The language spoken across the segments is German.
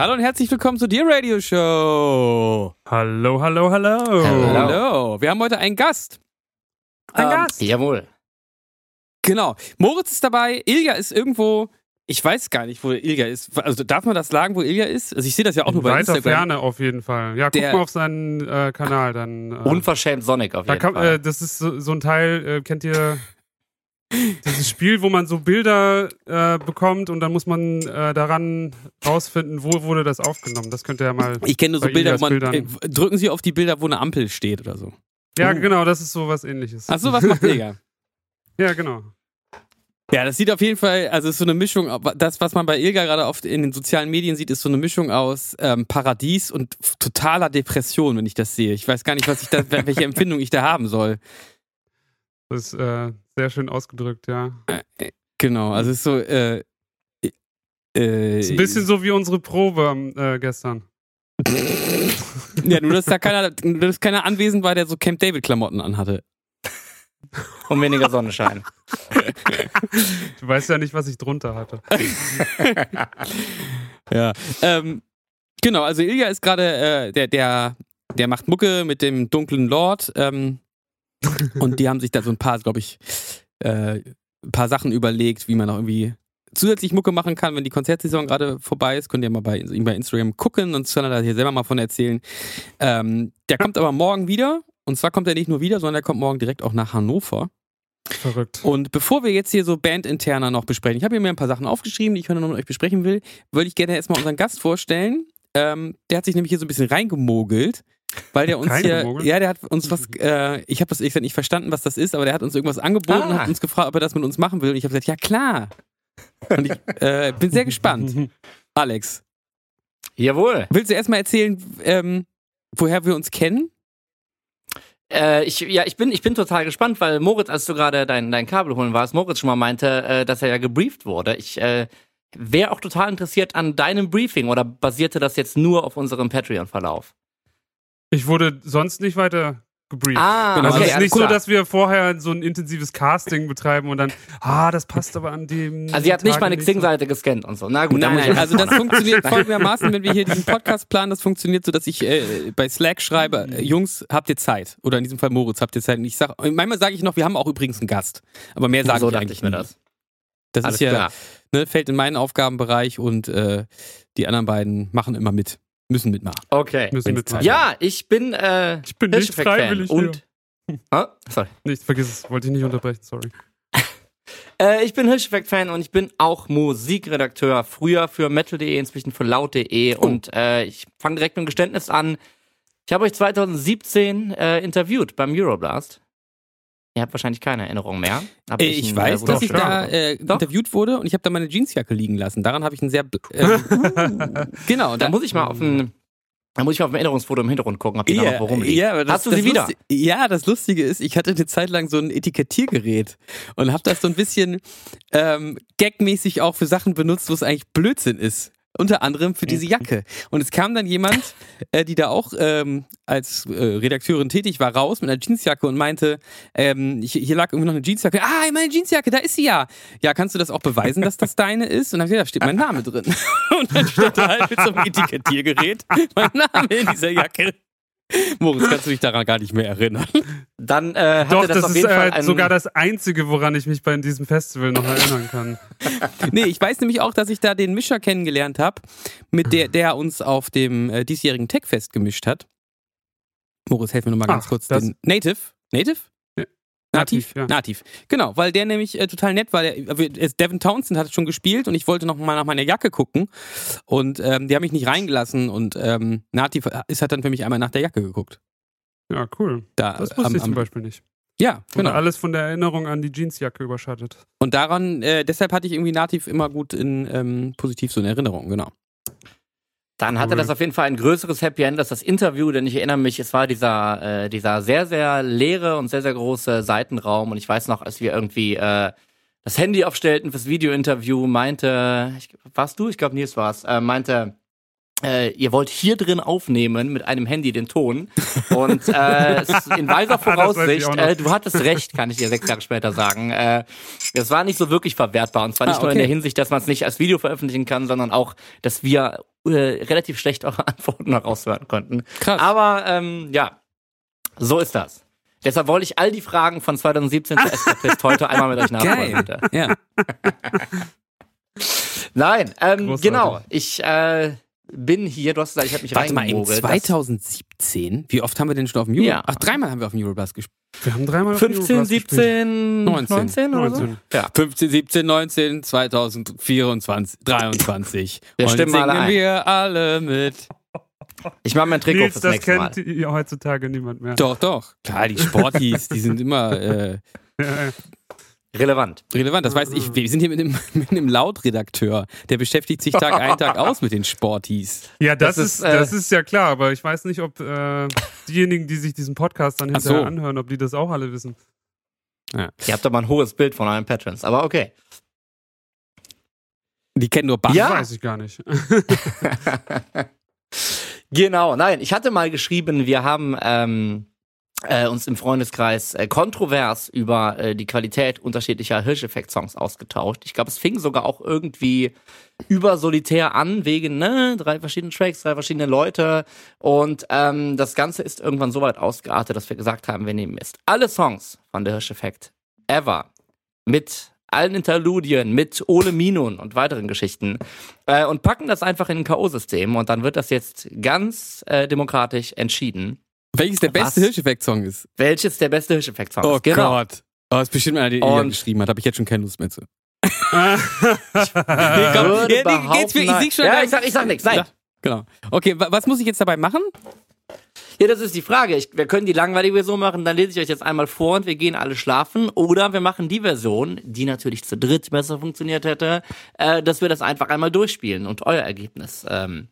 Hallo und herzlich willkommen zu Dear Radio Show. Hallo, hallo, hallo. Hallo. Wir haben heute einen Gast. Ein Ähm, Gast. Jawohl. Genau. Moritz ist dabei. Ilja ist irgendwo. Ich weiß gar nicht, wo Ilja ist. Also darf man das sagen, wo Ilja ist? Also ich sehe das ja auch nur In bei weiter Instagram. Ferne auf jeden Fall. Ja, guck Der- mal auf seinen äh, Kanal. Dann, äh, Unverschämt Sonic auf da jeden kann, Fall. äh, das ist so, so ein Teil, äh, kennt ihr dieses Spiel, wo man so Bilder äh, bekommt und dann muss man äh, daran rausfinden, wo wurde das aufgenommen. Das könnt ihr ja mal. Ich kenne nur so Bei Bilder, wo Iljas man Bildern. äh, drücken Sie auf die Bilder, wo eine Ampel steht oder so. Ja, genau, das ist so was ähnliches. Oh. Ach so, was macht Ilja? Ja, genau. Ja, das sieht auf jeden Fall, also es ist so eine Mischung, das, was man bei Ilga gerade oft in den sozialen Medien sieht, ist so eine Mischung aus ähm, Paradies und f- totaler Depression, wenn ich das sehe. Ich weiß gar nicht, was ich da, welche Empfindung ich da haben soll. Das ist äh, sehr schön ausgedrückt, ja. Genau, also es ist so, äh, äh, Ist ein bisschen so wie unsere Probe am, äh, gestern. Ja, nur dass da keiner, nur dass keiner anwesend war, der so Camp David-Klamotten anhatte. Und weniger Sonnenschein. Du weißt ja nicht, was ich drunter hatte. Ja. Ähm, genau, also Ilja ist gerade, äh, der, der, der macht Mucke mit dem dunklen Lord. Ähm, und die haben sich da so ein paar, glaube ich, äh, ein paar Sachen überlegt, wie man noch irgendwie zusätzlich Mucke machen kann, wenn die Konzertsaison gerade vorbei ist. Könnt ihr mal bei, ihm bei Instagram gucken, sonst kann er da hier selber mal von erzählen. Ähm, der kommt aber morgen wieder. Und zwar kommt er nicht nur wieder, sondern er kommt morgen direkt auch nach Hannover. Verrückt. Und bevor wir jetzt hier so Bandinterner noch besprechen, ich habe hier mir ein paar Sachen aufgeschrieben, die ich heute noch mit euch besprechen will, würde ich gerne erstmal unseren Gast vorstellen. Ähm, der hat sich nämlich hier so ein bisschen reingemogelt, weil der uns hier, Reingemogelt? ja, der hat uns was, äh, ich habe das ehrlich gesagt nicht verstanden, was das ist, aber der hat uns irgendwas angeboten und Ah. hat uns gefragt, ob er das mit uns machen will. Und ich habe gesagt, ja klar. Und ich äh, bin sehr gespannt. Alex, Jawohl. willst du erstmal erzählen, ähm, woher wir uns kennen? Äh, ich, ja, ich bin, ich bin total gespannt, weil Moritz, als du gerade dein, dein Kabel holen warst, Moritz schon mal meinte, äh, dass er ja gebrieft wurde. Ich äh, wäre auch total interessiert an deinem Briefing oder basierte das jetzt nur auf unserem Patreon-Verlauf? Ich wurde sonst nicht weiter gebrieft. Ah, Also es ist alles nicht so, klar. dass wir vorher so ein intensives Casting betreiben und dann, ah, das passt aber an dem. Also ihr habt nicht Tage meine nicht so. Xing-Seite gescannt und so. Na gut, Nein, dann muss nein, ich- also das funktioniert folgendermaßen, wenn wir hier diesen Podcast planen, das funktioniert so, dass ich äh, bei Slack schreibe, äh, Jungs, habt ihr Zeit? Oder in diesem Fall Moritz, habt ihr Zeit? Und ich sag, und manchmal sage ich noch, wir haben auch übrigens einen Gast. Aber mehr sage so ich dachte eigentlich ich mir nie. das. Das Alles ist ja, klar. ne, fällt in meinen Aufgabenbereich und äh, die anderen beiden machen immer mit, müssen mitmachen. Okay. Müssen wenn's wir Zeit- Ja, ich bin, äh, Ich bin nicht Hirschfeld-Fan freiwillig hier. und Ah, sorry. Nicht, vergiss es, wollte ich nicht unterbrechen, sorry. Äh, ich bin Hirscheffekt-Fan und ich bin auch Musikredakteur. Früher für metal.de, inzwischen für laut.de. Oh. Und äh, ich fange direkt mit dem Geständnis an. Ich habe euch 2017 äh, interviewt beim Euroblast. Ihr habt wahrscheinlich keine Erinnerung mehr. Aber Äh, Ich, ein, weiß, äh, dass ich Bruder. da äh, Doch. interviewt wurde und ich habe da meine Jeansjacke liegen lassen. Daran habe ich einen sehr. bl- Äh, genau, Da da, muss ich mal auf ein, da muss ich mal auf ein Erinnerungsfoto im Hintergrund gucken, ob die da noch warum liegt. ja, aber das, Hast du das sie wieder? Lusti- ja, das Lustige ist, ich hatte eine Zeit lang so ein Etikettiergerät und habe das so ein bisschen ähm, gagmäßig auch für Sachen benutzt, wo es eigentlich Blödsinn ist. Unter anderem für Mhm. diese Jacke. Und es kam dann jemand, äh, die da auch ähm, als äh, Redakteurin tätig war, raus mit einer Jeansjacke und meinte, ähm, ich, hier lag irgendwie noch eine Jeansjacke. Ah, meine Jeansjacke, da ist sie ja. Ja, kannst du das auch beweisen, dass das deine ist? Und dann hab ich gesagt, da steht mein Name drin. Und dann steht da halt mit so einem Etikettiergerät mein Name in dieser Jacke. Moritz, kannst du dich daran gar nicht mehr erinnern? Dann äh, hatte Doch, das, das, auf ist jeden Fall äh, einen, sogar das Einzige, woran ich mich bei diesem Festival noch erinnern kann. Nee, ich weiß nämlich auch, dass ich da den Mischer kennengelernt habe, mit der, der uns auf dem äh, diesjährigen Techfest gemischt hat. Moritz, helf mir nochmal ganz Ach, kurz. das- Den Native? Native? Nativ? Nativ, ja. Nativ. Genau, weil der nämlich äh, total nett war. Der, äh, Devin Townsend hat schon gespielt und ich wollte noch mal nach meiner Jacke gucken. Und ähm, die haben mich nicht reingelassen und ähm, Nativ ist hat dann für mich einmal nach der Jacke geguckt. Ja, cool. Da, Das äh, wusste am- ich zum am- Beispiel nicht. Ja, Genau. genau. Alles von der Erinnerung an die Jeansjacke überschattet. Und daran, äh, deshalb hatte ich irgendwie Nativ immer gut in ähm, positiv so in Erinnerung, genau. Dann hatte Cool. das auf jeden Fall ein größeres Happy End als das Interview, denn ich erinnere mich, es war dieser, äh, dieser sehr, sehr leere und sehr, sehr große Seitenraum. Und ich weiß noch, als wir irgendwie äh, das Handy aufstellten fürs Videointerview, meinte, ich, warst du? Ich glaube, Nils war's, äh, meinte, äh, ihr wollt hier drin aufnehmen mit einem Handy den Ton. Und äh, es- in weiser Ah, weiß ich auch Voraussicht, noch. äh, du hattest recht, kann ich dir sechs Jahre später sagen. Äh, es war nicht so wirklich verwertbar. Und zwar nicht Ah, nur in der okay. Hinsicht, dass man es nicht als Video veröffentlichen kann, sondern auch, dass wir äh, relativ schlecht eure Antworten noch raushören konnten. Krass. Aber ähm, ja, so ist das. Deshalb wollte ich all die Fragen von 2017 zu Eskapist heute einmal mit euch nachholen. bitte. Ja. Nein, ähm, Großartig. genau. Ich äh, bin hier, du hast gesagt, ich habe mich Warte mal, eben reingemogelt. Das- 2017? Wie oft haben wir denn schon auf dem Euro? Ja. Ach, dreimal haben wir auf dem Eurobus gespielt. Wir haben dreimal auf die 15, Eurobars gespielt. 17, 19, 19. oder so? 19. Ja. 15, 17, 19, 2024, 23. Wir Und stimmen singen alle ein. wir alle mit. Ich mache mein Trikot Nils, fürs das nächste Mal. kennt ihr heutzutage niemand mehr. Doch, doch. Klar, die Sporties, die sind immer äh, Relevant. relevant. Das weiß ich. Wir sind hier mit einem, mit einem Lautredakteur. Der beschäftigt sich Tag ein, Tag aus mit den Sporties. Ja, das, Das ist, ist, äh, das ist ja klar, aber ich weiß nicht, ob äh, diejenigen, die sich diesen Podcast dann Ach hinterher so. anhören, ob die das auch alle wissen. Ihr habt aber ein hohes Bild von euren Patrons, aber okay. Die kennen nur Bass. Ja. Das weiß ich gar nicht. Genau, nein, ich hatte mal geschrieben, wir haben ähm, äh, uns im Freundeskreis äh, kontrovers über äh, die Qualität unterschiedlicher Hirscheffekt-Songs ausgetauscht. Ich glaube, es fing sogar auch irgendwie über solitär an, wegen ne, drei verschiedenen Tracks, drei verschiedene Leute. Und ähm, das Ganze ist irgendwann so weit ausgeartet, dass wir gesagt haben, wir nehmen jetzt alle Songs von der Hirscheffekt ever mit allen Interludien, mit Ole Minun und weiteren Geschichten äh, und packen das einfach in ein K.O.-System und dann wird das jetzt ganz äh, demokratisch entschieden, Welches der beste Was? Hirscheffekt-Song ist. welches der beste Hirscheffekt-Song Oh ist. Genau. Gott. Oh, das ist bestimmt einer, den er Und- geschrieben hat. Habe ich jetzt schon keine Lust mehr zu. Ich komm, würde ja, nee, behaupten, geht's mir- ich nein. sieg schon ja, gleich- ich sag, ich sag nichts. Nein. Ja. Genau. Okay, wa was muss ich jetzt dabei machen? Ja, das ist die Frage. Ich, wir können die langweilige Version machen, dann lese ich euch jetzt einmal vor und wir gehen alle schlafen. Oder wir machen die Version, die natürlich zu dritt besser funktioniert hätte, äh, dass wir das einfach einmal durchspielen und euer Ergebnis. Ähm,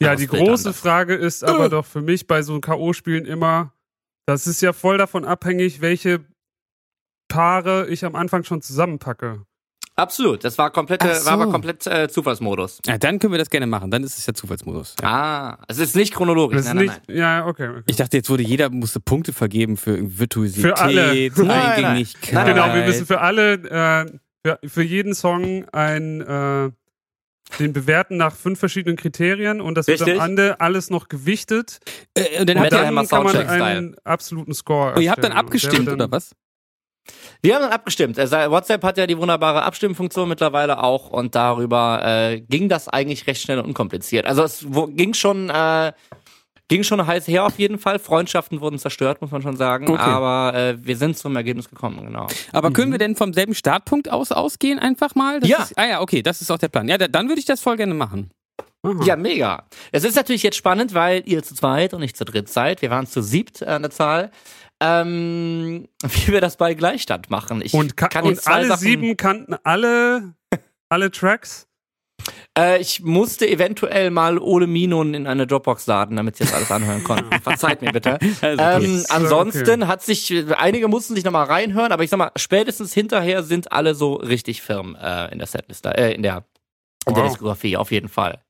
ja, das die Bild große anders. Äh. Frage ist aber doch für mich bei so K.O.-Spielen immer, das ist ja voll davon abhängig, welche Paare ich am Anfang schon zusammenpacke. Absolut, das war komplette, Ach so. war aber komplett äh, Zufallsmodus. Ja, dann können wir das gerne machen. Dann ist es ja Zufallsmodus. Ja. Ah, es ist nicht chronologisch. Das nein, ist nein, nicht, nein. Ja, okay. okay. Ich dachte, jetzt wurde jeder musste Punkte vergeben für Virtuosität, Für alle. nein. Eingängigkeit. Nein, Genau, wir müssen für alle, äh, für, für jeden Song ein, äh, den bewerten nach fünf verschiedenen Kriterien und das wird Richtig. am Ende alles noch gewichtet. Äh, und dann Und habt ihr dann- einmal, Hammer Dann kann man Soundcheck-Style. einen absoluten Score. oh, ihr habt dann erstellen und der abgestimmt, wird dann- oder was? Wir haben dann abgestimmt. Also WhatsApp hat ja die wunderbare Abstimmfunktion mittlerweile auch und darüber äh, ging das eigentlich recht schnell und unkompliziert. Also es wo, ging schon äh, ging schon heiß her auf jeden Fall. Freundschaften wurden zerstört, muss man schon sagen. Okay. Aber äh, wir sind zum Ergebnis gekommen, genau. Aber können wir denn vom selben Startpunkt aus ausgehen einfach mal? Das Ja. Ist, ah Mhm. ja, okay, das ist auch der Plan. Ja, da, dann würde ich das voll gerne machen. Aha. Ja, mega. Es ist natürlich jetzt spannend, weil ihr zu zweit und ich zu dritt seid. Wir waren zu siebt äh, an der Zahl. Ähm, wie wir das bei Gleichstand machen. Ich Und, ka kann jetzt und zwei alle Sachen- sieben kannten alle, alle Tracks. Äh, ich musste eventuell mal Ole Minon in eine Dropbox laden, damit sie das alles anhören konnten. Verzeiht mir bitte. Also, Ähm, okay. ansonsten hat sich, einige mussten sich nochmal reinhören, aber ich sag mal, spätestens hinterher sind alle so richtig firm äh, in der Setlist, äh, in der, in der Wow. Diskografie, auf jeden Fall.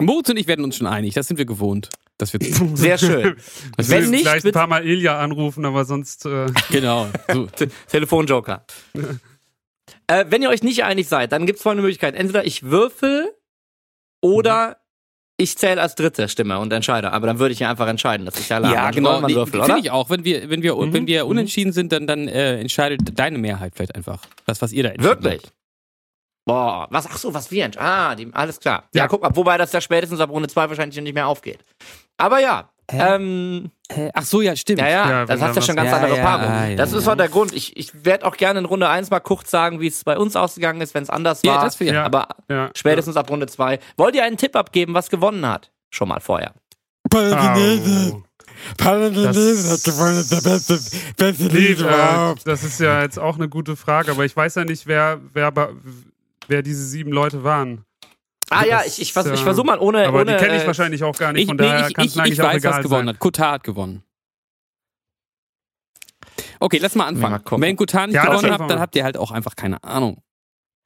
Moritz und ich werden uns schon einig, das sind wir gewohnt. Das wird Sehr schön. Ich Wenn will nicht, vielleicht ein wird- paar Mal Ilja anrufen, aber sonst. Äh, genau. So. Te- Telefonjoker. äh, wenn ihr euch nicht einig seid, dann gibt es folgende Möglichkeit. Entweder ich würfel oder ich zähle als dritte Stimme und entscheide. Aber dann würde ich ja einfach entscheiden, dass ich da lade. Ja, Dann genau. braucht Man Nee, würfel, Finde oder? Mhm. ich auch. Wenn wir, wenn wir, wenn wir unentschieden sind, dann, dann äh, entscheidet deine Mehrheit vielleicht einfach. Das, was ihr da entschieden Wirklich? habt. Boah, was, ach so, was wir entscheiden. Ah, die, alles klar. Ja, Ja. guck mal, wobei das ja spätestens ab Runde 2 wahrscheinlich nicht mehr aufgeht. Aber ja, Hä? Ähm, Hä? Äh, Ach so, ja, stimmt. ja, ja, Ja, wenn das hast du ja dann schon was- ganz Ja, andere ja, Paarung. ah, ja, das ist ja. auch der Grund. Ich, ich werde auch gerne in Runde 1 mal kurz sagen, wie es bei uns ausgegangen ist, wenn es anders Ja, war. das wär- Aber Ja. spätestens ab Runde 2. Wollt ihr einen Tipp abgeben, was gewonnen hat? Schon mal vorher. Au. Paladinese Das- hat gewonnen, der beste, beste Nee, Lied äh, überhaupt. das ist ja jetzt auch eine gute Frage, aber ich weiß ja nicht, wer, wer, ba- wer diese sieben Leute waren. Ah ja, Das ich, ich, vers ist, ich äh, versuche mal ohne. Aber ohne die kenne ich äh, wahrscheinlich auch gar nicht, Ich, von nee, daher ich, kann es ich, eigentlich ich auch weiß, was egal gewonnen sein. hat. Kutar hat gewonnen. Okay, lass mal Mal anfangen. gucken. Wenn Kutar nicht Ja, lass gewonnen einfach habt, dann mal. habt ihr halt auch einfach keine Ahnung.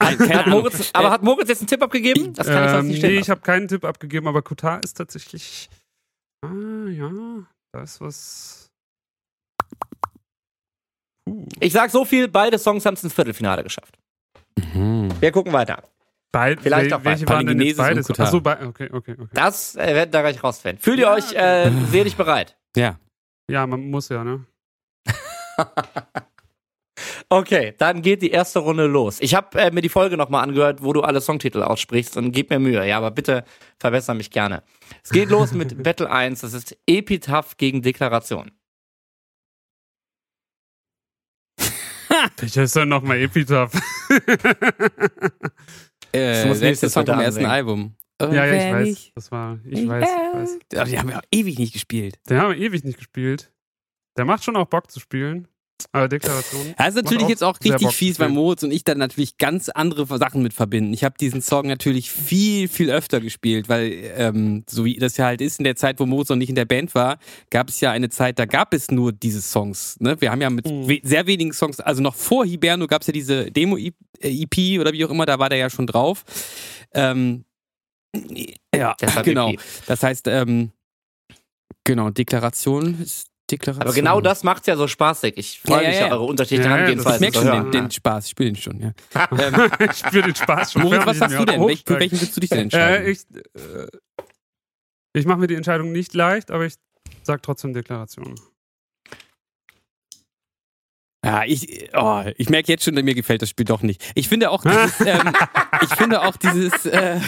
Nein, keine Hat Ahnung. Moritz, aber hat Moritz jetzt einen Tipp abgegeben? Das kann ich sonst Ähm, nicht nee, stellen. ich habe keinen Tipp abgegeben, aber Kutar ist tatsächlich. Ah, ja, da ist was. Uh, ich sag so viel, beide Songs haben es ins Viertelfinale geschafft. Mhm. Wir gucken weiter. beid, Vielleicht wel- auch welche beide. waren denn jetzt Palingenesis und beides? Kutar. Achso, bei, okay, okay, okay. Das äh, werden da gleich rausfinden. Fühlt ihr euch äh, selig bereit? Ja. Ja, man muss ja, ne? Okay, dann geht die erste Runde los. Ich habe äh, mir die Folge nochmal angehört, wo du alle Songtitel aussprichst und gib mir Mühe. Ja, aber bitte verbessere mich gerne. Es geht los mit Battle 1. Das ist Epitaph gegen Deklaration. Welcher ist denn nochmal Epitaph? Äh, Das muss der letzte nächstes Äh, Song heute vom ersten ansingen. Album. Und ja, ja, ich wenn weiß. Das war, ich weiß, ich weiß. Ah, Die haben ja auch ewig nicht gespielt. Den haben wir ewig nicht gespielt. Der macht schon auch Bock zu spielen. Aber Deklaration. Das ist macht natürlich auch jetzt auch sehr richtig Bock zu fies, weil spielen. Moritz und ich dann natürlich ganz andere Sachen mit verbinden. Ich habe diesen Song natürlich viel, viel öfter gespielt, weil ähm, so wie das ja halt ist, in der Zeit, wo Moritz noch nicht in der Band war, gab es ja eine Zeit, da gab es nur diese Songs. Ne? Wir haben ja mit Mhm. we sehr wenigen Songs, also noch vor Hiberno gab es ja diese Demo-EP oder wie auch immer, da war der ja schon drauf. Ähm, ja, Deshalb genau. EP. Das heißt, ähm, genau, Deklaration ist Deklaration. Aber genau das macht's ja so spaßig. Ich freue Ja, ja, mich ja, ja. eure unterschiedlichen Ja, ja, Ich Herangehensweisen merke zu schon hören. den, den Spaß, ich spiele den schon, ja. ich spiele den Spaß schon. Moritz, fertig, was sagst du mir denn? auch Welch, für hochsteigen. welchen willst du dich denn entscheiden? äh, Ich, äh, ich mache mir die Entscheidung nicht leicht, aber ich sag trotzdem Deklaration. ja, ich, oh, ich merke jetzt schon, mir gefällt das Spiel doch nicht. Ich finde auch dieses, ähm, ich finde auch dieses, äh,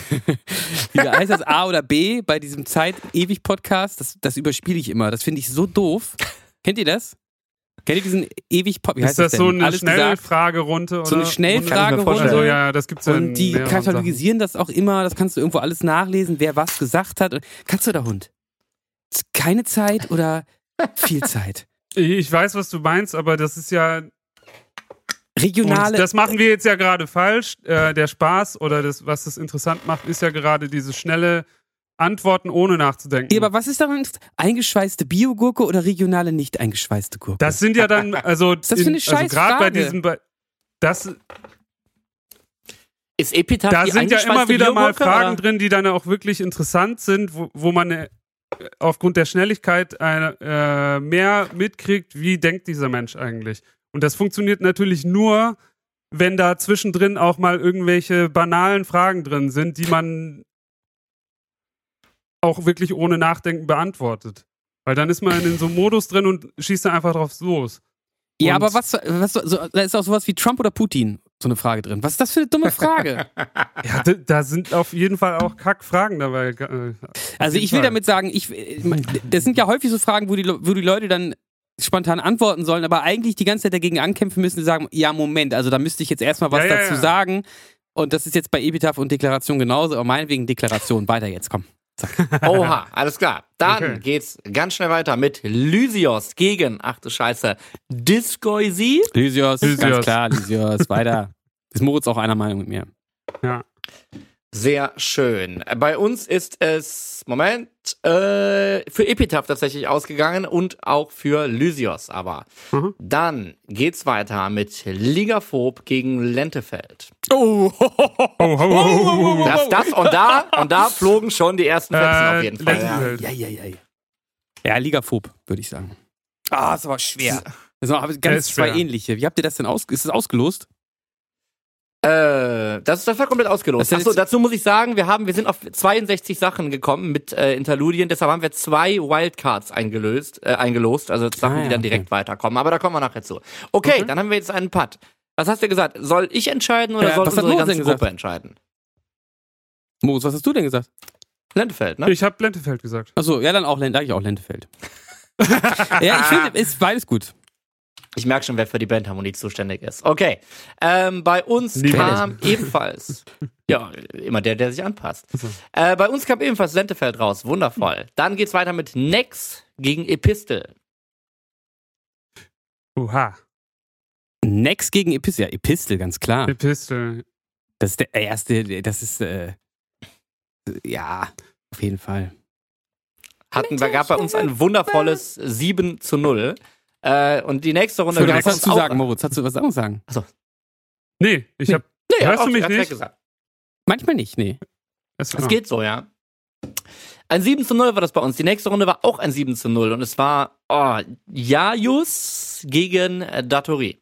wie heißt das, A oder B bei diesem Zeit-Ewig-Podcast, das, das überspiele ich immer. Das finde ich so doof. Kennt ihr das? Kennt ihr diesen Ewig-Podcast? Wie Ist heißt das denn? so eine Alles gesagt? Schnellfragerunde? oder- So eine Schnellfragerunde. Kann ich mir Also, ja, das gibt's ja in Und die mehreren katalogisieren das auch immer, das kannst du irgendwo alles nachlesen, wer was gesagt hat. Kannst du da Hund? Keine Zeit oder viel Zeit? Sachen. Ich weiß, was du meinst, aber das ist ja. Und Regionale. das machen wir jetzt ja gerade falsch. Äh, der Spaß oder das, was das interessant macht, ist ja gerade diese schnelle Antworten ohne nachzudenken. Ja, aber was ist daran? inter- Eingeschweißte Biogurke oder regionale nicht eingeschweißte Gurke? Das sind ja dann, also, das für eine scheiß also gerade bei Frage? diesem, bei- das, Ist Epitaph da die sind ja immer eingeschweißte wieder mal Biogurke, Fragen oder? drin, die dann auch wirklich interessant sind, wo, wo man äh, aufgrund der Schnelligkeit äh, äh, mehr mitkriegt, wie denkt dieser Mensch eigentlich. Und das funktioniert natürlich nur, wenn da zwischendrin auch mal irgendwelche banalen Fragen drin sind, die man auch wirklich ohne Nachdenken beantwortet. Weil dann ist man in so einem Modus drin und schießt dann einfach drauf los. ja, Und- aber was, was so, da ist auch sowas wie Trump oder Putin so eine Frage drin. Was ist das für eine dumme Frage? Ja, da, da sind auf jeden Fall auch Kackfragen dabei. äh, also jeden ich will Fall. damit sagen, ich, das sind ja häufig so Fragen, wo die, Le- wo die Leute dann spontan antworten sollen, aber eigentlich die ganze Zeit dagegen ankämpfen müssen und sagen, ja Moment, also da müsste ich jetzt erstmal was Ja, ja, dazu ja. sagen. Und das ist jetzt bei Epitaph und Deklaration genauso, aber meinetwegen Deklaration. Weiter jetzt, komm. Oha, alles klar. Dann Okay. geht's ganz schnell weiter mit Lysios gegen, ach du Scheiße, Discoisi. Lysios, ganz Lysios. klar, Lysios, weiter. Ist Moritz auch einer Meinung mit mir? Ja. Sehr schön. Bei uns ist es, Moment, äh, für Epitaph tatsächlich ausgegangen und auch für Lysios aber. Mhm. Dann geht's weiter mit Ligaphob gegen Lentefeld. Oh, Ho, ho, ho, ho, ho. Das, das und da, und da flogen schon die ersten Fetzen Äh, auf jeden Fall. Lentenfeld. Ja, ja, ja, ja. Ja, Ligaphob, würde ich sagen. Ah, ist aber schwer. Das sind aber ganz ist zwei schwer. ähnliche. Wie habt ihr das denn aus? Ist das ausgelost? Äh, das, das war komplett Das ausgelost. ist Achso, jetzt- dazu muss ich sagen, wir haben, wir sind auf 62 Sachen gekommen mit äh, Interludien, deshalb haben wir zwei Wildcards eingelöst, äh, eingelost, also Sachen, Ah, ja, die dann okay. direkt weiterkommen. Aber da kommen wir nachher zu. Okay, dann haben wir jetzt einen Putt. Was hast du gesagt? Soll ich entscheiden oder Äh, soll was hat unsere Moritz ganze denn Gruppe gesagt? entscheiden? Moritz, was hast du denn gesagt? Lentefeld, ne? Ich habe Blendefeld gesagt. Achso, ja, dann auch Lente, sag ich auch Lentefeld. ja, ich finde, ist beides gut. Ich merke schon, wer für die Bandharmonie zuständig ist. Okay. Ähm, bei uns Niemand. kam ebenfalls. Ja, immer der, der sich anpasst. Also. Äh, bei uns kam ebenfalls Lentefeld raus. Wundervoll. Dann geht's weiter mit Nex gegen Epistel. Oha. Next gegen Epistel. Ja, Epistel, ganz klar. Ah. Epistel. Das ist der erste, das ist, äh, ja, auf jeden Fall. Hatten wir gab bei uns ein wundervolles 7 zu 0. Äh, und die nächste Runde Entschuldigung, gab's was hast uns du auch- sagen, Moritz? Hast du was anderes sagen? Nee, ich habe. Nee, Hörst auch- du mich hat's nicht? weggesagt. Manchmal nicht, nee. Ah. Es geht so, ja. Ein 7 zu 0 war das bei uns. Die nächste Runde war auch ein 7 zu 0. Und es war oh, Jajus gegen äh, Datori.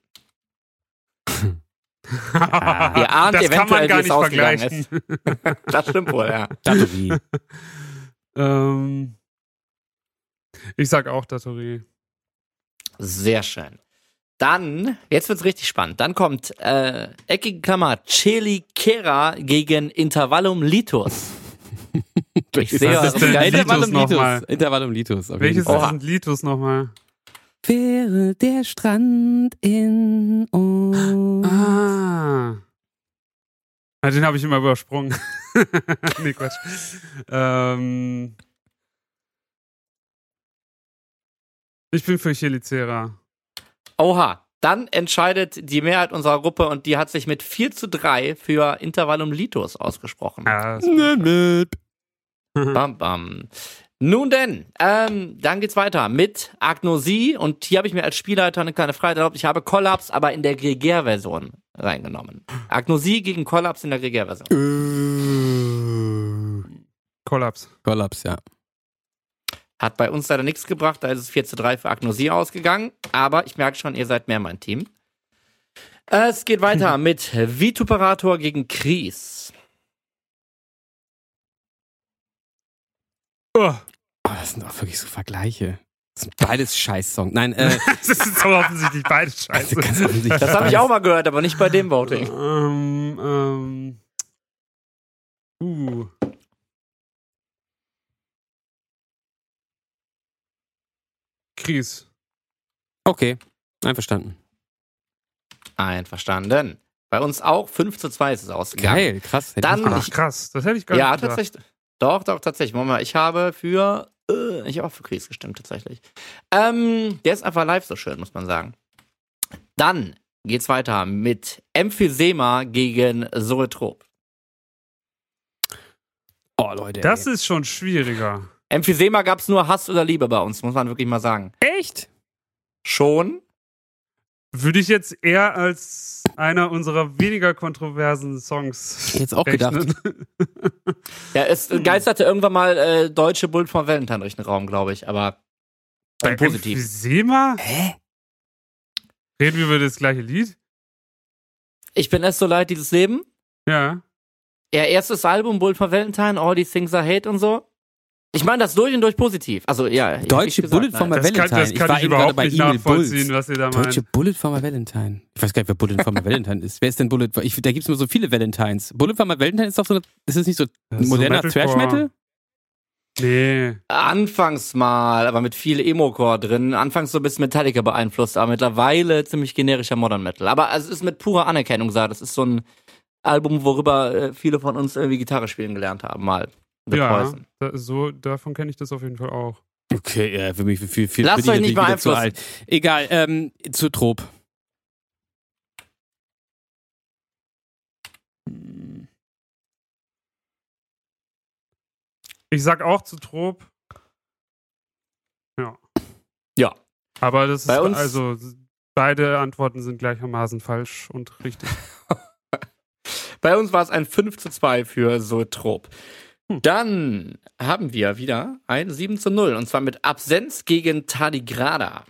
Ah, Ihr ahnt Ah, das kann eventuell, man wie gar es nicht ausgegangen vergleichen. Das stimmt wohl, ja. Datori. ähm, ich sag auch Datori. Sehr schön. Dann, jetzt wird's richtig spannend. Dann kommt äh, eckige Klammer Chili Kera gegen Intervallum Litus. Ich sehe Was eure ist denn Begeisterung. Litus Intervallum Litus. nochmal? Intervallum Litus. um auf jeden Welches Fall. ist Oha. denn Litus nochmal? Wäre der Strand in uns. Ah. Ah, Den habe ich immer übersprungen. nee, Quatsch. Ähm, ich bin für Chelicera. Oha. Dann entscheidet die Mehrheit unserer Gruppe und die hat sich mit 4 zu 3 für Intervallum Litus ausgesprochen. Ja, das- Bam, bam. Nun denn, ähm, dann geht's weiter mit Agnosie und hier habe ich mir als Spielleiter eine kleine Freiheit erlaubt. Ich habe Kollaps, aber in der Gregär-Version reingenommen. Agnosie gegen Kollaps in der Gregär-Version. Kollaps. Kollaps, ja. Hat bei uns leider nichts gebracht, da ist es 4 zu 3 für Agnosie ausgegangen, aber ich merke schon, ihr seid mehr mein Team. Äh, Es geht weiter mit Vituperator gegen Kries. Oh, Oh, das sind auch wirklich so Vergleiche. Das sind beides Scheiß-Songs. Nein, äh, das ist so offensichtlich beides also scheiße. ganz offensichtlich. Das habe ich auch mal gehört, aber nicht bei dem Voting. Ähm, ähm. Uh. Kries. Okay, einverstanden. Einverstanden. Bei uns auch 5 zu 2 ist es ausgegangen. Geil, krass. hätte ich Dann- nicht Ach, gedacht. krass. Das hätte ich gar Ja, nicht gedacht. tatsächlich. Doch, doch, tatsächlich. Moment mal, ich habe für. Äh, ich habe auch für Kries gestimmt, tatsächlich. Ähm, der ist einfach live so schön, muss man sagen. Dann geht's weiter mit Emphysema gegen Zoetrop. Oh, Leute. Das ist schon schwieriger. Emphysema gab's nur Hass oder Liebe bei uns, muss man wirklich mal sagen. ey. echt? Schon? Würde ich jetzt eher als einer unserer weniger kontroversen Songs. Hätte jetzt auch rechnen. Ja, es geisterte irgendwann mal äh, deutsche Bullet von Valentine durch den Raum, glaube ich, aber Bei im Positiven. Emphysema? Hä? Reden wir über das gleiche Lied? Ich bin erst so leid, dieses Leben. Ja. Ihr erstes Album, Bullet for Valentine, All These Things I Hate und so. Ich meine das durch und durch positiv. Also, ja. ich- ich Deutsche gesagt, Bullet nein. for my Das Valentine. kann, das ich kann war ich, eben gerade überhaupt bei nicht Emil nachvollziehen, Bulls. was ihr da meint. Deutsche Bullet for my Valentine. Ich weiß gar nicht, wer Bullet for my Valentine ist. Wer ist denn Bullet? for- Ich, da gibt es immer so viele Valentines. Bullet for my Valentine ist doch so eine. Ist das nicht so Das ist so moderner Metalcore. Thrash Metal? Nee. Anfangs mal, aber mit viel Emo-Core drin. Anfangs so ein bisschen Metallica beeinflusst, aber mittlerweile ziemlich generischer Modern Metal. Aber es ist mit purer Anerkennung gesagt. Das ist so ein Album, worüber äh, viele von uns irgendwie Gitarre spielen gelernt haben, mal. The ja, Poison. da, so, davon kenne ich das auf jeden Fall auch. Okay, ja, für mich für viel, viel bin Lasst ich euch nicht natürlich wieder zu beeinflussen. alt. Egal, ähm, zu Trop. Ich sag auch zu Trop, Ja. aber das Bei ist uns- also beide Antworten sind gleichermaßen falsch und richtig. Bei uns war es ein 5 zu 2 für Sotrop. Dann haben wir wieder ein 7 zu 0. Und zwar mit Absenz gegen Tardigrada.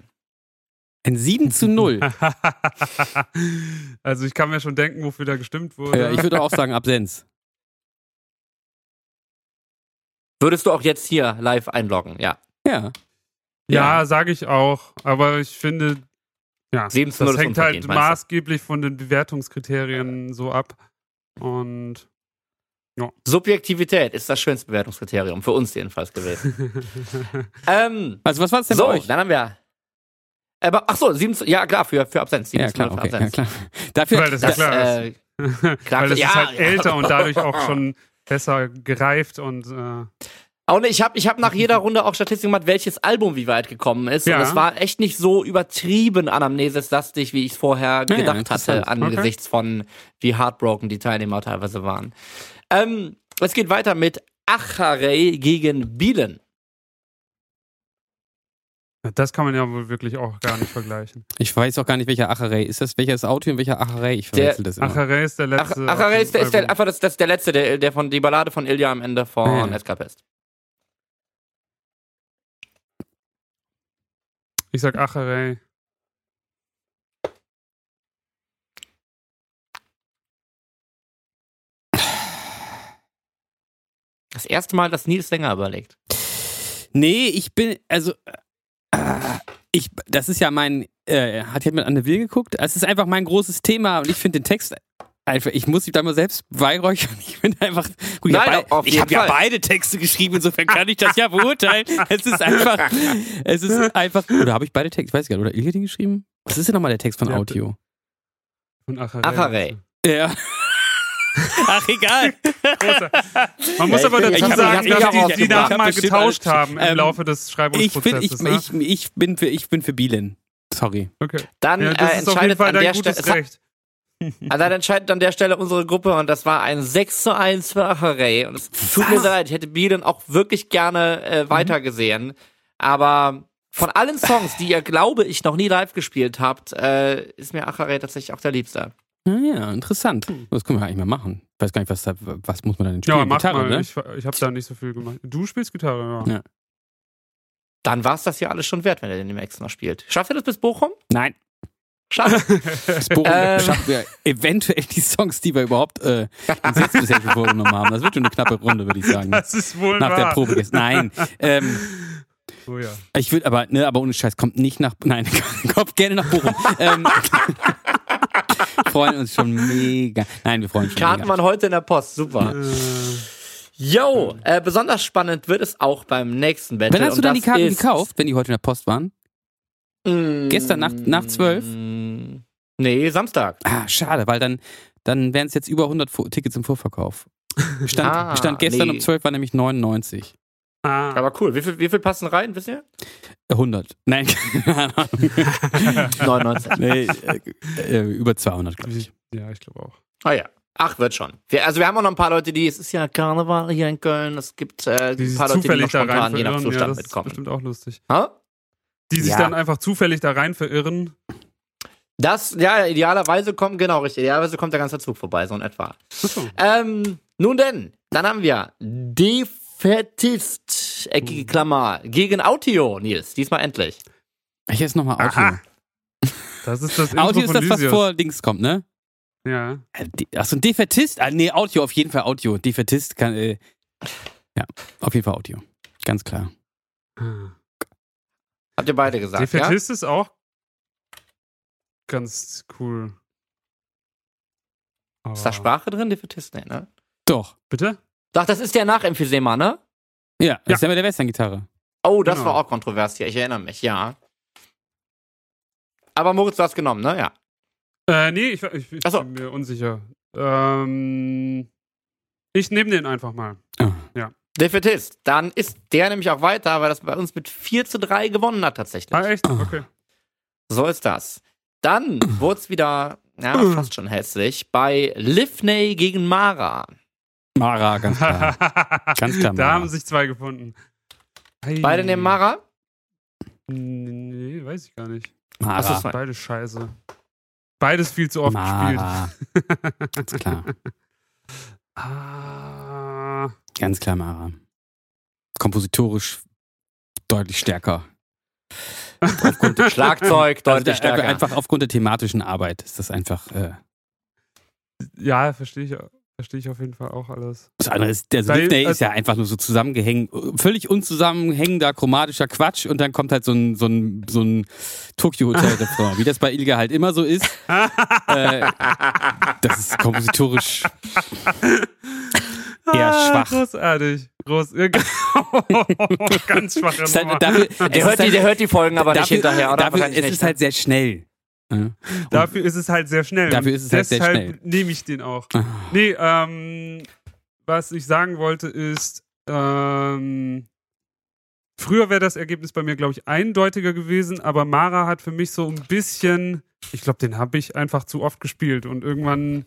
Ein 7 zu 0. also ich kann mir schon denken, wofür da gestimmt wurde. äh, ich würde auch sagen Absenz. Würdest du auch jetzt hier live einloggen? Ja. Ja. ja, sage ich auch, aber ich finde ja, 7 zu 0 das ist hängt unverdient, halt meinst du? maßgeblich von den Bewertungskriterien so ab und Ja. Subjektivität ist das schönste Bewertungskriterium, für uns jedenfalls gewesen. ähm, Also, was war es denn so, bei euch? dann haben wir. Aber, ach so, 17, ja klar, für, für Absenz. Ja, 17 klar, für okay, ja, Absenz. klar. Dafür, Weil das- Ja, Das, klar, äh, Weil das ja, ist halt ja. älter und dadurch auch schon besser gereift und äh, Auch ne, ich habe ich hab nach jeder Runde auch Statistik gemacht, welches Album wie weit gekommen ist. Ja. Und es war echt nicht so übertrieben anamnesislastig, wie ich es vorher ja, gedacht interessant. hatte, angesichts von wie heartbroken die Teilnehmer teilweise waren. Ähm, es geht weiter mit Acharei gegen Bielen. das kann man ja wohl wirklich auch gar nicht vergleichen. ich weiß auch gar nicht, welcher Acherei ist das. Welcher ist Audio und welcher Acherei? Ich verwechsel das immer. Acharei ist der Ach, letzte. Acharei ist, der- ist der, äh, Album. einfach das, das ist der letzte, der, der von die Ballade von Ilja am Ende Ah, von ja. ja. Escapist. Ich sag Acharei. Das erste Mal, dass Nils Sänger überlegt. Nee, ich bin, also, äh, ich, das ist ja mein, äh, hat jemand an der Will geguckt? Es ist einfach mein großes Thema und ich finde den Text einfach, ich muss mich da mal selbst beihräuchern. Ich bin einfach, gut, ich Nein, hab bei- auf ich jeden habe ja Fall. beide Texte geschrieben, insofern kann ich das ja beurteilen. Es ist einfach, es ist einfach, oder habe ich beide Texte, ich weiß gar nicht, oder Ilja den geschrieben? Was ist denn nochmal der Text von Ja, Audio? Und Acharei. Acharei. Ja. Ach, egal. Großer. Man muss Ja, ich aber bin- dazu sagen, ich hab- ich hab mich dass auch die die aufgebracht. Ich Namen hab bestimmt getauscht alles- haben im Ähm, Laufe des Ich bin, ich, Schreibungsprozesses. ne? ich, ich, bin für, ich bin für Bielen. Sorry. okay. Dann ja, äh, das ist auf jeden entscheidet Fall an dein der Stelle. gutes Es hat- Recht. Also dann entscheidet an der Stelle unsere Gruppe und das war ein 6 zu 1 für Acharei. Und es tut mir leid, ich hätte Bielen auch wirklich gerne äh, Mhm. weitergesehen. Aber von allen Songs, die ihr, glaube ich, noch nie live gespielt habt, äh, ist mir Acharei tatsächlich auch der Liebste. Naja, interessant. Das können wir eigentlich mal machen. Ich weiß gar nicht, was, da, was muss man da denn spielen? Hm. Ja, mach Gitarre, mal. ne? Ich, ich habe da nicht so viel gemacht. Du spielst Gitarre, Ja. ja. Dann war es das ja alles schon wert, wenn ihr den demnächst noch spielt. Schafft ihr das bis Bochum? Nein, Schafft. das Bochum Ähm. schaffen wir eventuell die Songs, die wir überhaupt äh, uns jetzt bisher schon vorgenommen haben. Das wird schon eine knappe Runde, würde ich sagen. ne? Das ist wohl Nach wahr. der Probe gestern. Nein. Ähm, Oh ja. ich würde aber, ne, aber ohne Scheiß, kommt nicht nach. Nein, kommt gerne nach Bochum. ähm, freuen uns schon mega. Nein, wir freuen uns schon Karten mega. waren heute in der Post, super. Äh, Yo, äh, besonders spannend wird es auch beim nächsten Battle. Wann hast du und dann die das Karten ist- gekauft, wenn die heute in der Post waren? Mm, Gestern nach- nach 12? Nee, Samstag. Ah, schade, weil dann, dann wären es jetzt über 100 Vo- Tickets im Vorverkauf. Stand, Ah, stand gestern nee. um 12 war nämlich 99. Ah, Aber cool. Wie viel, wie viel passen rein, wisst ihr? 100. Äh, Nein, keine Ahnung. 99. nee, äh, äh, über 200, glaube ich. ja, ich glaube auch. Ah ja. Ach, wird schon. Wir, also wir haben auch noch ein paar Leute, die, es ist ja Karneval hier in Köln, es gibt äh, Die ein sich paar Leute, die noch zufällig da rein spontan je nach verirren, ja, Zustand das ist mitkommen. bestimmt auch lustig. Ha? Die sich Ja. dann einfach zufällig da rein verirren. Das, ja, ja, idealerweise kommt, genau richtig, idealerweise kommt der ganze Zug vorbei, so in etwa. Ähm, nun denn, dann haben wir Defetist, Oh. eckige Klammer, gegen Autio, Nils, diesmal endlich. Ich jetzt nochmal Audio. Aha. Das ist das Intro Audio ist von das, was Lysias. vor Dings kommt, ne? Ja. Äh, die- Achso, ein Defertist? Ah, nee, Audio, auf jeden Fall Audio. Defertist kann, äh, ja, auf jeden Fall Audio. Ganz klar. Habt ihr beide gesagt, ja? Defetist ist auch ganz cool. Ist da Aber- Sprache drin, Defetist? Nee, ne? Doch. Bitte? Ach, das ist der nach Emphysema, ne? Ja, das Ja. ist ja mit der Western-Gitarre. Oh, das Genau. war auch kontrovers hier, ich erinnere mich, ja. Aber Moritz, du hast genommen, ne? Ja. Äh, nee, ich, ich, ich Ach so. bin mir unsicher. Ähm, ich nehme den einfach mal. Defetist. Dann ist der nämlich auch weiter, weil das bei uns mit 4 zu 3 gewonnen hat tatsächlich. Ah, echt? Okay. So ist das. Dann wurde es wieder, ja, fast schon hässlich, bei Livney gegen Mara. Mara, ganz klar. Ganz klar, da Mara. haben sich zwei gefunden. Ei. Beide nehmen Mara? Nee, weiß ich gar nicht. Ach so, Mara. sorry. Beide scheiße. Beides viel zu oft gespielt. Mara. Ganz klar. Ah, Ganz klar, Mara. Kompositorisch deutlich stärker. Schlagzeug, Also deutlich der- stärker. Einfach aufgrund der thematischen Arbeit ist das einfach. Äh, ja, verstehe ich, versteh ich auf jeden Fall auch alles. das andere ist, der Weil, Slipney äh, ist also- ja einfach nur so zusammengehängt, äh, völlig unzusammenhängender chromatischer Quatsch und dann kommt halt so ein, so ein, so ein Tokyo Hotel Refrain, wie das bei Ilga halt immer so ist. äh, das ist kompositorisch. Eher schwach. Ah, Großartig. Groß, ganz schwache Ist halt, Nummer. dafür, es Der hört, ist die, halt- der hört die Folgen aber nicht dafür- hinterher, oder? Dafür, Wahrscheinlich es nicht, ist ne? halt sehr schnell. Ja. Dafür ist es halt sehr schnell. und Dafür ist es halt sehr deshalb schnell. Ah. nehme ich den auch. Nee, ähm, was ich sagen wollte ist, ähm, früher wäre das Ergebnis bei mir, glaube ich, eindeutiger gewesen, aber Mara hat für mich so ein bisschen, ich glaube, den habe ich einfach zu oft gespielt und irgendwann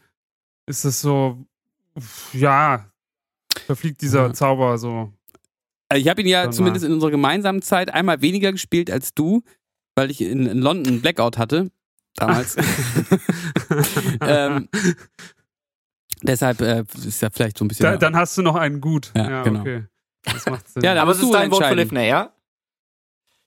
ist es so, pf, ja, verfliegt dieser Ja. Zauber so. Also ich habe ihn ja Sag mal. zumindest in unserer gemeinsamen Zeit einmal weniger gespielt als du, weil ich in, in London Blackout hatte. Damals. ähm, deshalb äh, ist ja vielleicht so ein bisschen. Da, dann hast du noch einen gut. Genau. Ja, genau. okay. Das macht Sinn. Ja, da Aber musst es ist du dein Vote für entscheiden. Livner, ja?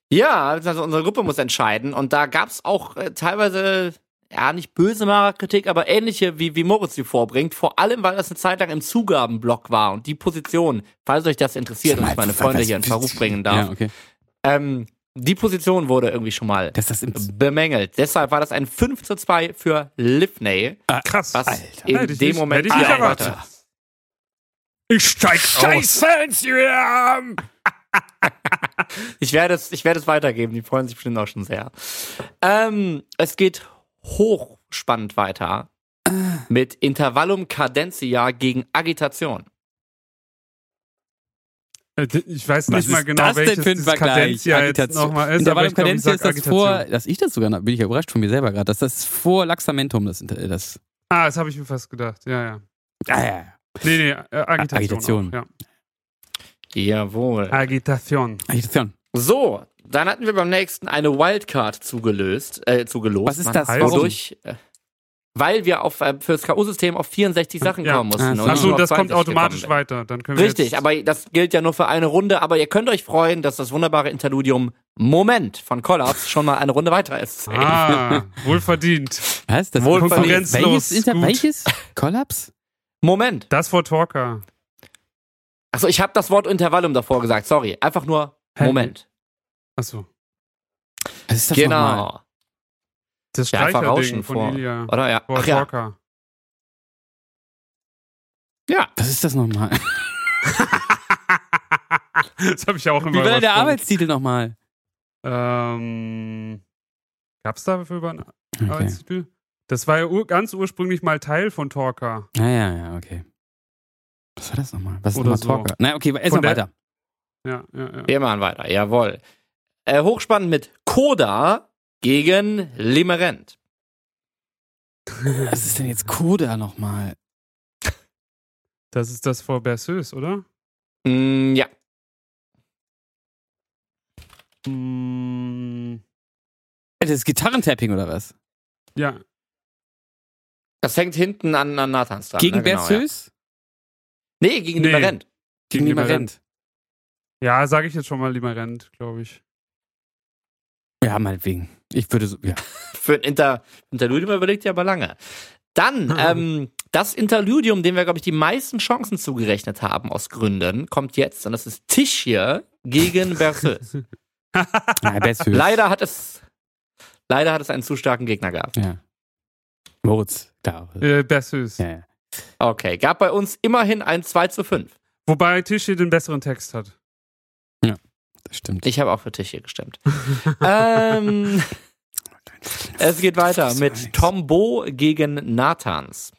Ja, also unsere Gruppe muss entscheiden. Und da gab es auch äh, teilweise, ja, nicht böse Mara-Kritik, aber ähnliche, wie, wie Moritz sie vorbringt. Vor allem, weil das eine Zeit lang im Zugabenblock war und die Position, falls euch das interessiert Sag mal, und ich meine was- Freunde was- hier in Verruf bringen darf, ja, okay. ähm, die Position wurde irgendwie schon mal Dass Äh, das im bemängelt. Deshalb war das ein 5 zu 2 für Livney, Ah, krass. was Alter. in Hätte ich dem nicht- Moment hätte ich nicht Ja, erwartet. Alter. Ich steig aus. Fans, ja! Ich werde es, ich werde es weitergeben. Die freuen sich bestimmt auch schon sehr. Ähm, es geht hochspannend weiter mit Intervallum Cadentia gegen Agitation. Äh, d- Ich weiß Was nicht mal ist genau, das denn welches für ein dieses Vergleich? Cadencia jetzt Agitation. nochmal ist. aber Intervallum ich glaub, ich Cadencia sag ist das Agitation. vor, dass ich das sogar, bin ich ja überrascht von mir selber gerade, dass das vor Laxamentum das, Inter- äh, das Ah, das habe ich mir fast gedacht. Ja, ja. ah, ja. Nee, nee, äh, Agitation. Agitation. Auch, ja. Jawohl. Agitation. Agitation. So, dann hatten wir beim nächsten eine Wildcard zugelöst, äh, zugelost. Was ist das? Warum? Wodurch, äh, weil wir auf, äh, fürs K.O.-System auf 64 Sachen Ja. kommen mussten. Ah, und Ach so, Achso, nur auf das kommt 62 gekommen automatisch sind. weiter. Dann können wir Richtig, jetzt, aber das gilt ja nur für eine Runde. Aber ihr könnt euch freuen, dass das wunderbare Interludium Moment von Kollaps schon mal eine Runde weiter ist. Ah, wohlverdient. Was? Das Wohl welches, konkurrenzlos. Inter Gut. welches? Kollaps? Moment. Das vor Talker. Achso, ich habe das Wort Intervallum davor gesagt, sorry. Einfach nur Hä? Moment. Achso, Was ist das nochmal? Genau. das Ja, einfach Streicherding Rauschen von vor. Ilya. Oder ja. Vor Ach, ja. Talker. ja. Was ist das nochmal? das habe ich ja auch immer Wie war denn der übersprungen. Arbeitstitel nochmal? Ähm, gab's dafür über einen Okay. Arbeitstitel? Das war ja ur ganz ursprünglich mal Teil von Talker. Ah, ja, ja, okay. Was war das nochmal? Was ist Oder nochmal so. Talker? Na, okay, erstmal Von der- weiter. Ja, ja, ja. Wir machen weiter, jawohl. Äh, hochspannend mit Koda gegen Limerent. Was ist denn jetzt Koda nochmal? Das ist das vor Berceus, oder? Mm, ja. Mm, Das ist Gitarrentapping oder was? ja, Das hängt hinten an, an Nathans dran. Gegen ne? Genau, ja. Berceus? Nee, gegen Nee. Limerent. Gegen Gegen Limerent. ja sage ich jetzt schon mal lieber Rent, glaube ich. Ja, meinetwegen. Ich würde so, ja. Für ein Inter Interludium überlegt ihr aber lange. Dann, ähm, das Interludium, dem wir, glaube ich, die meisten Chancen zugerechnet haben aus Gründen, kommt jetzt und das ist Tisch hier gegen Berceus. Na, Berceus. Leider hat es, leider hat es einen zu starken Gegner gehabt. Ja. Moritz, da. Äh, Berceus. Ja, ja. Okay, gab bei uns immerhin ein 2 zu 5. Wobei Tisch hier den besseren Text hat. das stimmt. Ich habe auch für Tisch hier gestimmt. ähm, es geht weiter mit Tombo gegen Nathans.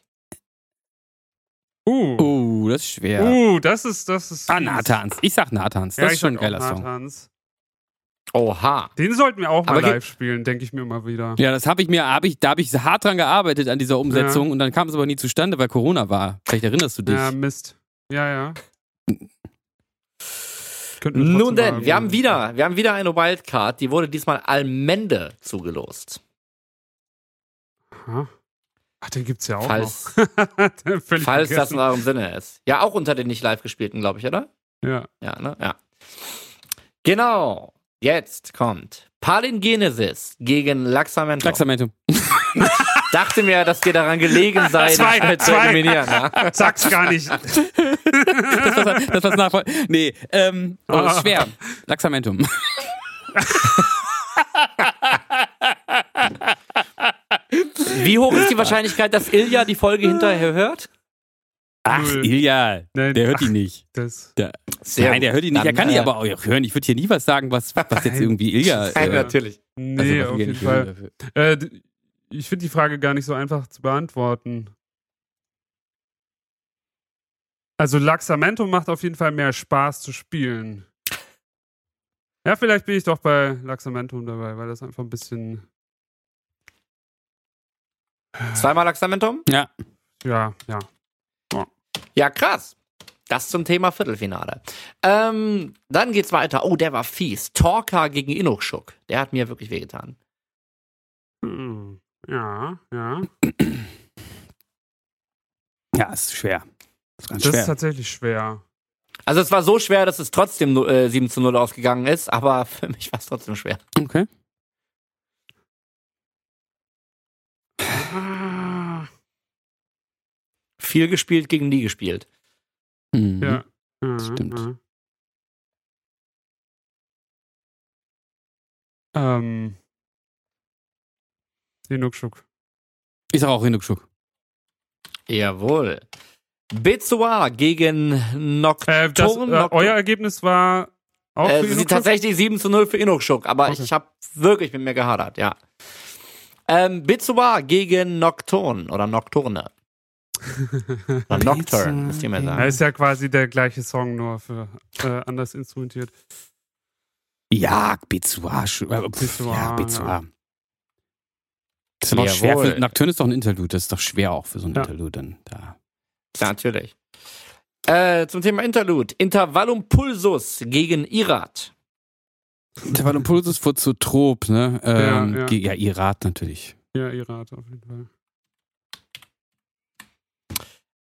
Uh, Oh, das ist schwer. uh, das ist, das ist. Ah, fies. Nathans. Ich sag Nathans. Das Ja, ist ich schon ein sag auch geiler Song. Nathans. Oha. Den sollten wir auch mal Aber ge- live spielen, denke ich mir immer wieder. Ja, das habe ich mir, hab ich, da habe ich hart dran gearbeitet an dieser Umsetzung und dann kam es aber nie zustande, weil Corona war. Vielleicht erinnerst du dich. Ja, Mist. Ja, ja. Könnten wir trotzdem Nun mal denn, wir haben irgendwie- wieder, wir haben wieder eine Wildcard, die wurde diesmal Almende zugelost. Aha. Ach, den gibt's ja auch Falls, noch. Völlig falls Oh, vergessen. das in eurem Sinne ist. Ja, auch unter den nicht live gespielten, glaube ich, oder? Ja. Ja, ne? Ja. Genau. Jetzt kommt Palingenesis gegen Laxamento. Laxamentum. Dachte mir, dass dir daran gelegen sei, Zwei, dich mit zu zwei. eliminieren. Ne? Sag's gar nicht. Das war's, das war's nachvoll. Nee, ähm, oh, das ist schwer. Laxamentum. Wie hoch ist die Wahrscheinlichkeit, dass Ilja die Folge hinterher hört? Ach, Null. Ilja, Nein, der hört ach, die nicht. Das, Sehr Nein, der gut. hört die nicht. Dann, Er kann die äh, aber auch hören. Ich würde hier nie was sagen, was, was jetzt Nein. irgendwie Ilja. Äh, Nein, natürlich. also nee, was auf wir jeden nicht hören Fall. dürfen. Äh, d- ich finde die Frage gar nicht so einfach zu beantworten. Also Laxamento macht auf jeden Fall mehr Spaß zu spielen. Ja, vielleicht bin ich doch bei Laxamentum dabei, weil das einfach ein bisschen, Zweimal Laxamentum? Ja, ja, ja. Ja, krass. Das zum Thema Viertelfinale. Ähm, dann geht's weiter. Oh, der war fies. Torka gegen Inukschuk. Der hat mir wirklich wehgetan. Hm. Ja, ja. ja, ist schwer. Ist ganz Das ist schwer. tatsächlich schwer. Also es war so schwer, dass es trotzdem nu- äh, 7 zu 0 ausgegangen ist, aber für mich war es trotzdem schwer. Okay. Ah, Viel gespielt gegen nie gespielt. Mhm. Ja. Das stimmt. Mhm. Ähm. Hinuxuk. Ich sage auch Hinukschuk. Jawohl. Bezoar gegen Nocturne. Äh, das, äh, Nocturne- euer Ergebnis war auch Äh, für sie Hinuxuk? tatsächlich 7 zu 0 für Inokschuk, aber Okay. ich habe wirklich mit mir gehadert, ja. Ähm, Bitsuba gegen Nocturne oder Nocturne. oder Nocturne, müsst ihr mir Ja, sagen. ist ja quasi der gleiche Song, nur für äh, anders instrumentiert. Ja, Bezua. sch- äh, pf, Bezua, Ja, Bezua. ja. Das ist aber auch schwer. Jawohl. Für, Nocturne ist doch ein Interlude. Das ist doch schwer auch für so ein Ja. Interlude. Dann, da. Ja, natürlich. Äh, zum Thema Interlude. Intervallum Pulsus gegen Irat. Intervallum Pulsus vor zu Trop, ne? Ähm, Ja, ja. ge- ja, ihr Rat natürlich. Ja, ihr Rat auf jeden Fall.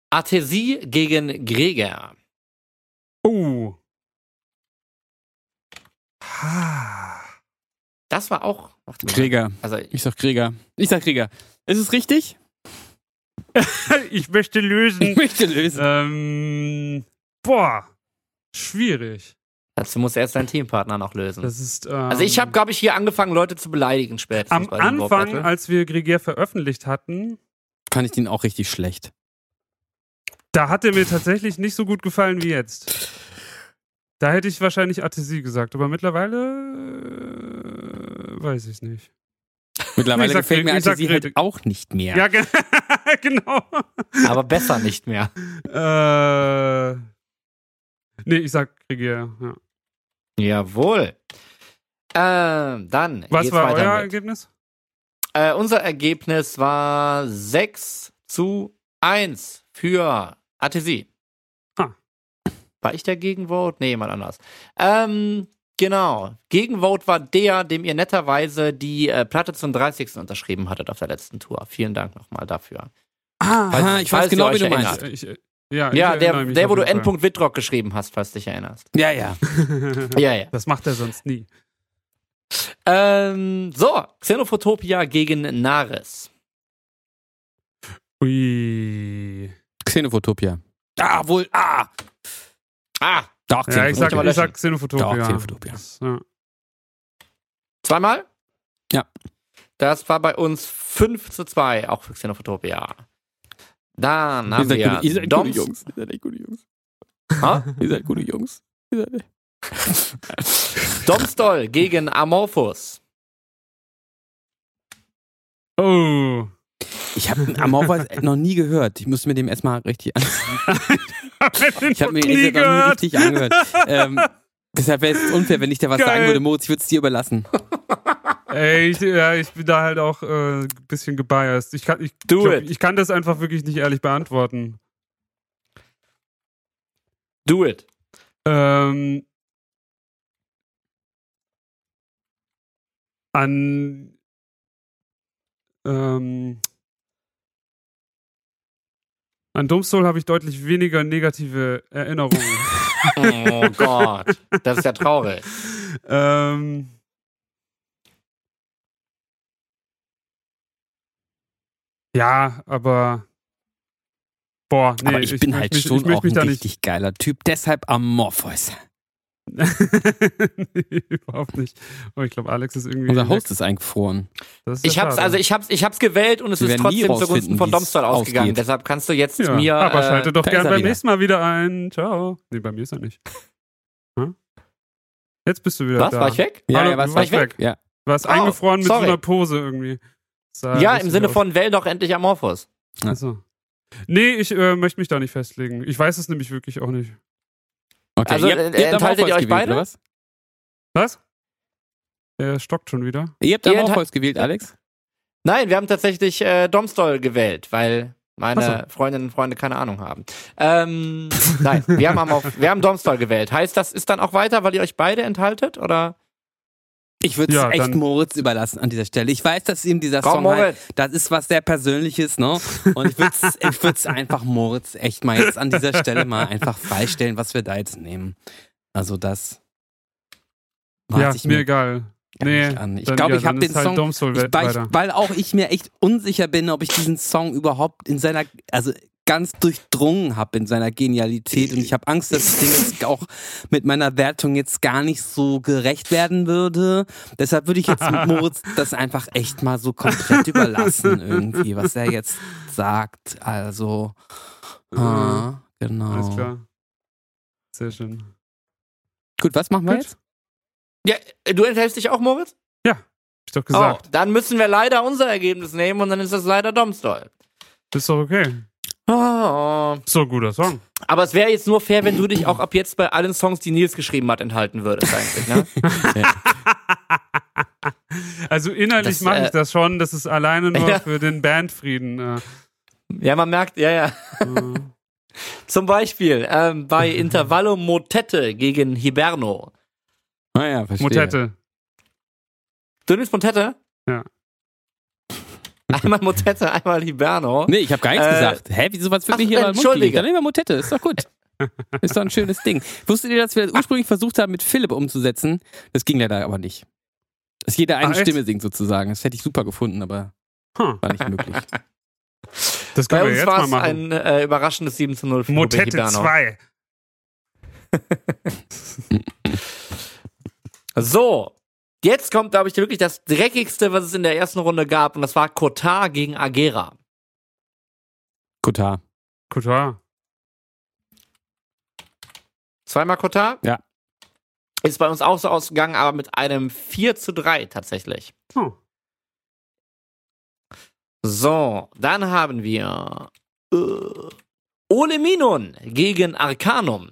Artesie gegen Greger. Oh. Ha. Das war auch. Warte mal. Krieger. Also, Ich sag Krieger. Ich sag Krieger. Ist es richtig? Ich möchte lösen. Ich möchte lösen. Ähm, boah, schwierig. dazu muss erst dein Teampartner noch lösen. Das ist. Ähm, also, ich habe, glaube ich, hier angefangen, Leute zu beleidigen spätestens. am bei diesem Anfang, Wortbattle. als wir Gregier veröffentlicht hatten, Fand ich den auch richtig schlecht. da hat er mir tatsächlich nicht so gut gefallen wie jetzt. Da hätte ich wahrscheinlich Artesie gesagt, aber mittlerweile äh, weiß ich nicht. Mittlerweile Ich sag gefällt mir Krieger, ich sag Artesie halt Krieger. auch nicht mehr. Ja, ge genau. aber besser nicht mehr. Äh, nee, ich sag Gregier. Ja. Jawohl. Ähm, dann. Was geht's war weiter euer mit- Ergebnis? Äh, unser Ergebnis war 6 zu 1 für Artesi. Ah. War ich der Gegenvote? Nee, jemand anders. Ähm, genau. Gegenvote war der, dem ihr netterweise die äh, Platte zum 30. unterschrieben hattet auf der letzten Tour. Vielen Dank nochmal dafür. Aha, ich Falls weiß ihr genau, euch wie du erinnert. meinst. Ich, äh, ja, ich Ja, erinnere der, mich der auf wo du jeden Fall. Endpunkt Wittrock geschrieben hast, falls du dich erinnerst. Ja, ja. Ja, ja. Das macht er sonst nie. Ähm, so, Xenophotopia gegen Nares. Ui. Xenophotopia. Ah, wohl. Ah! Ah, Doch, Ja, ich sag, Xenophotopia. ich sag Xenophotopia. Doch, Xenophotopia. Das, ja. Zweimal? Ja. Das war bei uns 5 zu 2, auch für Xenophotopia. Dann Ihr haben seid, wir gute, ihr seid gute Doms. Jungs. Ihr seid echt gute Jungs. Ha? Ihr seid gute Jungs. Ihr seid Domstoll gegen Amorphos. Oh. Ich habe Amorphas noch nie gehört. Ich muss mir dem erstmal richtig an. Ich habe mir den nie Insekt noch nie gehört. richtig angehört. Ähm, deshalb wäre es unfair, wenn ich da was Geil. sagen würde. Moritz, ich würde es dir überlassen. Ey, ich, ja, ich bin da halt auch äh, ein bisschen gebiased. Ich kann, ich, Do glaub, it. ich kann das einfach wirklich nicht ehrlich beantworten. Do it. Ähm, an ähm, an Domstol habe ich deutlich weniger negative Erinnerungen. Oh Gott. Das ist ja traurig. Ähm. Ja, aber. Boah, nee, Aber ich bin möchte halt mich, schon ich möchte auch mich ein da nicht. richtig geiler Typ. Deshalb Amorphos. nee, überhaupt nicht. Aber ich glaube, Alex ist irgendwie. Unser weg. Host ist eingefroren. Das ist Ich ja hab's, schade. also ich hab's, ich hab's gewählt und es Wir ist werden nie trotzdem rausfinden, zugunsten von wie's Domstall ausgegangen. ausgeht. Deshalb kannst du jetzt ja. mir. Aber äh, schalte doch da ist gern er beim wieder. nächsten Mal wieder ein. Ciao. Nee, bei mir ist er nicht. Hm? Jetzt bist du wieder was? da. War ich weg? Ja, Hallo, ja, was du war warst ich weg? weg. Ja. Warst Oh, eingefroren mit sorry. so einer Pose irgendwie. Sah Ja, im lustig Sinne aus. von wähl doch endlich Amorphos. Ja. Achso. Nee, ich äh, möchte mich da nicht festlegen. Ich weiß es nämlich wirklich auch nicht. Okay. Also, habt- äh, habt enthaltet Amorphous ihr euch gewählt, beide? oder was? Was? Der stockt schon wieder. Ihr habt Ihr am enthal- Amorphous gewählt, Alex? Nein, wir haben tatsächlich äh, Domstall gewählt, weil meine Ach Freundinnen und Freunde keine Ahnung haben. Ähm, nein, wir haben, Amor- wir haben Domstall gewählt. Heißt das ist dann auch weiter, weil ihr euch beide enthaltet? Oder? Ich würde es Ja, echt dann- Moritz überlassen an dieser Stelle. Ich weiß, dass ihm dieser Komm, Song halt, Moritz. das ist was sehr Persönliches, ne? Und ich würde es ich würd's einfach Moritz echt mal jetzt an dieser Stelle mal einfach freistellen, was wir da jetzt nehmen. Also das maß ja, ich mir mir egal. gar Nee, nicht an. Ich dann- glaube, ja, ich habe dann den ist halt Song, ich, Domstol weil, ich, weiter. weil auch ich mir echt unsicher bin, ob ich diesen Song überhaupt in seiner, also ganz durchdrungen habe in seiner Genialität und ich habe Angst, dass ich dem jetzt auch mit meiner Wertung jetzt gar nicht so gerecht werden würde. Deshalb würde ich jetzt mit Moritz das einfach echt mal so komplett überlassen irgendwie, was er jetzt sagt. Also, ah, genau. Mhm. Alles klar. Sehr schön. Gut, was machen wir Gut. jetzt? Ja, äh, du enthältst dich auch, Moritz? Hab ich doch gesagt. Oh, dann müssen wir leider unser Ergebnis nehmen und dann ist das leider Domstall. Ist doch okay. Oh. Ist doch ein guter Song. Aber es wäre jetzt nur fair, wenn du dich auch ab jetzt bei allen Songs, die Nils geschrieben hat, enthalten würdest eigentlich, ne? Also innerlich Das, mache ich äh, das schon. Das ist alleine nur Ja. für den Bandfrieden. Äh, ja, man merkt, ja, ja. äh, Zum Beispiel ähm, bei Intervallo Motette gegen Hiberno. Ah ja, verstehe. Motette. Du nimmst Motette? Ja. Einmal Motette, einmal Hiberno. Nee, Nee, ich habe gar nichts Äh, gesagt. Hä, wieso was wird mir ach, hier mal entschuldige. Dann nehmen wir Motette, ist doch gut. Ist doch ein schönes Ding. Wusstet ihr, dass wir das ursprünglich versucht haben, mit Philipp umzusetzen? Das ging leider aber nicht. Dass jeder eine Ach, echt? Stimme singt sozusagen. Das hätte ich super gefunden, aber Hm. war nicht möglich. Das Bei können wir uns jetzt war mal es machen. ein äh, überraschendes 7 zu 0 für Rubén Motette Hiberno. 2. So, jetzt kommt, glaube ich, wirklich das dreckigste, was es in der ersten Runde gab, und das war Kotar gegen Agera. Kotar. Kutar. Zweimal Kotar? Ja. Ist bei uns auch so ausgegangen, aber mit einem 4 zu 3 tatsächlich. Hm. So, dann haben wir äh, Ole Minun gegen Arcanum.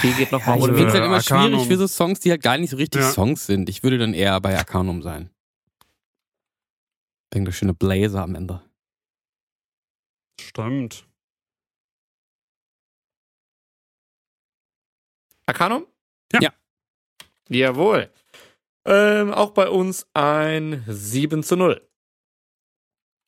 Hier geht nochmal Ich Oder Ole finde es Minun. halt immer Arcanum. schwierig für so Songs, die halt gar nicht so richtig Ja. Songs sind. Ich würde dann eher bei Arcanum sein. Wegen der schöne Blazer am Ende. Stimmt. Arcanum? Ja. Ja. Jawohl. Ähm, auch bei uns ein 7 zu 0.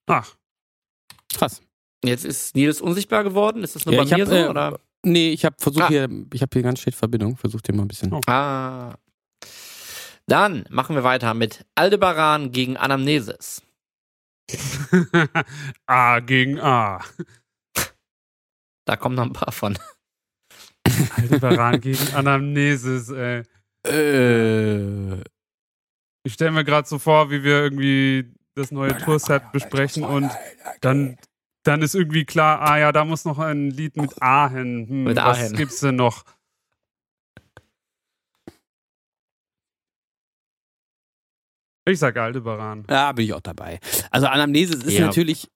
Ach, Krass. Jetzt ist Nils unsichtbar geworden. Ist das nur Ja, bei ich mir hab, so? äh, oder? Nee, ich habe versucht Ah. hier, ich habe hier ganz schlecht Verbindung, versucht hier mal ein bisschen. Oh. Ah. Dann machen wir weiter mit Aldebaran gegen Anamnesis. A gegen A. Da kommen noch ein paar von. Aldebaran gegen Anamnesis, ey. Äh, Ich stelle mir gerade so vor, wie wir irgendwie das neue Tourset besprechen und dann, dann ist irgendwie klar, ah ja, da muss noch ein Lied mit A hin. Hm, Mit A was hin. gibt's denn noch? Ich sag Aldebaran. Da bin ich auch dabei. Also Anamnesis ist Ja. natürlich,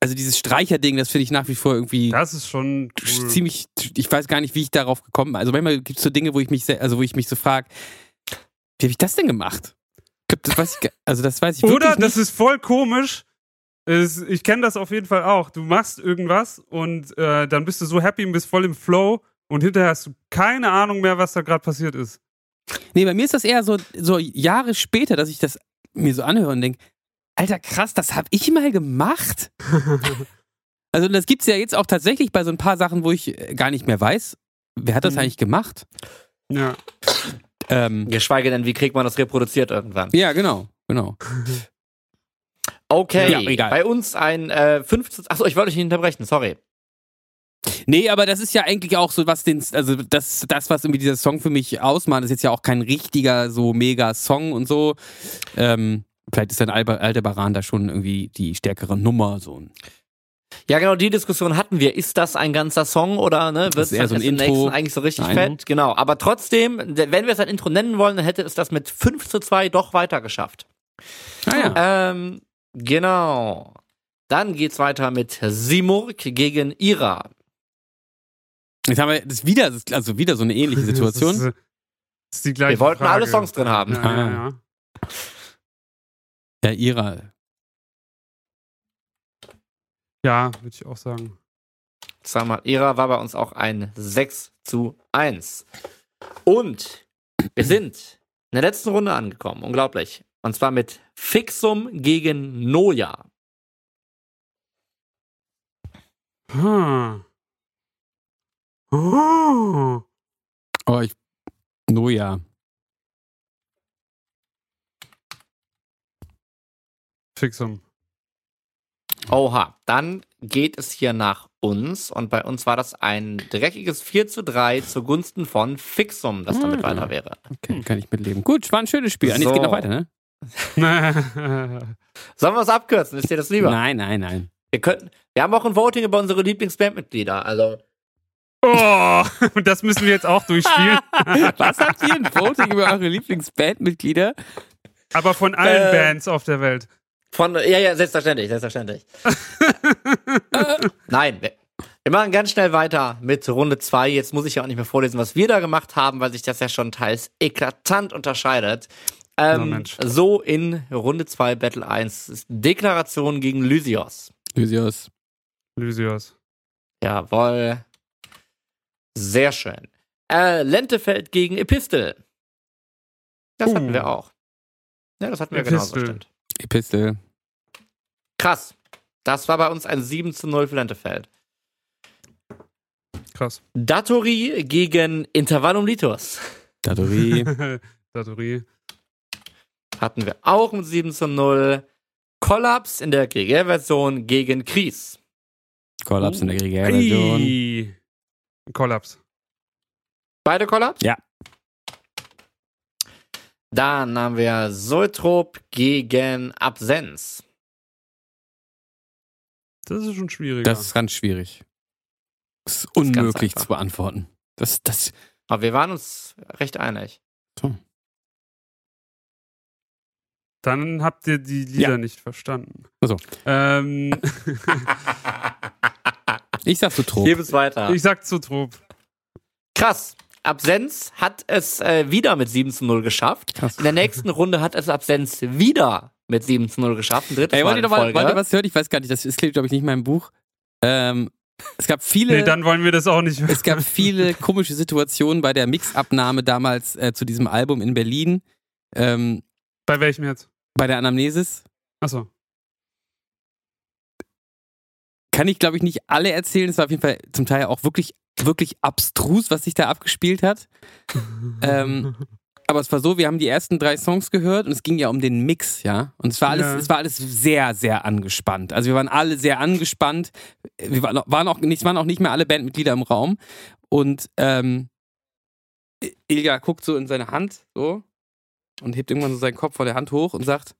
also dieses Streicherding, das finde ich nach wie vor irgendwie Das ist schon cool. ziemlich, ich weiß gar nicht, wie ich darauf gekommen bin. Also manchmal gibt es so Dinge, wo ich mich, sehr, also wo ich mich so frage, wie habe ich das denn gemacht? Ich glaub, Das weiß ich, ge- also das weiß ich wirklich Oder? ne nicht. Das ist voll komisch. Es, ich kenne das auf jeden Fall auch. Du machst irgendwas und äh, dann bist du so happy und bist voll im Flow und hinterher hast du keine Ahnung mehr, was da gerade passiert ist. Nee, bei mir ist das eher so, so Jahre später, dass ich das mir so anhöre und denke, Alter, krass, das habe ich mal gemacht. also das gibt's ja jetzt auch tatsächlich bei so ein paar Sachen, wo ich äh, gar nicht mehr weiß, wer hat das Mhm. eigentlich gemacht? Ja. Ähm, Geschweige denn, wie kriegt man das reproduziert irgendwann? ja, genau, genau. Okay, Ja, egal. bei uns ein äh, 5 zu. Achso, ich wollte dich nicht unterbrechen, sorry. Nee, aber das ist ja eigentlich auch so, was den, also das, das, was irgendwie dieser Song für mich ausmacht, ist jetzt ja auch kein richtiger, so mega Song und so. Ähm, vielleicht ist dann Alba- Aldebaran da schon irgendwie die stärkere Nummer, so ein Ja, genau, die Diskussion hatten wir. Ist das ein ganzer Song oder ne, wird ist es eher so ein im Intro. nächsten eigentlich so richtig Nein. fett? Genau, aber trotzdem, d- wenn wir es ein Intro nennen wollen, dann hätte es das mit 5 zu 2 doch weiter geschafft. Naja. Ähm, genau. Dann geht's weiter mit Simurg gegen Ira. Jetzt haben wir das wieder, das ist also wieder so eine ähnliche Das Situation. ist, das ist die gleiche Wir wollten Frage. alle Songs drin haben. Ja, ja, ja. Ja, Ira. ja würde ich auch sagen. Zweimal Ira war bei uns auch ein 6 zu 1. Und wir sind in der letzten Runde angekommen. Unglaublich. Und zwar mit Fixum gegen Noja. Hm. Oh. Oh, ich. Noja. Fixum. Oha, dann geht es hier nach uns und bei uns war das ein dreckiges 4 zu 3 zugunsten von Fixum, das damit Ah. weiter wäre. Okay, kann ich mitleben. Gut, war ein schönes Spiel. Eigentlich So. geht noch weiter, ne? ja, Sollen wir es abkürzen? Ist dir das lieber? Nein, nein, nein. Wir, könnten, wir haben auch ein Voting über unsere Lieblingsbandmitglieder. Also, Oh, und das müssen wir jetzt auch durchspielen. Was habt ihr ein Voting über eure Lieblingsbandmitglieder? Aber von allen Äh. Bands auf der Welt. Von, ja, ja, selbstverständlich, selbstverständlich. Äh, Nein, wir, wir machen ganz schnell weiter mit Runde 2. Jetzt muss ich ja auch nicht mehr vorlesen, was wir da gemacht haben, weil sich das ja schon teils eklatant unterscheidet. Na, Ähm, Mensch. so in Runde 2 Battle 1 ist Deklaration gegen Lysios. Lysios. Lysios. Jawohl. Sehr schön. Äh, Lentefeld gegen Epistel. Das hatten Oh. wir auch. Ja, das hatten wir genauso, Epistel. stimmt. Epistel. Krass. Das war bei uns ein 7 zu 0 für Lentefeld. Krass. Datori gegen um Intervallum Litus. Dadori. Satori. Hatten wir auch ein 7 zu 0. Kollaps in der GGL-Version gegen Kries. Kollaps in der Gregär-Version. Ei. Kollaps. Beide Kollaps? Ja. Dann haben wir Soltrop gegen Absenz. Das ist schon schwieriger. Das ist ganz schwierig. Das ist Das ist ganz unmöglich einfach. zu beantworten. Das, das, Aber wir waren uns recht einig. Dann habt ihr die Lieder Ja. nicht verstanden. Ach so. Ähm, ich sag so Trop. Gib es weiter. Ich sag zu Trop. Krass. Absenz hat es äh, wieder mit 7 zu 0 geschafft. Krass. In der nächsten Runde hat es Absenz wieder mit 7 zu 0 geschafft. Ein drittes Ey, Mal wollt ihr in noch mal, Folge. wollt ihr was hören? Ich weiß gar nicht, das ist, glaube ich, nicht mein Buch. Ähm, es gab viele. Nee, dann wollen wir das auch nicht. Es gab viele komische Situationen bei der Mixabnahme damals äh, zu diesem Album in Berlin, ähm, Bei welchem jetzt? bei der Anamnesis. Achso. Kann ich, glaube ich, nicht alle erzählen. Es war auf jeden Fall zum Teil auch wirklich, wirklich abstrus, was sich da abgespielt hat. Ähm, aber es war so, wir haben die ersten drei Songs gehört und es ging ja um den Mix, ja. Und es war alles, Ja. es war alles sehr, sehr angespannt. Also wir waren alle sehr angespannt. Wir waren, waren auch nicht, es waren auch nicht mehr alle Bandmitglieder im Raum. Und ähm, I- Ilja guckt so in seine Hand so und hebt irgendwann so seinen Kopf vor der Hand hoch und sagt: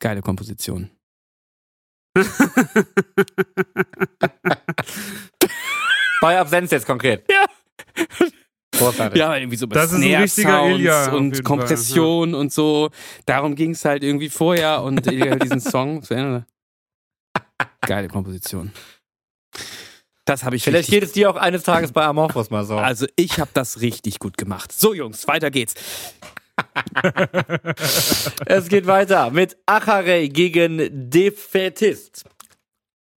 Geile Komposition. Bei Absenz jetzt konkret. Ja. Großartig. Ja, irgendwie so Das ist ein Snare richtiger Sounds Ilja auf jeden und Fall, Kompression und so. Darum ging es halt irgendwie vorher und Ilja hört diesen Song zu Ende. Geile Komposition. Das habe ich Vielleicht richtig. geht es dir auch eines Tages bei Amorphos mal so. Also ich habe das richtig gut gemacht. So Jungs, weiter geht's. es geht weiter mit Acharei gegen Defetist.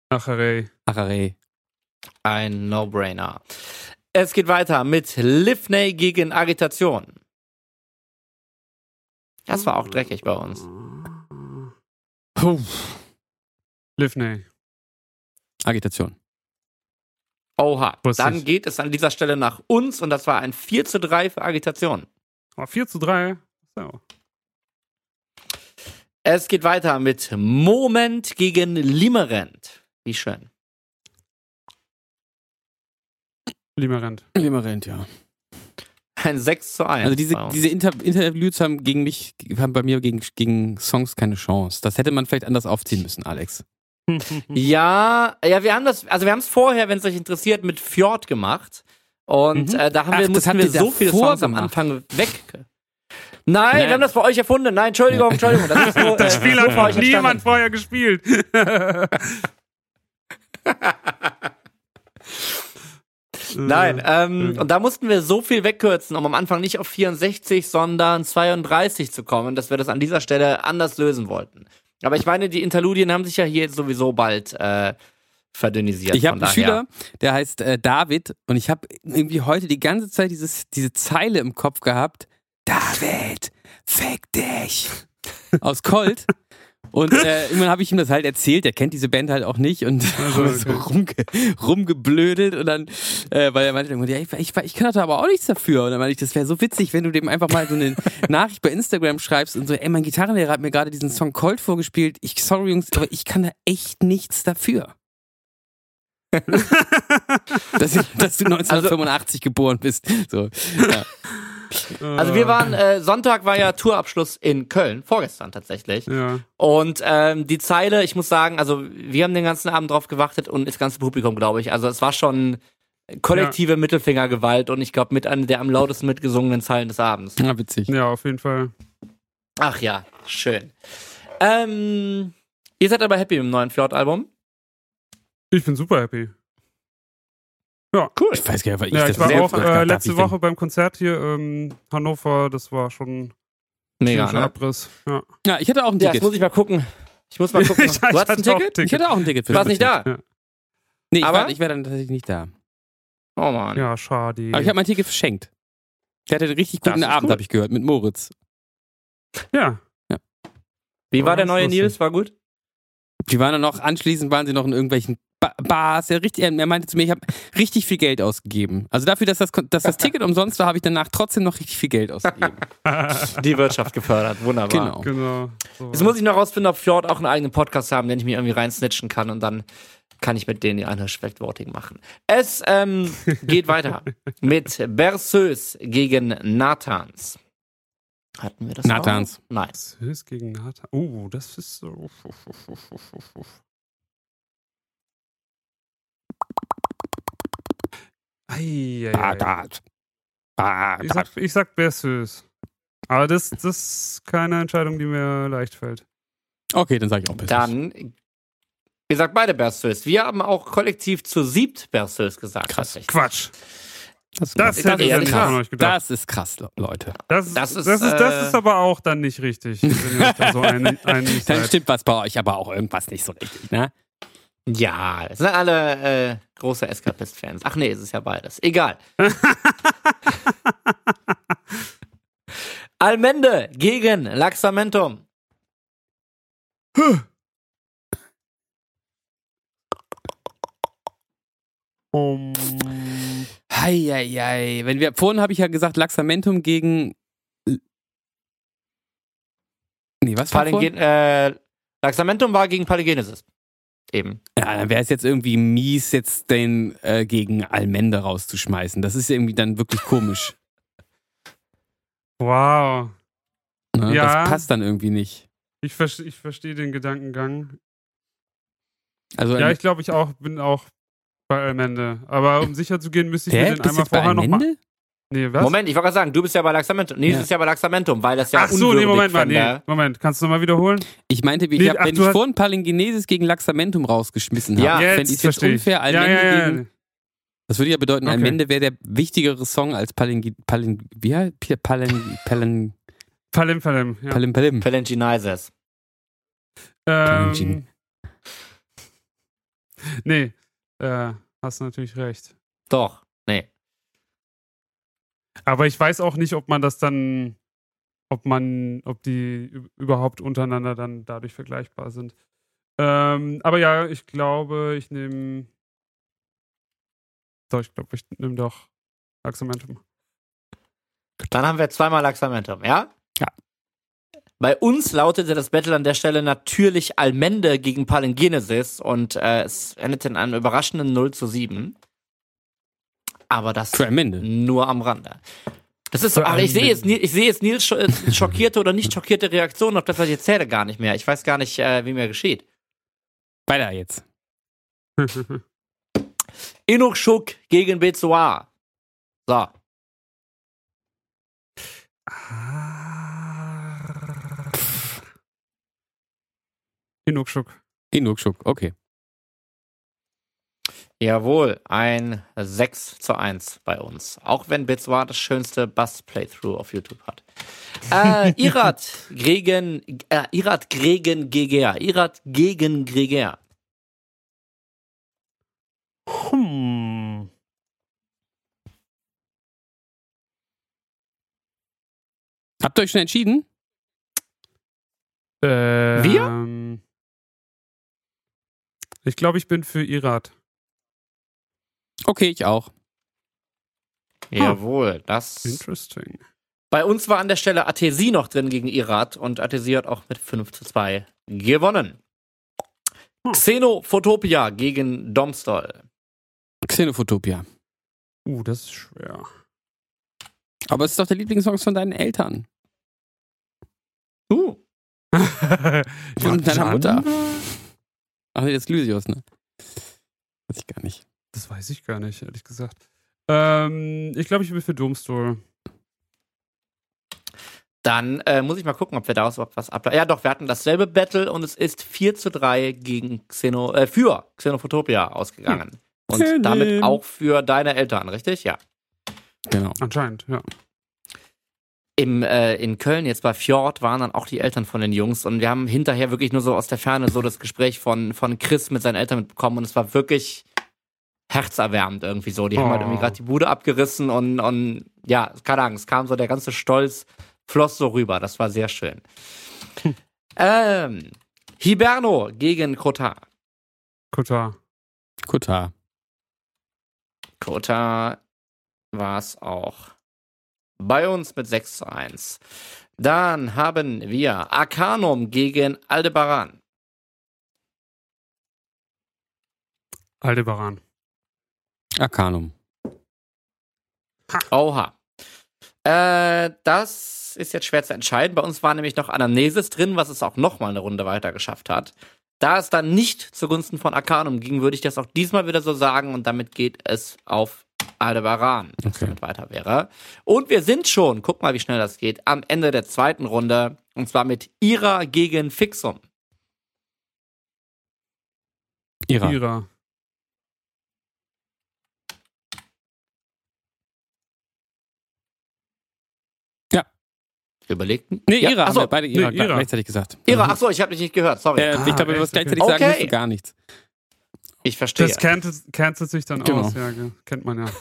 Ach, ey. Acharei. Ein No-Brainer. Es geht weiter mit Livney gegen Agitation. Das war auch dreckig bei uns. Livney. Agitation. Oha. Wusste Dann ich. geht es an dieser Stelle nach uns und das war ein 4 zu 3 für Agitation. Oh, 4 zu 3. So. Es geht weiter mit Moment gegen Limerent. Wie schön. Limerent. Limerent, ja. Ein 6 zu 1. Also diese, bei uns. diese Inter Interviews haben gegen mich, haben bei mir gegen, gegen Songs keine Chance. Das hätte man vielleicht anders aufziehen müssen, Alex. Mhm. ja, ja, wir haben das, also wir haben es vorher, wenn es euch interessiert, mit Fjord gemacht. Und äh, da haben Mhm. Ach, wir, das mussten habt wir ihr so viele davor Songs am gemacht. Anfang weg. Nein, wir Nein. haben das bei euch erfunden. Nein, Entschuldigung, Entschuldigung. Das, ist so, Das äh, Spiel so bei hat euch entstanden. niemand vorher gespielt. Nein, ähm, Entschuldigung. und da mussten wir so viel wegkürzen, um am Anfang nicht auf 64, sondern 32 zu kommen, dass wir das an dieser Stelle anders lösen wollten. Aber ich meine, die Interludien haben sich ja hier jetzt sowieso bald äh, verdünnisiert. Ich habe von einen daher. Schüler, der heißt äh, David und ich habe irgendwie heute die ganze Zeit dieses, diese Zeile im Kopf gehabt. David, fick dich. Aus Colt. Und äh, irgendwann habe ich ihm das halt erzählt, der kennt diese Band halt auch nicht und haben so rumge rumgeblödelt und dann, äh, weil er meinte, irgendwann, ja, ich, ich, ich kann da aber auch nichts dafür. Und dann meinte ich, das wäre so witzig, wenn du dem einfach mal so eine Nachricht bei Instagram schreibst und so, ey, mein Gitarrenlehrer hat mir gerade diesen Song Colt vorgespielt. Ich, sorry Jungs, aber ich kann da echt nichts dafür dass, ich, dass du 1985 geboren bist. So. Ja. Also wir waren, äh, Sonntag war ja Tourabschluss in Köln, vorgestern tatsächlich. Ja. Und ähm, die Zeile, ich muss sagen, also wir haben den ganzen Abend drauf gewartet und das ganze Publikum, glaube ich. Also es war schon kollektive Mittelfingergewalt und ich glaube mit einer der am lautesten mitgesungenen Zeilen des Abends. ja, witzig. ja, auf jeden Fall. Ach ja, schön. Ähm, ihr seid aber happy mit dem neuen Fjord-Album. Ich bin super happy. Ich weiß gar nicht, weil ich Ja, das ich war selbst auch gemacht habe. Darf äh, letzte ich denn- Woche beim Konzert hier ähm, Hannover, das war schon Mega, ziemlicher ne? Abriss. Ja. Ja, ich hatte auch ein Ja, das Ticket. muss ich mal gucken. Ich muss mal gucken. Ich- ich du hast hatte ein auch Ticket? ich hatte auch ein Ticket. Du warst nicht da. Nee, ich, Aber- war, ich war dann tatsächlich nicht da. Oh Mann. Ja, schade. Aber ich habe mein Ticket verschenkt. Der hatte einen richtig Das guten ist Abend, cool. habe ich gehört, mit Moritz. ja. Wie war der Das neue ist Nils? War gut? Die waren dann noch, anschließend waren sie noch in irgendwelchen ba Bars. Er, richtig, er er meinte zu mir, ich habe richtig viel Geld ausgegeben. Also dafür, dass das, Kon- dass das Ticket umsonst war, habe ich danach trotzdem noch richtig viel Geld ausgegeben. Die Wirtschaft gefördert. Wunderbar. genau. genau. So. Jetzt muss ich noch rausfinden, ob Fjord auch einen eigenen Podcast haben, den ich mir irgendwie reinsnitchen kann und dann kann ich mit denen die Einhörschwert-Voting machen. Es ähm, geht weiter mit Berceus gegen Nathans. Hatten wir das Nathans. Noch? Nein. Höchst gegen Nathan. Oh, das ist so. uff, uff, uff, uff, uff, uff, uff. Ei, ei, ei. Badat. Badat. Ich sag, ich sag Bestes. Aber das, das ist keine Entscheidung, die mir leicht fällt. Okay, dann sage ich auch besser. Dann, ihr sagt beide Berceus. Wir haben auch kollektiv zu siebt Berceus gesagt. Krass. tatsächlich. Quatsch. Das, Das Ich hätte dachte, ich ja, ja nicht krass. von euch gedacht. Das ist krass, Le- Leute. Das, das das, ist, ist, das, ist, äh, aber auch dann nicht richtig, wenn ihr euch da so ein, einig Dann seid. stimmt was bei euch, aber auch irgendwas nicht so richtig, ne? Ja, das sind alle äh, große Eskapist-Fans. Ach nee, es ist ja beides. Egal. Almende gegen Laxamentum. Um, Heieiei. Wenn wir, vorhin habe ich ja gesagt, Laxamentum gegen. Nee, was war vorhin? Palinge äh, Laxamentum war gegen Palingenesis. Eben. Ja, dann wäre es jetzt irgendwie mies, jetzt den äh, gegen Almende rauszuschmeißen. Das ist irgendwie dann wirklich komisch. wow. Ne? Ja. Das passt dann irgendwie nicht. Ich, verste- ich verstehe den Gedankengang. Also Ja, ich glaube, ich auch bin auch bei Almende. Aber um sicher zu gehen, müsste ich Hä? mir den Bist du einmal jetzt bei vorher nochmal. Almende? Nee, was? Moment, ich wollte gerade sagen, du bist ja bei Laxamentum. Nee, Ja. du bist ja bei Laxamentum, weil das ja Ach so, nee, unwürdig Moment mal. von Nee, der- Moment, kannst du nochmal wiederholen? Ich meinte, ich Nee, hab, ach, wenn du ich hast- vorhin Palingenesis gegen Laxamentum rausgeschmissen habe, Ja, fände ich es jetzt verstehe unfair, Almende ja, ja, ja. gegen Das würde ja bedeuten, Okay. am Ende wäre der wichtigere Song als Palin, Palin, wie heißt, Pi- Palin, Palin, Palim, Palim. Ja. Palin, Palim. äh, Palingenesis. Ähm, Gin. nee, äh, hast natürlich recht. Doch. Nee. Aber ich weiß auch nicht, ob man das dann, ob man, ob die ü- überhaupt untereinander dann dadurch vergleichbar sind. Ähm, aber ja, ich glaube, ich nehme. Doch, ich glaube, ich nehme doch Axomentum. Dann haben wir zweimal Laxamentum, ja? Ja. Bei uns lautete das Battle an der Stelle natürlich Almende gegen Palingenesis und äh, es endete in einem überraschenden 0 zu 7. aber das Tremendous. nur am Rande. Das ist so, aber ich sehe jetzt, Ni- ich sehe jetzt Nils scho- äh, schockierte oder nicht schockierte Reaktion auf das, was ich erzähle, gar nicht mehr. Ich weiß gar nicht, äh, wie mir geschieht. Weiter jetzt. Inukschuk gegen Bezoar. So. Ah. Hinukschuk. Inukschuk, okay. Jawohl, ein 6 zu 1 bei uns. Auch wenn Bezoar das schönste Bass-Playthrough auf YouTube hat. Äh, Irat gegen, äh, Irat gegen Geger. Irat gegen Geger. Hm. Habt ihr euch schon entschieden? Äh, Wir? Ähm, Ich glaube, ich bin für Irat. Okay, ich auch. Jawohl, das Interesting. Bei uns war an der Stelle Atesi noch drin gegen Irat und Atesi hat auch mit 5 zu 2 gewonnen. Xenophotopia gegen Domstol. Xenophotopia. Uh, das ist schwer. Aber es ist doch der Lieblingssong von deinen Eltern. Uh, Von Ja, deiner dann- Mutter. Ach nee, das ist Lysius, ne? Weiß ich gar nicht. Das weiß ich gar nicht, ehrlich gesagt. Ähm, ich glaube, ich bin für Domstol. dann äh, muss ich mal gucken, ob wir daraus überhaupt was ableiten. Ja, doch, wir hatten dasselbe Battle und es ist 4 zu 3 gegen Xeno, äh, für Xenophotopia ausgegangen. Und Xenim. damit auch für deine Eltern, richtig? Ja. Genau. Anscheinend, ja. im, äh, in Köln jetzt bei Fjord waren dann auch die Eltern von den Jungs und wir haben hinterher wirklich nur so aus der Ferne so das Gespräch von, von Chris mit seinen Eltern mitbekommen und es war wirklich herzerwärmend irgendwie so. Die haben Oh. halt irgendwie gerade die Bude abgerissen und, und ja, keine Angst, es kam so der ganze Stolz, floss so rüber. Das war sehr schön. ähm, Hiberno gegen Kotar. Kotar. Kutar. Kota war es auch bei uns mit 6 zu 1. Dann haben wir Arcanum gegen Aldebaran. Aldebaran. Arcanum. Oha. Äh, das ist jetzt schwer zu entscheiden. Bei uns war nämlich noch Anamnesis drin, was es auch nochmal eine Runde weiter geschafft hat. Da es dann nicht zugunsten von Arcanum ging, würde ich das auch diesmal wieder so sagen und damit geht es auf Aldebaran, dass Okay. damit weiter wäre. Und wir sind schon, guck mal, wie schnell das geht, am Ende der zweiten Runde und zwar mit Ira gegen Fixum. Ira. Ira. Überlegt. Nee, Ira. haben wir Achso, beide Ira, Nee, Ira. gleichzeitig gesagt. Ira, achso, ich habe dich nicht gehört, sorry. Äh, Ah, ich glaube, wenn wir was echt, okay. gleichzeitig sagen, Okay. musst du gar nichts. ich verstehe. Das cancelt, cancelt sich dann Genau. aus, ja, ge- kennt man ja.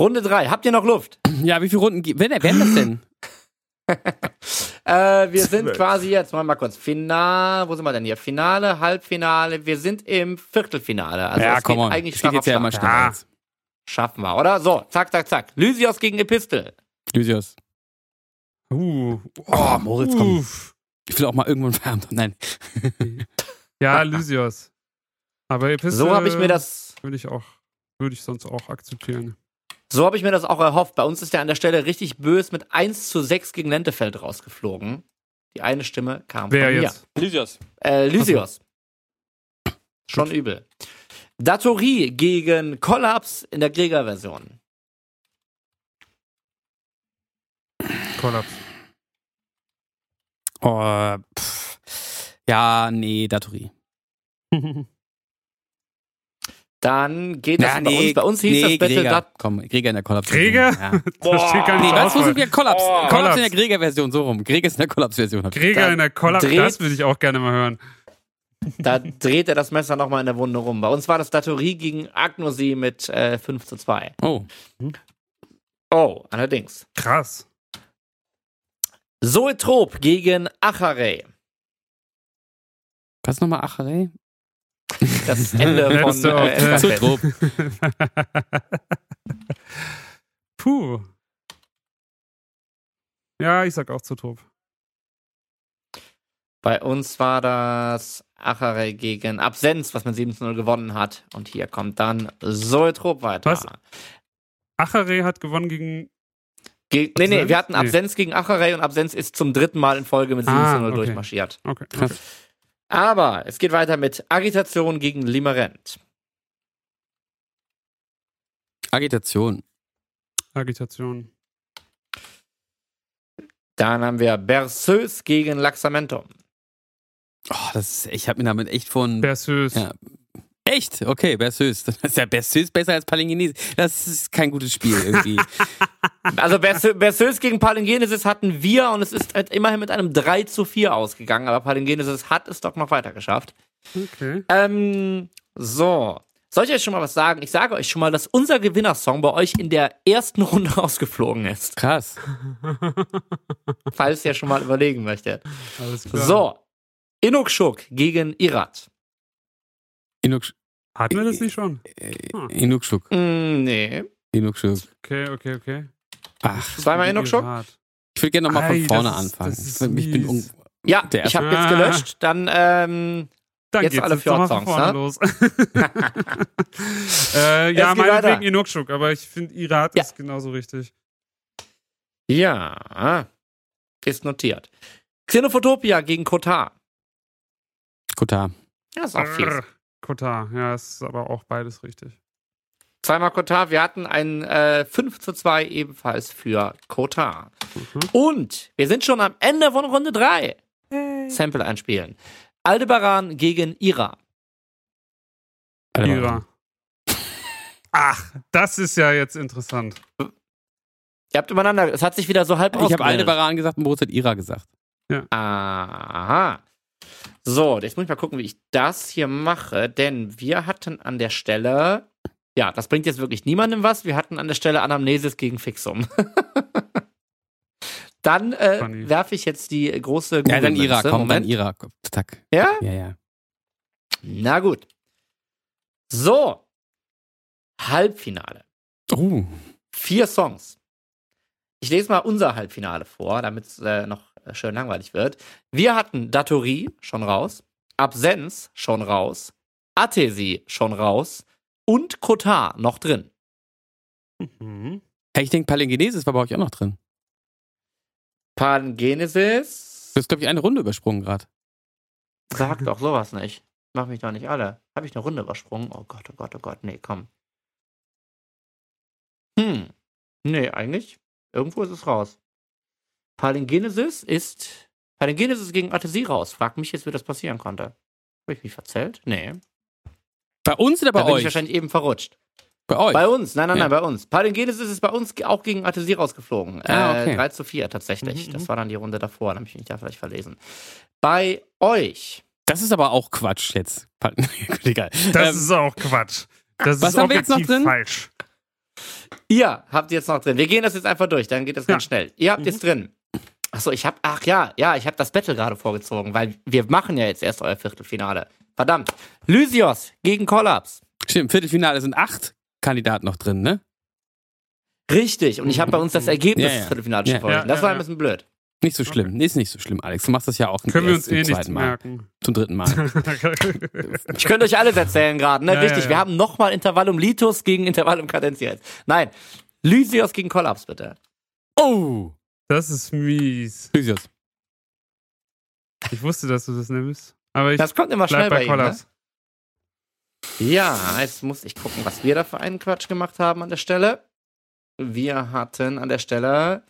Runde drei. habt ihr noch Luft? Ja, wie viele Runden gibt Wer werden das denn? Äh, wir sind Zwölf. quasi jetzt, mal, mal kurz, Finale, wo sind wir denn hier? Finale, Halbfinale, wir sind im Viertelfinale. Also es geht eigentlich Es Schlag geht jetzt auf ja immer Schlag. schneller. Ja. als- Schaffen wir, oder? So, zack, zack, zack. Lysios gegen Epistel. Lysias. Uh. Oh, Moritz, komm. Uff. Ich will auch mal irgendwann Feierabend. Nein. Ja, Lysios. Aber Epistel So habe ich mir das, würde ich auch, würde ich sonst auch akzeptieren. so habe ich mir das auch erhofft. Bei uns ist der an der Stelle richtig bös mit 1 zu 6 gegen Lentefeld rausgeflogen. Die eine Stimme kam Wer von mir. jetzt? Lysias. Äh, Lysios. Schon übel. Datori gegen Kollaps in der Gregor-Version. Kollaps. Oh, pff. Ja, nee, Datori. Dann geht das bei uns. Bei uns hieß das Battle Gregor. Dat Komm, Gregor in der Kollaps. Gregor? Ja. Das steht gar nicht Nee, was? Wo Auswahl. sind wir? Kollaps. Kollaps. Kollaps. in der Gregor-Version, so rum. Gregor ist in der Kollaps-Version. hab ich- Gregor in der Kollaps, dreht- das würde ich auch gerne mal hören. Da dreht er das Messer nochmal in der Wunde rum. Bei uns war das Datori gegen Agnosi mit äh, 5 zu 2. Oh, Oh, allerdings. Krass. Zoetrop gegen Acharei. was nochmal Acharei? Das Ende von Letzte äh, Auftritt. Estafette. Zoetrop. Puh. Ja, ich sag auch zu Trop. Bei uns war das Achere gegen Absenz, was man 7 zu 0 gewonnen hat. Und hier kommt dann Zoetrop weiter. Was? Achere hat gewonnen gegen. Ge nee, nee, Absenz? wir hatten Nee. Absenz gegen Achere und Absenz ist zum dritten Mal in Folge mit 7 Ah, zu 0 okay. durchmarschiert. Okay. Aber es geht weiter mit Agitation gegen Limerent. Agitation. Agitation. Dann haben wir Berceus gegen Laxamento. Oh, das ist, ich habe mir damit echt von. Berseus. Ja. Echt? Okay, Berseus. Das ist ja Berseus besser als Palingenes. Das ist kein gutes Spiel irgendwie. Also Berse- Berceus gegen Palingenesis hatten wir und es ist halt immerhin mit einem 3 zu 4 ausgegangen, aber Palingenesis hat es doch noch weiter geschafft. Okay. Ähm, so. Soll ich euch schon mal was sagen? Ich sage euch schon mal, dass unser Gewinnersong bei euch in der ersten Runde ausgeflogen ist. Krass. Falls ihr schon mal überlegen möchtet. Alles klar. So. Inukschuk gegen Irat. Inuk, äh, Hatten wir das nicht schon? Ah. Inukschuk. Mm, nee. Inukschuk. Okay, okay, okay. Ach, Zweimal Inukschuk? Hart. ich würde gerne nochmal Ei, von das vorne ist- anfangen. das ist ich bin- ich bin mies. un- Ja, Der ich habe jetzt erste. gelöscht. Dann, ähm, Dann Jetzt geht's alle jetzt nochmal von Fjordsongs, vorne ne? los. äh, ja, Jetzt geht weiter. meinetwegen Inukschuk, aber ich finde, Irat Ja. ist genauso richtig. ja. Ist notiert. Xenophotopia gegen Kotar. Kotar. Ja, ist auch viel. Brr. Kotar, ja, ist aber auch beides richtig. Zweimal Kotar. Wir hatten ein äh, 5 zu 2 ebenfalls für Kotar. Mhm. Und wir sind schon am Ende von Runde 3. Sample einspielen. Aldebaran gegen Ira. Alter, Ira. Ach, das ist ja jetzt interessant. Ihr habt übereinander, es hat sich wieder so halb Ich habe ausgemeldet. Aldebaran gesagt und Boris hat Ira gesagt. Aha. So, jetzt muss ich mal gucken, wie ich das hier mache, denn wir hatten an der Stelle. Ja, das bringt jetzt wirklich niemandem was. Wir hatten an der Stelle Anamnesis gegen Fixum. dann äh, Funny. werfe ich jetzt die große Ja, dann Ira, Google-Münze. komm, ne? Moment. dann Ira. Komm, Zack. Ja? Ja, ja. Na gut. So. Halbfinale. Oh, Vier Songs. Ich lese mal unser Halbfinale vor, damit es äh, noch schön langweilig wird. Wir hatten Datori schon raus, Absenz schon raus, Athesi schon raus und Kotar noch drin. Mhm. Hey, ich denke, Palingenesis war bei euch auch noch drin. Pangenesis? Du hast, glaube ich, eine Runde übersprungen gerade. Sag doch sowas nicht. Mach mich doch nicht alle. Habe ich eine Runde übersprungen? Oh Gott, oh Gott, oh Gott. Nee, komm. Hm. Nee, eigentlich. Irgendwo ist es raus. Palingenesis ist. Palingenesis gegen Artesie raus. Frag mich jetzt, wie das passieren konnte. Habe ich mich verzählt? Nee. Bei uns oder bei da bin ich euch? wahrscheinlich eben verrutscht. Bei euch. Bei uns, nein, nein, Ja. nein, bei uns. Palingenesis ist bei uns ge- auch gegen Artesie rausgeflogen. Ah, äh, okay. 3 zu 4 tatsächlich. Mhm, das mhm. war dann die Runde davor. Dann habe ich mich da vielleicht verlesen. Bei euch. das ist aber auch Quatsch jetzt. Pal- Egal. Das Ähm, ist auch Quatsch. Das was ist haben wir jetzt noch objektiv drin? falsch. Ihr habt jetzt noch drin. Wir gehen das jetzt einfach durch, dann geht das ganz Ja. Mhm. schnell. Ihr habt jetzt drin. Achso, ich hab, ach ja, ja, ich hab das Battle gerade vorgezogen, weil wir machen ja jetzt erst euer Viertelfinale. Verdammt. Lysios gegen Kollaps. stimmt, Viertelfinale sind acht Kandidaten noch drin, ne? Richtig. Und ich habe bei uns das Ergebnis Ja, ja. des Viertelfinals schon Ja. vorliegen. Ja, Das ja, war ein ja. bisschen blöd. Nicht so schlimm. Nee, ist nicht so schlimm, Alex. Du machst das ja auch Können wir erst uns eh zum nichts zweiten Mal. merken. Zum dritten Mal. Ich könnte euch alles erzählen gerade, ne? Ja, Wichtig, ja, ja. wir haben nochmal Intervallum Litus um gegen Intervallum Cadentia jetzt. Nein. Lysios gegen Kollaps, bitte. oh! das ist mies. Lysias. Ich wusste, dass du das nimmst. Aber ich Das kommt immer schnell bleib bei, bei bei ihm, ne? Kollaps. Ja, jetzt muss ich gucken, was wir da für einen Quatsch gemacht haben an der Stelle. Wir hatten an der Stelle.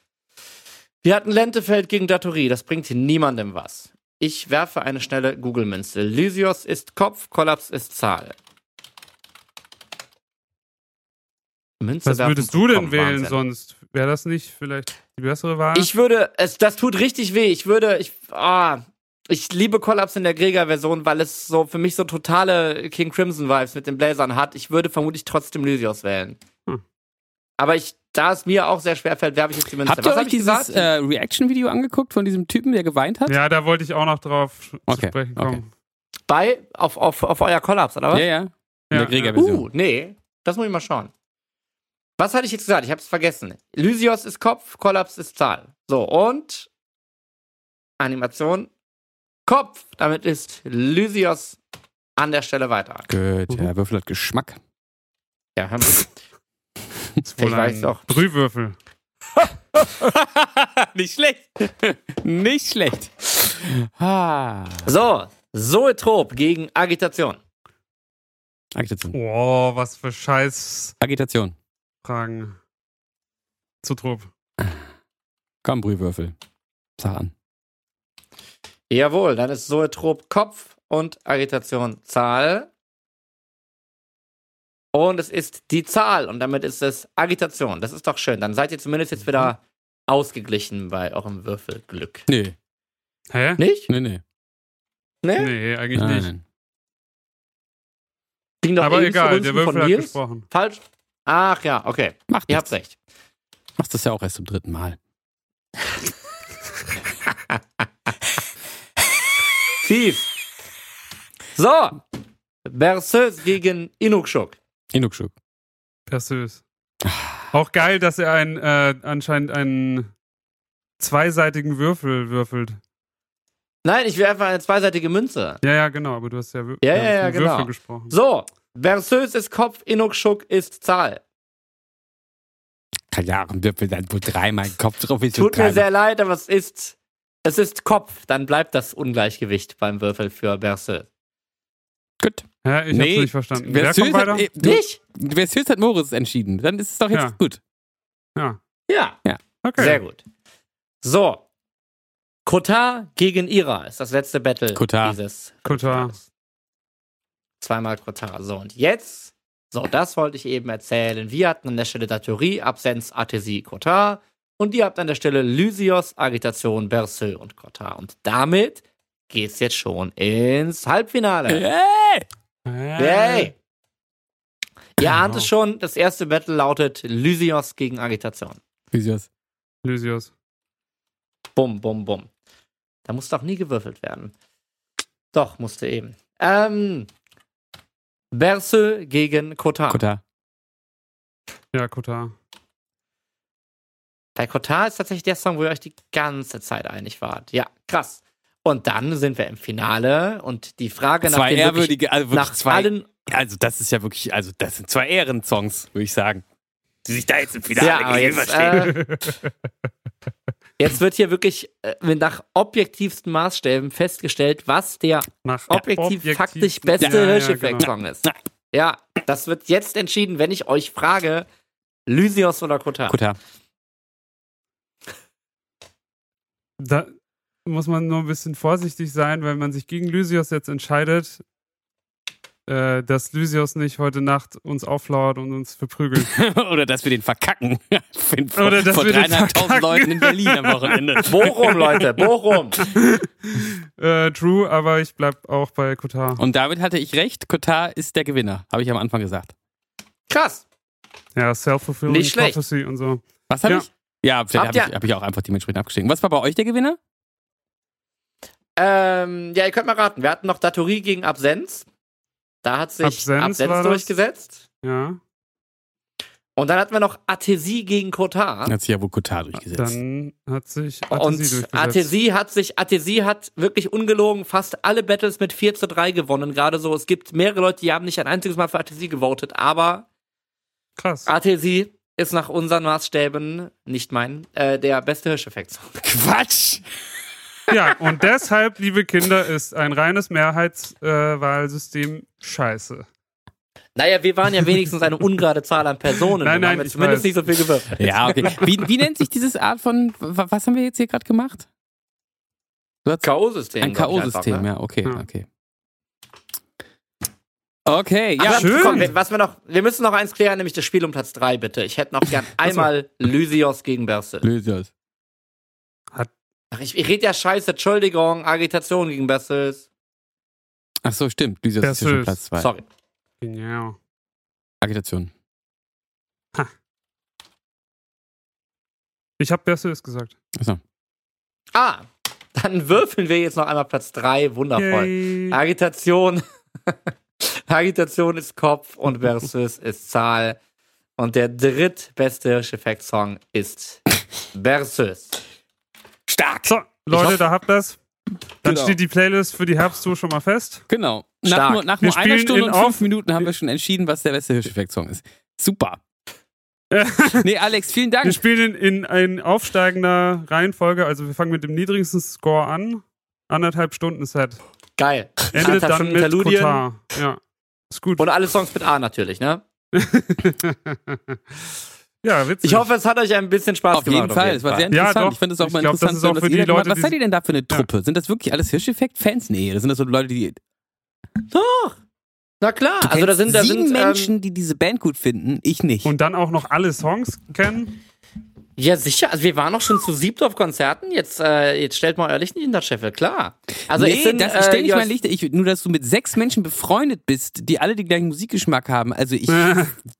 Wir hatten Lentefeld gegen Datori. Das bringt niemandem was. Ich werfe eine schnelle Google-Münze. Lysios ist Kopf, Kollaps ist Zahl. Münze Was werfen würdest du denn vollkommen wählen Wahnsinn. sonst? Wäre das nicht vielleicht die bessere Ah. Wahl? Ich würde, es, das tut richtig weh. Ich würde, ich, ah, ich liebe Kollaps in der Gregor-Version, weil es so für mich so totale King Crimson-Vibes mit den Blazern hat. Ich würde vermutlich trotzdem Lysios wählen. Hm. Aber ich, da es mir auch sehr schwer fällt, werbe ich jetzt die Münze. Habt ihr Was hab euch ich dieses gesagt? äh, Reaction-Video angeguckt von diesem Typen, der geweint hat? ja, da wollte ich auch noch drauf sch- Okay, zu sprechen okay. kommen. Bei, auf, auf, auf euer Kollaps, oder was? ja. ja. In der Ja, Gregor-Version. Uh, nee. Das muss ich mal schauen. Was hatte ich jetzt gesagt? Ich hab's vergessen. Lysios ist Kopf, Kollaps ist Zahl. So, und Animation. Kopf. Damit ist Lysios an der Stelle weiter. Gut, ja, Würfel hat Geschmack. Ja, haben wir. Ist wohl Ich weiß ein doch. Brühwürfel. Nicht schlecht. Nicht schlecht. Ah. So, Zoetrop gegen Agitation. Agitation. Wow, Oh, was für Scheißfragen. Agitation. Zu Trop. Komm, Brühwürfel. Sag an. Jawohl, dann ist Zoetrop Kopf und Agitation Zahl. Und es ist die Zahl und damit ist es Agitation. Das ist doch schön. Dann seid ihr zumindest jetzt Mhm. wieder ausgeglichen bei eurem Würfelglück. Nee, Hä? Nicht? nee, nee. Nee? Nee, eigentlich Nein, nicht. nein. Ging doch Aber eben egal, zugunsten der Würfel von hat Nils. gesprochen. Falsch. Ach ja, okay. Mach Ihr das. habt recht. Machst das ja auch erst zum dritten Mal. Tief. So. Berceuse gegen Inukschuk. Inukschuk. Persös. Ah. Auch geil, dass er einen, äh, anscheinend einen zweiseitigen Würfel würfelt. Nein, ich will einfach eine zweiseitige Münze. Ja, ja, genau, aber du hast ja, Wür- Ja, äh, ja, ja, von genau. Würfel gesprochen. So. Berceuse ist Kopf, Inukschuk ist Zahl. Keine Ahnung, Würfel, dann wohl dreimal im Kopf drauf ist. und Tut mir dreimal- sehr leid, aber es ist, es ist Kopf. Dann bleibt das Ungleichgewicht beim Würfel für Berceuse. Gut. Ja, ich hab's Nee, nicht verstanden. Wer, Wer kommt süß weiter? hat, eh, du, Nicht? wer süß hat Moritz entschieden. Dann ist es doch jetzt Ja. gut. ja, Ja. okay. Sehr gut. So. Kotar gegen Ira ist das letzte Battle Kotar. dieses. Kotar. Zweimal Kotar. So, und jetzt, so, das wollte ich eben erzählen. Wir hatten an der Stelle Datorie, Absenz, Athesie, Kotar. Und ihr habt an der Stelle Lysios, Agitation, Berceau und Kotar. Und damit geht's jetzt schon ins Halbfinale. Hey! Hey. Äh. Yay! Ihr ahnt Wow. es schon, das erste Battle lautet Lysios gegen Agitation. Wie süß. Lysios. Bum, bum, bum. Da muss doch nie gewürfelt werden. Doch, musste eben. Ähm, Berce gegen Kotar. Kotar. Ja, Kotar. Bei Kotar ist tatsächlich der Song, wo ihr euch die ganze Zeit einig wart. Ja, krass. Und dann sind wir im Finale und die Frage nach, Zwei den wirklich, ehrwürdige, also wirklich nach zwei. allen Also, das ist ja wirklich, also, das sind zwei Ehrensongs, würde ich sagen. Die sich da jetzt im Finale Ja, aber jetzt, äh, jetzt wird hier wirklich äh, nach objektivsten Maßstäben festgestellt, was der Nach objektiv, objektiv- faktisch beste Ja, genau. ja, Hirscheffekt-Song ist. Ja, das wird jetzt entschieden, wenn ich euch frage, Lysios oder Kotar. Kotar. Da muss man nur ein bisschen vorsichtig sein, weil man sich gegen Lysios jetzt entscheidet, äh, dass Lysios nicht heute Nacht uns auflauert und uns verprügelt. Oder dass wir den verkacken. Von, von, Oder dass von wir den 3.500 verkacken. Leuten in Berlin am Wochenende. Bochum, Leute, Bochum. äh, true, aber ich bleib auch bei Kotar. Und damit hatte ich recht. Kotar ist der Gewinner, habe ich am Anfang gesagt. Krass. Ja, Self-Fulfilling Nicht schlecht. Prophecy und so. Was habe Ja. ich? Ja, vielleicht Habt habe ich, ihr- hab ich auch einfach dementsprechend abgestiegen. Was war bei euch der Gewinner? Ähm, ja, ihr könnt mal raten. Wir hatten noch Datorie gegen Absenz. Da hat sich Absenz Absenz, war das? durchgesetzt. Ja, Und dann hatten wir noch Athesie gegen Kotar. Hat sich ja wohl Kotar durchgesetzt. dann hat sich Und Athesie durchgesetzt. Athesie hat sich, Athesie hat wirklich ungelogen fast alle Battles mit 4 zu 3 gewonnen. Gerade so, es gibt mehrere Leute, die haben nicht ein einziges Mal für Athesie gewotet, aber Krass. Ah. Athesie ist nach unseren Maßstäben, nicht meinen, äh, der beste Hirscheffekt. Quatsch! Ja, und deshalb, liebe Kinder, ist ein reines Mehrheitswahlsystem scheiße. Naja, wir waren ja wenigstens eine ungerade Zahl an Personen. Nein, wir nein, haben ich jetzt zumindest weiß. nicht so viel gewürfelt. Ja, okay. Wie, wie nennt sich dieses Art von, wa- was haben wir jetzt hier gerade gemacht? Du hast K.O.-System. ein glaub ich K.O.-System, einfach, ne? ja, okay, Ja. okay. Okay, ja. Aber schön. Komm, wir- was wir noch, wir müssen noch eins klären, nämlich das Spiel um Platz 3, bitte. Ich hätte noch gern einmal Lysios gegen Berse. Lysias. Ach, ich, ich rede ja scheiße, Entschuldigung, Agitation gegen Bessels. Ach so, stimmt. Lysias ist ja schon Perseus. Platz 2. Sorry. Genau. Agitation. Ich habe Berseus gesagt. Ah, dann würfeln wir jetzt noch einmal Platz 3, wundervoll. Yay. Agitation. Agitation ist Kopf und Versus ist Zahl. Und der drittbeste Hirscheffekt-Song ist Versus. Stark! So, Leute, da habt ihr's. Dann Genau. steht die Playlist für die Herbsttour schon mal fest. Genau. Nach Stark. nur, nach Wir nur einer spielen Stunde ihn und fünf auf. Minuten haben wir schon entschieden, was der beste Hirscheffekt-Song ist. Super. nee, Alex, vielen Wir Dank. spielen in, in ein aufsteigender Reihenfolge. Also wir fangen mit dem niedrigsten Score an. Anderthalb Stunden Set. Geil. Endet Anderthalb dann Stunden mit Interludien. Kotar. Ja, ist gut. Und alle Songs mit A natürlich, ne? ja, witzig. Ich hoffe, es hat euch ein bisschen Spaß Auf gemacht. jeden Fall. Es war sehr Fall. Ja, interessant. doch. ich fand es auch Ich mal glaub, das interessant, ist auch dass für die jeder gemacht Leute, hat. Was die- seid ihr denn da für eine Truppe? Sind das wirklich alles Hirscheffekt-Fans? Nee, das sind das so Leute, die. Na klar, Du also da kennst sind, da sieben sind Menschen, die diese Band gut finden. Ich nicht. Und dann auch noch alle Songs kennen. Ähm, ja, sicher. Also wir waren auch schon zu siebt auf Konzerten. Jetzt, äh, jetzt stellt mal euer Licht nicht in das Scheffel, klar. Also nee, es sind, das äh, stell nicht ja, mein Licht. Ich, nur, dass du mit sechs Menschen befreundet bist, die alle den gleichen Musikgeschmack haben. Also ich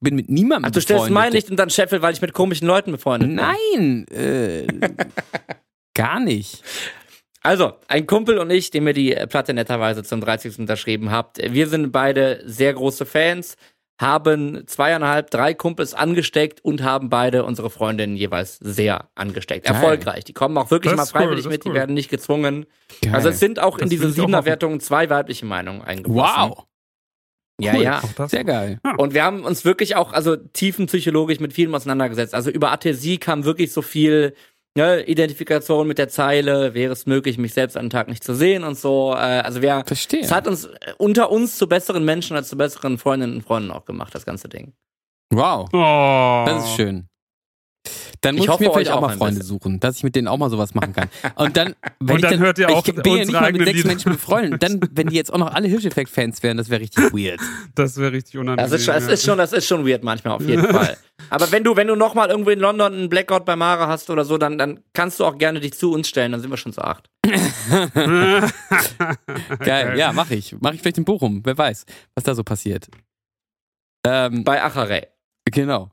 bin mit niemandem Ach, du stellst befreundet. mein Licht in dann Scheffel, weil ich mit komischen Leuten befreundet bin. Nein, äh, gar nicht. Also, ein Kumpel und ich, dem wir die äh, Platte netterweise zum 30. unterschrieben habt, äh, wir sind beide sehr große Fans, haben zweieinhalb, drei Kumpels angesteckt und haben beide unsere Freundinnen jeweils sehr angesteckt. Geil. Erfolgreich. Die kommen auch wirklich Das mal ist cool, freiwillig das ist mit, die cool. werden nicht gezwungen. Also es sind auch in Das diese will ich auch Siebener-Wertungen zwei weibliche Meinungen eingeflossen. wow, Ja, Cool. ja. Auch das. sehr geil. Und wir haben uns wirklich auch, also tiefenpsychologisch mit vielem auseinandergesetzt. Also über Athesie kam wirklich so viel ne, Identifikation mit der Zeile, wäre es möglich, mich selbst an einem Tag nicht zu sehen und so. Äh, also wir, Verstehe. es hat uns äh, unter uns zu besseren Menschen als zu besseren Freundinnen und Freunden auch gemacht, das ganze Ding. Wow, Oh. das ist schön. Dann Ich muss ich, hoffe, mir vielleicht euch auch auch mal ein Freunde bisschen. suchen, dass ich mit denen auch mal sowas machen kann. Und dann, wenn Und ich dann hört ihr auch ich bin ja nicht unsere mal mit eigenen sechs Lieder. Menschen befreundet. Dann, wenn die jetzt auch noch alle Hirscheffekt-Fans wären, das wäre richtig weird. Das wäre richtig unangenehm. Das ist, schon, das ja. ist schon, das ist schon weird manchmal, auf jeden Fall. Aber wenn du, wenn du nochmal irgendwo in London einen Blackout bei Mara hast oder so, dann, dann kannst du auch gerne dich zu uns stellen, dann sind wir schon zu acht. Geil, ja, mache ich. Mache ich vielleicht in Bochum. Wer weiß, was da so passiert. Ähm, Bei Acharey. genau.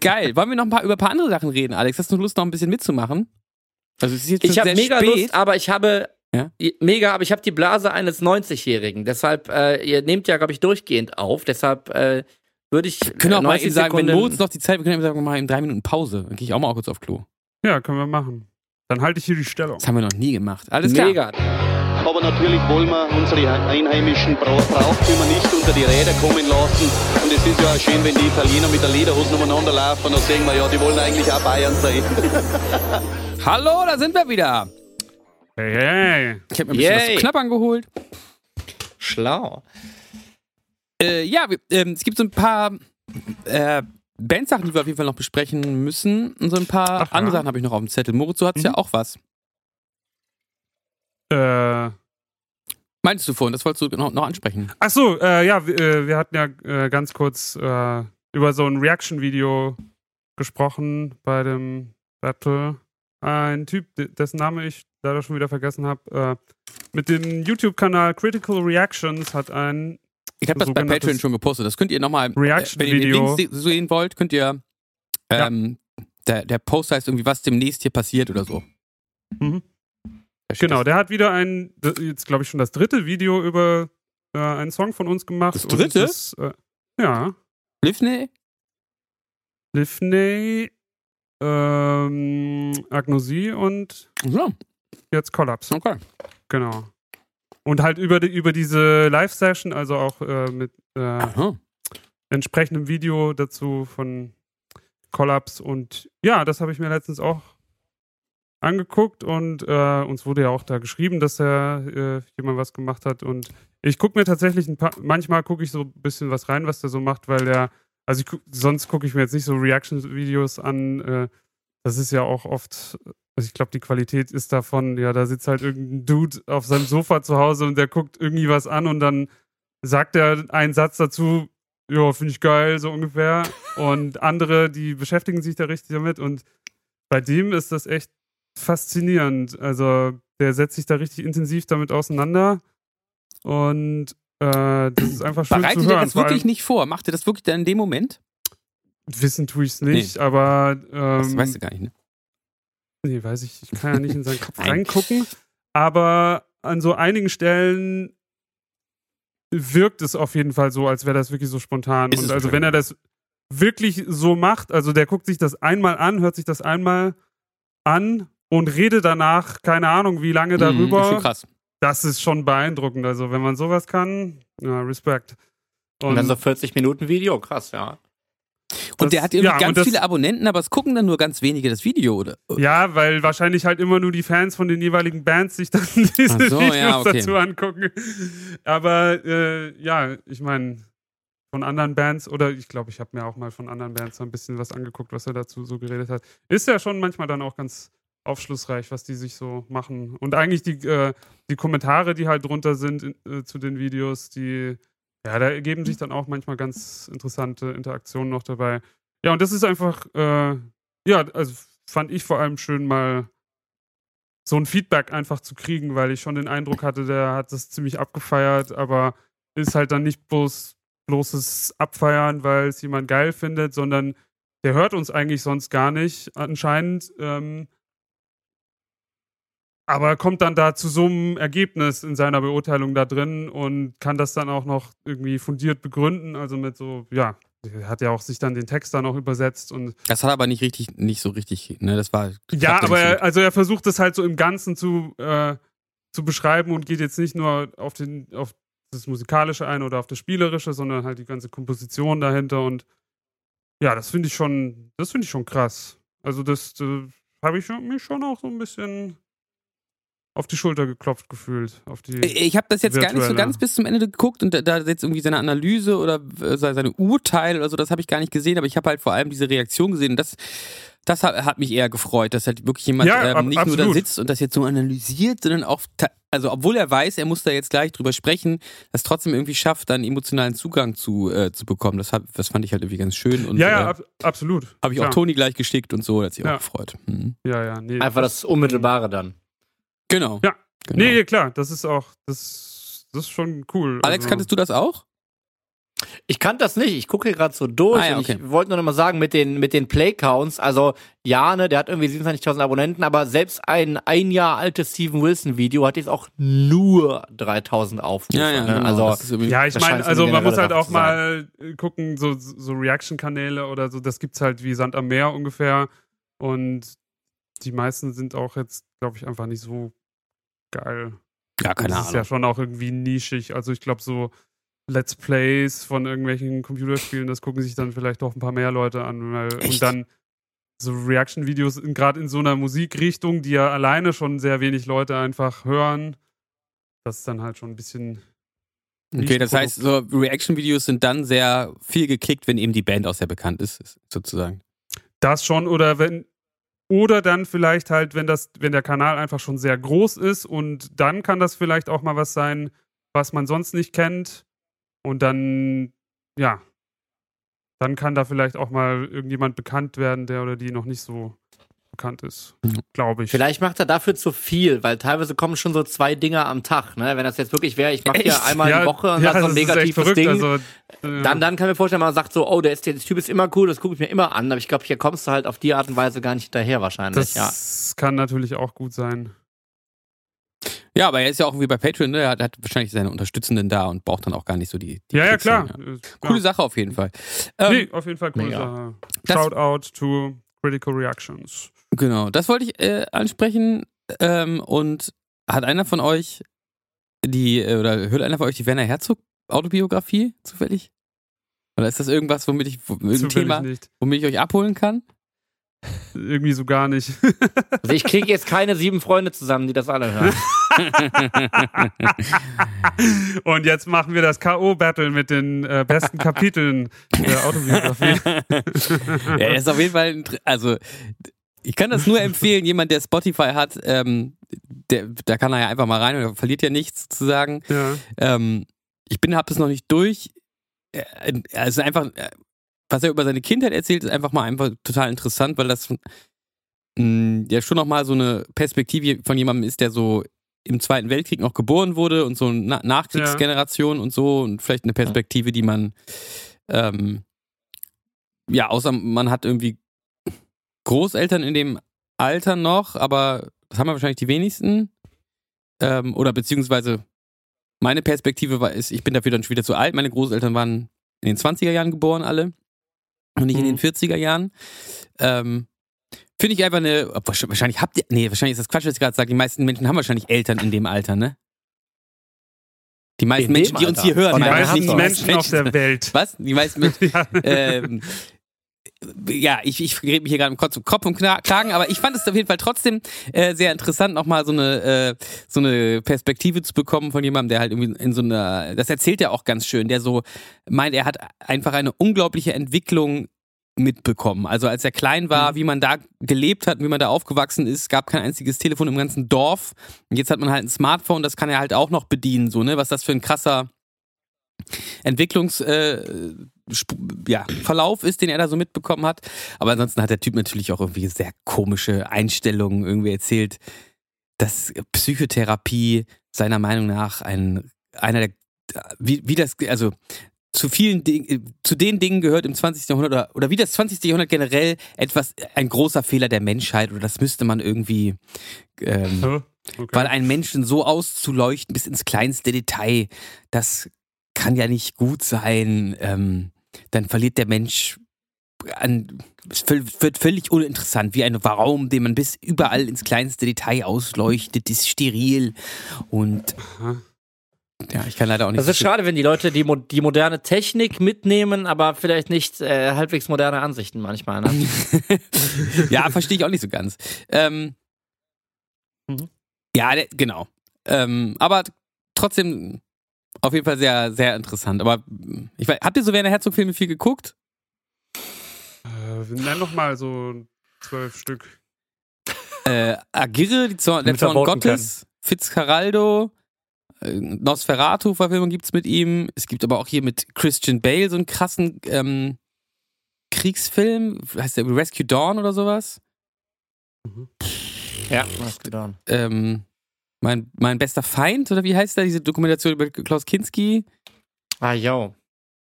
Geil. Wollen wir noch ein paar, über ein paar andere Sachen reden, Alex? Hast du Lust, noch ein bisschen mitzumachen? Also es ist jetzt Ich schon habe sehr mega spät. Lust, aber ich habe Ja? i- mega, aber ich habe die Blase eines 90-Jährigen. Deshalb, äh, ihr nehmt ja, glaube ich, durchgehend auf. Deshalb äh, würde ich. Wir können auch mal eben 90 sagen, wenn Sekunden- Moritz noch die Zeit, wir können eben sagen, wir machen eben drei Minuten Pause. Dann gehe ich auch mal kurz auf Klo. ja, können wir machen. Dann halte ich hier die Stellung. Das haben wir noch nie gemacht. Alles klar. Mega. Aber natürlich wollen wir unsere einheimischen Bra- Brauchtümer nicht unter die Räder kommen lassen. Und es ist ja auch schön, wenn die Italiener mit der Lederhosen umeinander laufen. Dann sehen wir ja, die wollen eigentlich auch Bayern sein. Hallo, da sind wir wieder. Hey, hey. Ich habe mir ein bisschen was Yay. zu knabbern geholt. Schlau. Äh, ja, wir, ähm, es gibt so ein paar äh, Bandsachen, die wir auf jeden Fall noch besprechen müssen. Und so ein paar andere Ach, ja. Mhm. Sachen habe ich noch auf dem Zettel. Moritz, du hattest ja auch was. Äh, Meinst du vorhin, das wolltest du genau noch, noch ansprechen? ach so, äh, ja, wir, äh, wir hatten ja äh, ganz kurz äh, über so ein Reaction-Video gesprochen bei dem Battle. Ein Typ, de- dessen Name ich leider schon wieder vergessen habe, äh, mit dem YouTube-Kanal Critical Reactions hat ein Ich habe das bei Sogenanntes Patreon schon gepostet. Das könnt ihr nochmal, Reaction wenn ihr den Video. Link se- sehen wollt, könnt ihr, ähm, der, der Post heißt irgendwie, was demnächst hier passiert oder so. Mhm. Versteht Genau, das? der hat wieder ein, das ist jetzt glaube ich schon das dritte Video über äh, einen Song von uns gemacht. Das Und es dritte? Ist, äh, ja, Livney? Livney, ähm, Agnosie und So, jetzt Kollaps. okay. Genau. Und halt über, die, über diese Live-Session, also auch äh, mit äh, Aha. entsprechendem Video dazu von Kollaps. Und ja, das habe ich mir letztens auch angeguckt und äh, uns wurde ja auch da geschrieben, dass da äh, jemand was gemacht hat. Und ich gucke mir tatsächlich ein paar, manchmal gucke ich so ein bisschen was rein, was der so macht, weil der, also ich guck, sonst gucke ich mir jetzt nicht so Reaction-Videos an. Äh, das ist ja auch oft, also ich glaube, die Qualität ist davon, ja, da sitzt halt irgendein Dude auf seinem Sofa zu Hause und der guckt irgendwie was an und dann sagt er einen Satz dazu, ja, finde ich geil, so ungefähr. Und andere, die beschäftigen sich da richtig damit. Und bei dem ist das echt faszinierend. Also, der setzt sich da richtig intensiv damit auseinander. Und äh, das ist einfach schön zu Bereitet ihr hören. das Vor wirklich allem, nicht vor? Macht ihr das wirklich dann in dem Moment? Wissen tue ich es nicht, aber. Ähm, Das weißt du gar nicht, ne? Nee, weiß ich. Ich kann ja nicht in seinen Kopf Nein. reingucken. Aber an so einigen Stellen wirkt es auf jeden Fall so, als wäre das wirklich so spontan. Ist Und es also bestimmt. wenn er das wirklich so macht, also der guckt sich das einmal an, hört sich das einmal an und rede danach, keine Ahnung, wie lange darüber. Mhm, ist schon krass. Das ist schon beeindruckend. Also, wenn man sowas kann, ja, Respekt. Und dann so 40 Minuten Video, krass, ja. Und Das- der hat irgendwie ja, und ganz das- viele Abonnenten, aber es gucken dann nur ganz wenige das Video, oder? Ja, weil wahrscheinlich halt immer nur die Fans von den jeweiligen Bands sich dann diese Ach so, Videos ja, okay. dazu angucken. Aber äh, ja, ich meine, von anderen Bands oder ich glaube, ich habe mir auch mal von anderen Bands so ein bisschen was angeguckt, was er dazu so geredet hat. Ist ja schon manchmal dann auch ganz aufschlussreich, was die sich so machen. Und eigentlich die, äh, die Kommentare, die halt drunter sind äh, zu den Videos, die, ja, da ergeben sich dann auch manchmal ganz interessante Interaktionen noch dabei. Ja, und das ist einfach, äh, ja, also fand ich vor allem schön mal so ein Feedback einfach zu kriegen, weil ich schon den Eindruck hatte, der hat das ziemlich abgefeiert, aber ist halt dann nicht bloß bloßes Abfeiern, weil es jemand geil findet, sondern der hört uns eigentlich sonst gar nicht anscheinend. Ähm, aber kommt dann da zu so einem Ergebnis in seiner Beurteilung da drin und kann das dann auch noch irgendwie fundiert begründen. Also mit so, ja, er hat ja auch sich dann den Text dann auch übersetzt und Das hat aber nicht richtig, nicht so richtig, ne? Das war. ja, klappt aber nicht er, also er versucht das halt so im Ganzen zu, äh, zu beschreiben und geht jetzt nicht nur auf, den, auf das Musikalische ein oder auf das Spielerische, sondern halt die ganze Komposition dahinter und ja, das finde ich schon, das finde ich schon krass. Also das äh, habe ich schon, mich schon auch so ein bisschen auf die Schulter geklopft gefühlt. Auf die, so. Äh, Ich habe das jetzt gar nicht so Virtuelle. ganz bis zum Ende geguckt und da, da jetzt irgendwie seine Analyse oder äh, se- seine Urteil oder so, das habe ich gar nicht gesehen, aber ich habe halt vor allem diese Reaktion gesehen und das, das hat, hat mich eher gefreut, dass halt wirklich jemand Ja, ab- ähm, nicht nur da absolut. sitzt und das jetzt so analysiert, sondern auch, ta- also obwohl er weiß, er muss da jetzt gleich drüber sprechen, das trotzdem irgendwie schafft, dann emotionalen Zugang zu, äh, zu bekommen. Das, hab, das fand ich halt irgendwie ganz schön und ja, ja, äh, ab, absolut. habe ich auch Klar. Toni gleich geschickt und so, hat sich Ja. auch gefreut. Mhm. Ja, ja, nee. Einfach das Unmittelbare dann. Genau. Ja. genau. Nee, klar, das ist auch, das, das ist schon cool. Alex, also, kanntest du das auch? Ich kannte das nicht. Ich gucke hier gerade so durch. Ah ja, und okay. Ich wollte nur noch mal sagen, mit den, mit den Playcounts, also Jane, der hat irgendwie 27.000 Abonnenten, aber selbst ein ein Jahr altes Steven Wilson-Video hat jetzt auch nur 3.000 Aufrufe. ne? genau, also, das ist irgendwie- Ja, ich Das meine, scheint also eine man muss halt generelle auch Sache mal äh, gucken, so, so Reaction-Kanäle oder so, das gibt's halt wie Sand am Meer ungefähr. Und die meisten sind auch jetzt, glaube ich, einfach nicht so geil. ja keine das ist ja Ahnung. schon auch irgendwie nischig. Also ich glaube, so Let's Plays von irgendwelchen Computerspielen, das gucken sich dann vielleicht doch ein paar mehr Leute an. Weil, Echt? und dann so Reaction-Videos in- gerade in so einer Musikrichtung, die ja alleine schon sehr wenig Leute einfach hören. Das ist dann halt schon ein bisschen. Okay, das heißt, so Reaction-Videos sind dann sehr viel geklickt, wenn eben die Band auch sehr bekannt ist, ist- sozusagen. Das schon oder wenn oder dann vielleicht halt, wenn das, wenn der Kanal einfach schon sehr groß ist und dann kann das vielleicht auch mal was sein, was man sonst nicht kennt und dann ja, dann kann da vielleicht auch mal irgendjemand bekannt werden, der oder die noch nicht so bekannt ist, glaube ich. Vielleicht macht er dafür zu viel, weil teilweise kommen schon so zwei Dinger am Tag. Ne? Wenn das jetzt wirklich wäre, ich mache hier einmal die Woche und das ist also, so ein negatives Ding. äh, dann, dann kann ich mir vorstellen, man sagt so, oh, der, ist, der Typ ist immer cool, das gucke ich mir immer an. Aber ich glaube, hier kommst du halt auf die Art und Weise gar nicht hinterher wahrscheinlich. das ja. kann natürlich auch gut sein. Ja, aber er ist ja auch irgendwie bei Patreon, ne? Er hat, hat wahrscheinlich seine Unterstützenden da und braucht dann auch gar nicht so die. die Ja, ja, Klicks klar. dann, ja. Äh, Coole ja. Sache auf jeden Fall. Ähm, Nee, auf jeden Fall coole Mega. Sache. Das- Shout out to Critical Reactions. Genau, das wollte ich äh, ansprechen. Ähm, und hat einer von euch die, äh, oder hört einer von euch die Werner Herzog Autobiografie zufällig? Oder ist das irgendwas, womit ich, wo- irgendein Zufällig Thema, nicht. womit ich euch abholen kann? Irgendwie so gar nicht. Also ich kriege jetzt keine sieben Freunde zusammen, die das alle hören. Und jetzt machen wir das K.O.-Battle mit den äh, besten Kapiteln der Autobiografie. Ja, er ist auf jeden Fall, ein, Dr- also ich kann das nur empfehlen, jemand, der Spotify hat, ähm, der, da kann er ja einfach mal rein und er verliert ja nichts sozusagen. ja. Ähm, ich bin, habe es noch nicht durch. Äh, Also einfach, äh, was er über seine Kindheit erzählt, ist einfach mal einfach total interessant, weil das mh, ja schon nochmal so eine Perspektive von jemandem ist, der so im Zweiten Weltkrieg noch geboren wurde und so Na Nachkriegsgeneration und so und vielleicht eine Perspektive, die man ähm, ja, außer man hat irgendwie Großeltern in dem Alter noch, aber das haben wir wahrscheinlich die wenigsten. Ähm, oder beziehungsweise meine Perspektive war, ist, ich bin dafür dann schon wieder zu alt. Meine Großeltern waren Mhm. in den 20er Jahren geboren, alle. Und nicht in den 40er Jahren. Ähm, Finde ich einfach eine. ob- Wahrscheinlich habt ihr. Nee, wahrscheinlich ist das Quatsch, was ich gerade sage. Die meisten Menschen haben wahrscheinlich Eltern in dem Alter, ne? Die In meisten dem Menschen, die uns hier Alter. hören, Die Nein, meinen das meisten nicht. Die meisten Menschen auf der Welt. Was? Die meisten Menschen. Ja. ähm, ja, ich, ich rede mich hier gerade im Kopf, Kopf und Kna- Klagen, aber ich fand es auf jeden Fall trotzdem äh, sehr interessant, nochmal so eine, äh, so eine Perspektive zu bekommen von jemandem, der halt irgendwie in so einer, das erzählt er auch ganz schön, der so meint, er hat einfach eine unglaubliche Entwicklung mitbekommen. Also als er klein war, wie man da gelebt hat, wie man da aufgewachsen ist, gab kein einziges Telefon im ganzen Dorf. Und jetzt hat man halt ein Smartphone, das kann er halt auch noch bedienen, so, ne? Was das für ein krasser Entwicklungs, äh, Sp- ja, Verlauf ist, den er da so mitbekommen hat. Aber ansonsten hat der Typ natürlich auch irgendwie sehr komische Einstellungen irgendwie erzählt, dass Psychotherapie seiner Meinung nach ein, einer der, wie, wie das, also zu vielen Dingen, zu den Dingen gehört im 20. Jahrhundert oder, oder wie das 20. Jahrhundert generell etwas, ein großer Fehler der Menschheit oder das müsste man irgendwie, ähm, So, okay. weil einen Menschen so auszuleuchten bis ins kleinste Detail, das kann ja nicht gut sein. Ähm, dann verliert der Mensch an, es völ- wird völlig uninteressant, wie ein Raum, den man bis überall ins kleinste Detail ausleuchtet, ist steril und Aha. ja, ich kann leider auch nicht. Das so ist viel- schade, wenn die Leute die, mo die moderne Technik mitnehmen, aber vielleicht nicht äh, halbwegs moderne Ansichten manchmal. Ne? ja, verstehe ich auch nicht so ganz. Ähm, Mhm. Ja, der- genau. Ähm, aber trotzdem auf jeden Fall sehr, sehr interessant. Aber mm, ich weiß, habt ihr so Werner Herzog-Filme viel geguckt? Äh, nenn noch mal so zwölf Stück. Äh, Agirre, die Zorn, der Damit wir Zorn voten Gottes, Fitzcarraldo, äh, Nosferatu-Verfilmung gibt's mit ihm. Es gibt aber auch hier mit Christian Bale so einen krassen ähm, Kriegsfilm. Heißt der Rescue Dawn oder sowas? ja, das geht an. Ähm, mein, mein bester Feind, oder wie heißt der? Diese Dokumentation über Klaus Kinski. Ah, yo.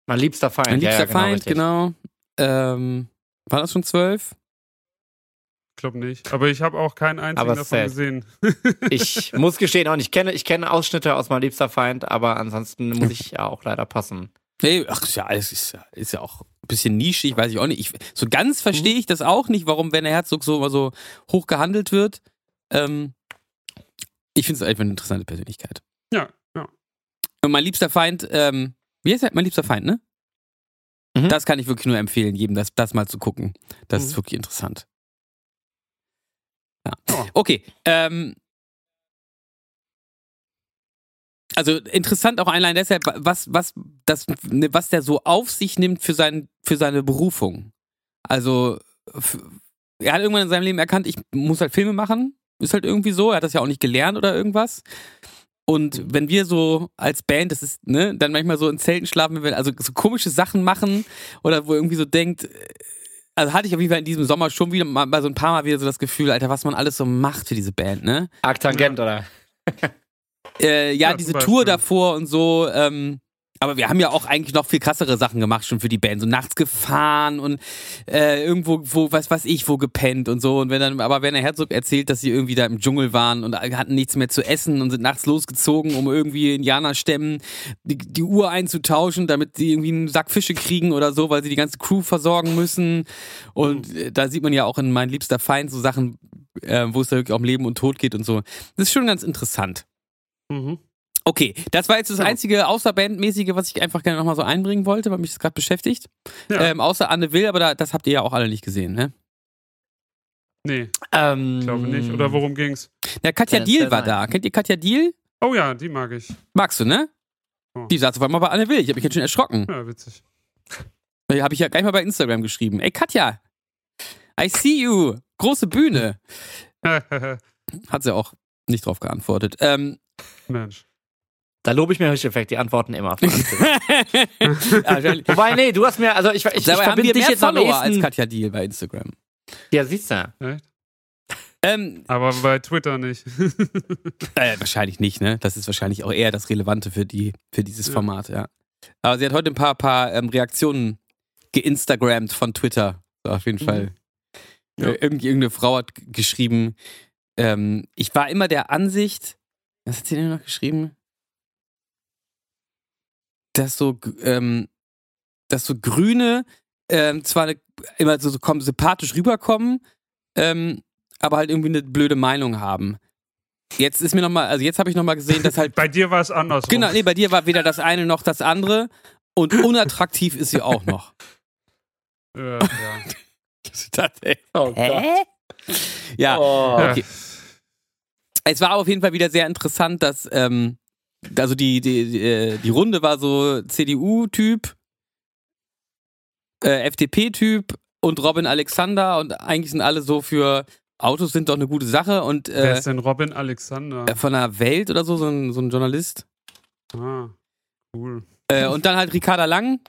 Mein liebster Feind. Mein ja, liebster ja, genau, Feind, richtig. genau. Ähm, waren das schon zwölf? Ich glaube nicht. Aber ich habe auch keinen einzigen Aber davon sad. gesehen. Ich muss gestehen, auch nicht. Ich kenne, ich kenne Ausschnitte aus Mein liebster Feind, aber ansonsten muss ich ja auch leider passen. Nee, ach, ist ja alles, ist ja, ist ja auch ein bisschen nischig, weiß ich auch nicht. Ich, so ganz verstehe Mhm. ich das auch nicht, warum Werner Herzog so immer so hoch gehandelt wird. Ähm, ich finde es einfach eine interessante Persönlichkeit. Ja, ja. Und mein liebster Feind, ähm, wie heißt er? Mein liebster Feind, ne? Mhm. Das kann ich wirklich nur empfehlen, jedem das, das mal zu gucken. Das Mhm. ist wirklich interessant. Ja. Okay, ähm. Also interessant auch allein deshalb, was, was, das, ne, was der so auf sich nimmt für, sein, für seine Berufung. Also, f- er hat irgendwann in seinem Leben erkannt, ich muss halt Filme machen. Ist halt irgendwie so. Er hat das ja auch nicht gelernt oder irgendwas. Und wenn wir so als Band, das ist, ne, dann manchmal so in Zelten schlafen, wenn wir also so komische Sachen machen oder wo irgendwie so denkt, äh, also hatte ich auf jeden Fall in diesem Sommer schon wieder mal, mal so ein paar Mal wieder so das Gefühl, Alter, was man alles so macht für diese Band, ne? Arctangent, oder? Äh, ja, Ja, diese zum Tour Beispiel. davor und so, ähm, aber wir haben ja auch eigentlich noch viel krassere Sachen gemacht schon für die Band. So nachts gefahren und äh, irgendwo, wo, was weiß ich, wo gepennt und so. Und wenn dann, aber Werner Herzog erzählt, dass sie irgendwie da im Dschungel waren und hatten nichts mehr zu essen und sind nachts losgezogen, um irgendwie Indianerstämmen die, die Uhr einzutauschen, damit sie irgendwie einen Sack Fische kriegen oder so, weil sie die ganze Crew versorgen müssen. Und Mhm. äh, da sieht man ja auch in Mein liebster Feind so Sachen, äh, wo es da wirklich um Leben und Tod geht und so. Das ist schon ganz interessant. Mhm. Okay, das war jetzt Genau. das einzige Außerbandmäßige, was ich einfach gerne nochmal so einbringen wollte, weil mich das gerade beschäftigt. Ja. Ähm, außer Anne Will, aber da, das habt ihr ja auch alle nicht gesehen, ne? Nee, Ähm, ich glaube Mm. nicht. Oder worum ging's? Ja, Katja Ja, Deal sehr war nein. da. Kennt ihr Katja Deal? Oh ja, die mag ich. Magst du, ne? Oh. Die saß auf einmal bei Anne Will. Ich habe mich ganz schön erschrocken. Ja, witzig. Da habe ich ja gleich mal bei Instagram geschrieben. Ey, Katja! I see you! Große Bühne! Hat sie auch nicht drauf geantwortet. Ähm, Mensch. Da lobe ich mir Hirscheffekt, die antworten immer. wahrscheinlich- Wobei, nee, du hast mir, also ich, ich, ich Dabei haben verbinde wir dich mehr jetzt am Follower als ehesten. Katja Deal bei Instagram. Ja, siehst du. Ähm, Aber bei Twitter nicht. Äh, wahrscheinlich nicht, ne? Das ist wahrscheinlich auch eher das Relevante für, die, für dieses Ja. Format, ja. Aber sie hat heute ein paar, paar ähm, Reaktionen geinstagrammt von Twitter. So, auf jeden Fall. Ja. Äh, irgend- irgendeine Frau hat g- geschrieben, ähm, ich war immer der Ansicht, was hat sie denn noch geschrieben? Dass so, g- ähm, dass so Grüne ähm, zwar ne, immer so, so kommen, sympathisch rüberkommen, ähm, aber halt irgendwie eine blöde Meinung haben. Jetzt ist mir nochmal, also jetzt habe ich nochmal gesehen, dass halt. Bei dir war es anders. Genau, nee, bei dir war weder das eine noch das andere und unattraktiv ist sie auch noch. Äh, ja. Ich dachte, ey, Oh Gott. Ja, Oh. Ja. Okay. es war auf jeden Fall wieder sehr interessant, dass ähm, also die, die, die, äh, die Runde war so CDU-Typ, äh, FDP-Typ und Robin Alexander und eigentlich sind alle so für Autos sind doch eine gute Sache und Wer äh, ist denn Robin Alexander? äh, von der Welt oder so, so ein, so ein Journalist. Ah, cool. Äh, und dann halt Ricarda Lang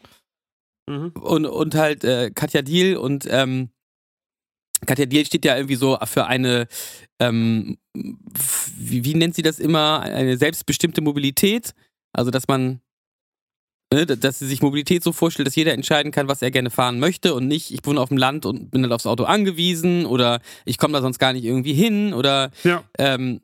Mhm. und, und halt äh, Katja Diel und ähm, Katja Diel steht ja irgendwie so für eine, ähm, f- wie, wie nennt sie das immer, eine selbstbestimmte Mobilität. Also, dass man, ne, d- dass sie sich Mobilität so vorstellt, dass jeder entscheiden kann, was er gerne fahren möchte und nicht, ich wohne auf dem Land und bin halt aufs Auto angewiesen oder ich komme da sonst gar nicht irgendwie hin oder Ja. ähm,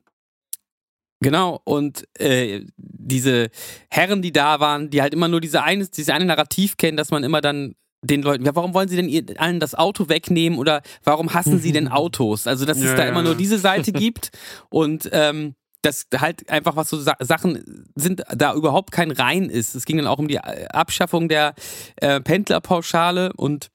genau, und äh, diese Herren, die da waren, die halt immer nur diese eine, diese eine Narrativ kennen, dass man immer dann den Leuten, ja, warum wollen sie denn ihr, allen das Auto wegnehmen oder warum hassen sie denn Autos? Also, dass es Ja, da ja, immer nur ja. diese Seite gibt und ähm, dass halt einfach was so Sa Sachen sind, da überhaupt kein Rein ist. Es ging dann auch um die äh, Abschaffung der äh, Pendlerpauschale und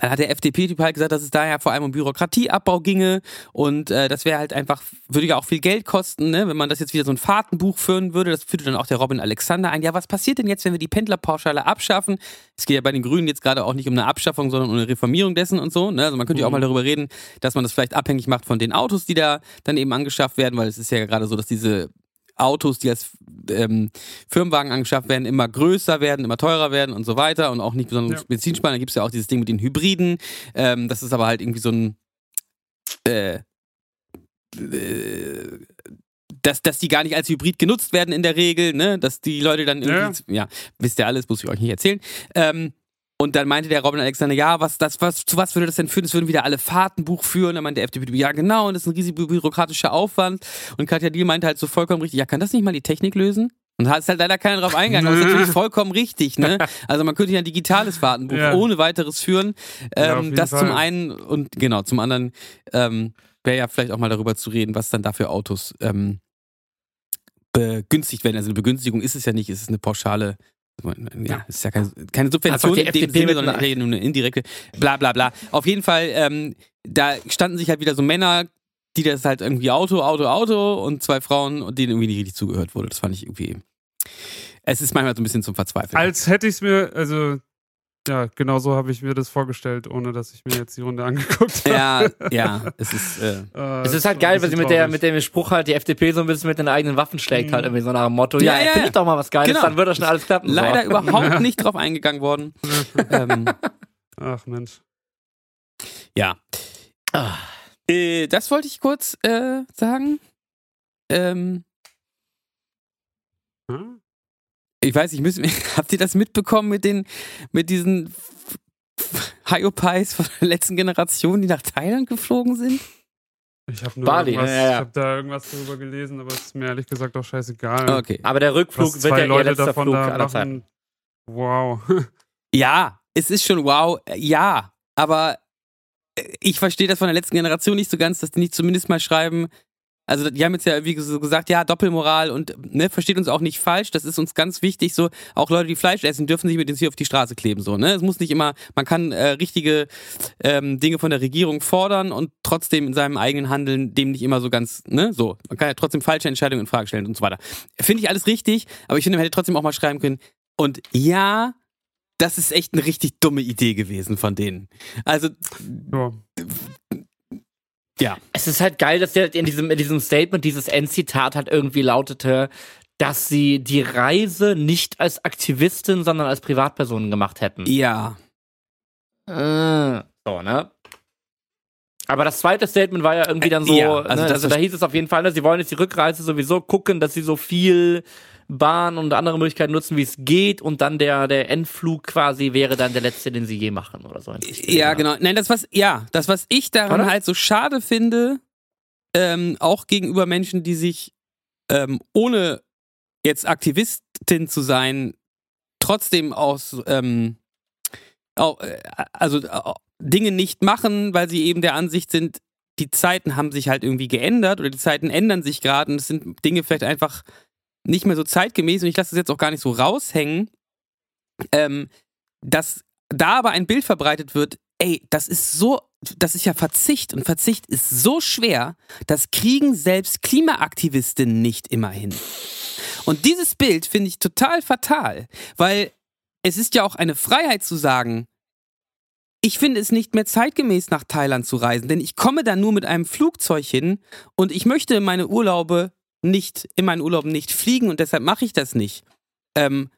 dann hat der FDP-Typ halt gesagt, dass es daher vor allem um Bürokratieabbau ginge und äh, das wäre halt einfach, würde ja auch viel Geld kosten, ne? wenn man das jetzt wieder so ein Fahrtenbuch führen würde. Das führte dann auch der Robin Alexander ein. Ja, was passiert denn jetzt, wenn wir die Pendlerpauschale abschaffen? Es geht ja bei den Grünen jetzt gerade auch nicht um eine Abschaffung, sondern um eine Reformierung dessen und so. Ne? Also man könnte ja auch mal darüber reden, dass man das vielleicht abhängig macht von den Autos, die da dann eben angeschafft werden, weil es ist ja gerade so, dass diese Autos, die als ähm, Firmenwagen angeschafft werden, immer größer werden, immer teurer werden und so weiter und auch nicht besonders Ja. benzinsparen. Da gibt es ja auch dieses Ding mit den Hybriden. Ähm, das ist aber halt irgendwie so ein äh, äh, dass, dass die gar nicht als Hybrid genutzt werden in der Regel, ne? Dass die Leute dann irgendwie, ja, wisst ihr alles, muss ich euch nicht erzählen. Ähm, und dann meinte der Robin Alexander, ja, was, das, was, zu was würde das denn führen? Das würden wieder alle Fahrtenbuch führen. Dann meinte der FDP, ja, genau, und das ist ein riesig bürokratischer Aufwand. Und Katja Diel meinte halt so vollkommen richtig, ja, kann das nicht mal die Technik lösen? Und da ist halt leider keiner drauf eingegangen. aber Das ist natürlich vollkommen richtig, ne? Also man könnte ja ein digitales Fahrtenbuch Ja. ohne weiteres führen. Ja, auf Ähm, jeden das Fall. zum einen und genau, zum anderen ähm, wäre ja vielleicht auch mal darüber zu reden, was dann dafür Autos ähm, begünstigt werden. Also eine Begünstigung ist es ja nicht, es ist eine pauschale. Ja, es ist ja keine, keine Subvention Einfach die in dem FDP Sinne, mit sondern einer- eher nur eine indirekte. Bla bla bla. Auf jeden Fall, ähm, da standen sich halt wieder so Männer, die das halt irgendwie Auto, Auto, Auto und zwei Frauen und denen irgendwie nicht richtig zugehört wurde. Das fand ich irgendwie. Es ist manchmal so ein bisschen zum Verzweifeln. Als hätte ich es mir, also, ja, genau so habe ich mir das vorgestellt, ohne dass ich mir jetzt die Runde angeguckt habe. ja, ja, es ist. Äh, Äh, Es ist war halt ein geil, weil sie bisschen mit, der, traurig. Mhm. mit dem Spruch halt die FDP so ein bisschen mit den eigenen Waffen schlägt, halt irgendwie so nach dem Motto, Ja, ja, ja, findet doch mal was Geiles, Genau. dann wird das schon alles klappen. leider so. überhaupt nicht drauf eingegangen worden. ähm, Ach Mensch. ja. Ah. Äh, das wollte ich kurz äh, sagen. Ähm, Hm? ich weiß, ich müsste, habt ihr das mitbekommen mit den, mit diesen F- F- Hyopies von der letzten Generation, die nach Thailand geflogen sind? Ich habe nur Bali, irgendwas, ja, ja, ja. ich habe da irgendwas drüber gelesen, aber es ist mir ehrlich gesagt auch scheißegal. Okay. Aber der Rückflug Was wird zwei ja ihr Leute letzter davon Flug da aller Zeiten. machen. Wow. Ja, es ist schon wow. äh, Ja, aber äh, ich verstehe das von der letzten Generation nicht so ganz, dass die nicht zumindest mal schreiben. Also die haben jetzt ja wie so gesagt, ja, Doppelmoral und ne, versteht uns auch nicht falsch, das ist uns ganz wichtig so, auch Leute, die Fleisch essen, dürfen sich mit uns hier auf die Straße kleben so, ne? Es muss nicht immer, man kann äh, richtige ähm, Dinge von der Regierung fordern und trotzdem in seinem eigenen Handeln dem nicht immer so ganz, ne, so. Man kann ja trotzdem falsche Entscheidungen in Frage stellen und so weiter. Finde ich alles richtig, aber ich finde, man hätte trotzdem auch mal schreiben können und ja, das ist echt eine richtig dumme Idee gewesen von denen. Also, ja. Es ist halt geil, dass der in diesem, in diesem Statement dieses Endzitat halt irgendwie lautete, dass sie die Reise nicht als Aktivistin, sondern als Privatpersonen gemacht hätten. ja. Äh, So, ne? Aber das zweite Statement war ja irgendwie dann so, Ja, also also, ne, das also ist- da hieß es auf jeden Fall, ne, sie wollen jetzt die Rückreise sowieso gucken, dass sie so viel Bahn und andere Möglichkeiten nutzen, wie es geht und dann der, der Endflug quasi wäre dann der letzte, den sie je machen oder so. Ja, genau. Nein, das was, ja, das was ich daran Oder? halt so schade finde, ähm, auch gegenüber Menschen, die sich ähm, ohne jetzt Aktivistin zu sein, trotzdem aus, ähm, au- äh, also au- Dinge nicht machen, weil sie eben der Ansicht sind, die Zeiten haben sich halt irgendwie geändert oder die Zeiten ändern sich gerade und es sind Dinge vielleicht einfach nicht mehr so zeitgemäß und ich lasse das jetzt auch gar nicht so raushängen, ähm, dass da aber ein Bild verbreitet wird, ey, das ist so, das ist ja Verzicht und Verzicht ist so schwer, das kriegen selbst Klimaaktivistinnen nicht immer hin. Und dieses Bild finde ich total fatal, weil es ist ja auch eine Freiheit zu sagen, ich finde es nicht mehr zeitgemäß, nach Thailand zu reisen, denn ich komme da nur mit einem Flugzeug hin und ich möchte meine Urlaube nicht, in meinen Urlauben nicht fliegen und deshalb mache ich das nicht. Ähm,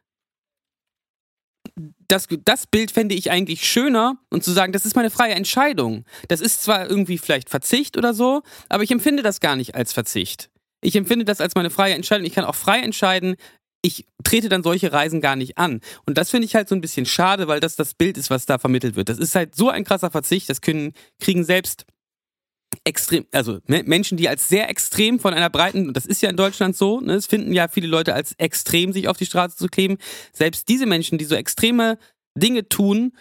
das, das Bild fände ich eigentlich schöner und zu sagen, das ist meine freie Entscheidung. Das ist zwar irgendwie vielleicht Verzicht oder so, aber ich empfinde das gar nicht als Verzicht. Ich empfinde das als meine freie Entscheidung. Ich kann auch frei entscheiden. Ich trete dann solche Reisen gar nicht an. Und das finde ich halt so ein bisschen schade, weil das das Bild ist, was da vermittelt wird. Das ist halt so ein krasser Verzicht. Das können, kriegen selbst extrem, also ne, Menschen, die als sehr extrem von einer breiten, und das ist ja in Deutschland so, ne, es finden ja viele Leute als extrem, sich auf die Straße zu kleben. Selbst diese Menschen, die so extreme Dinge tun,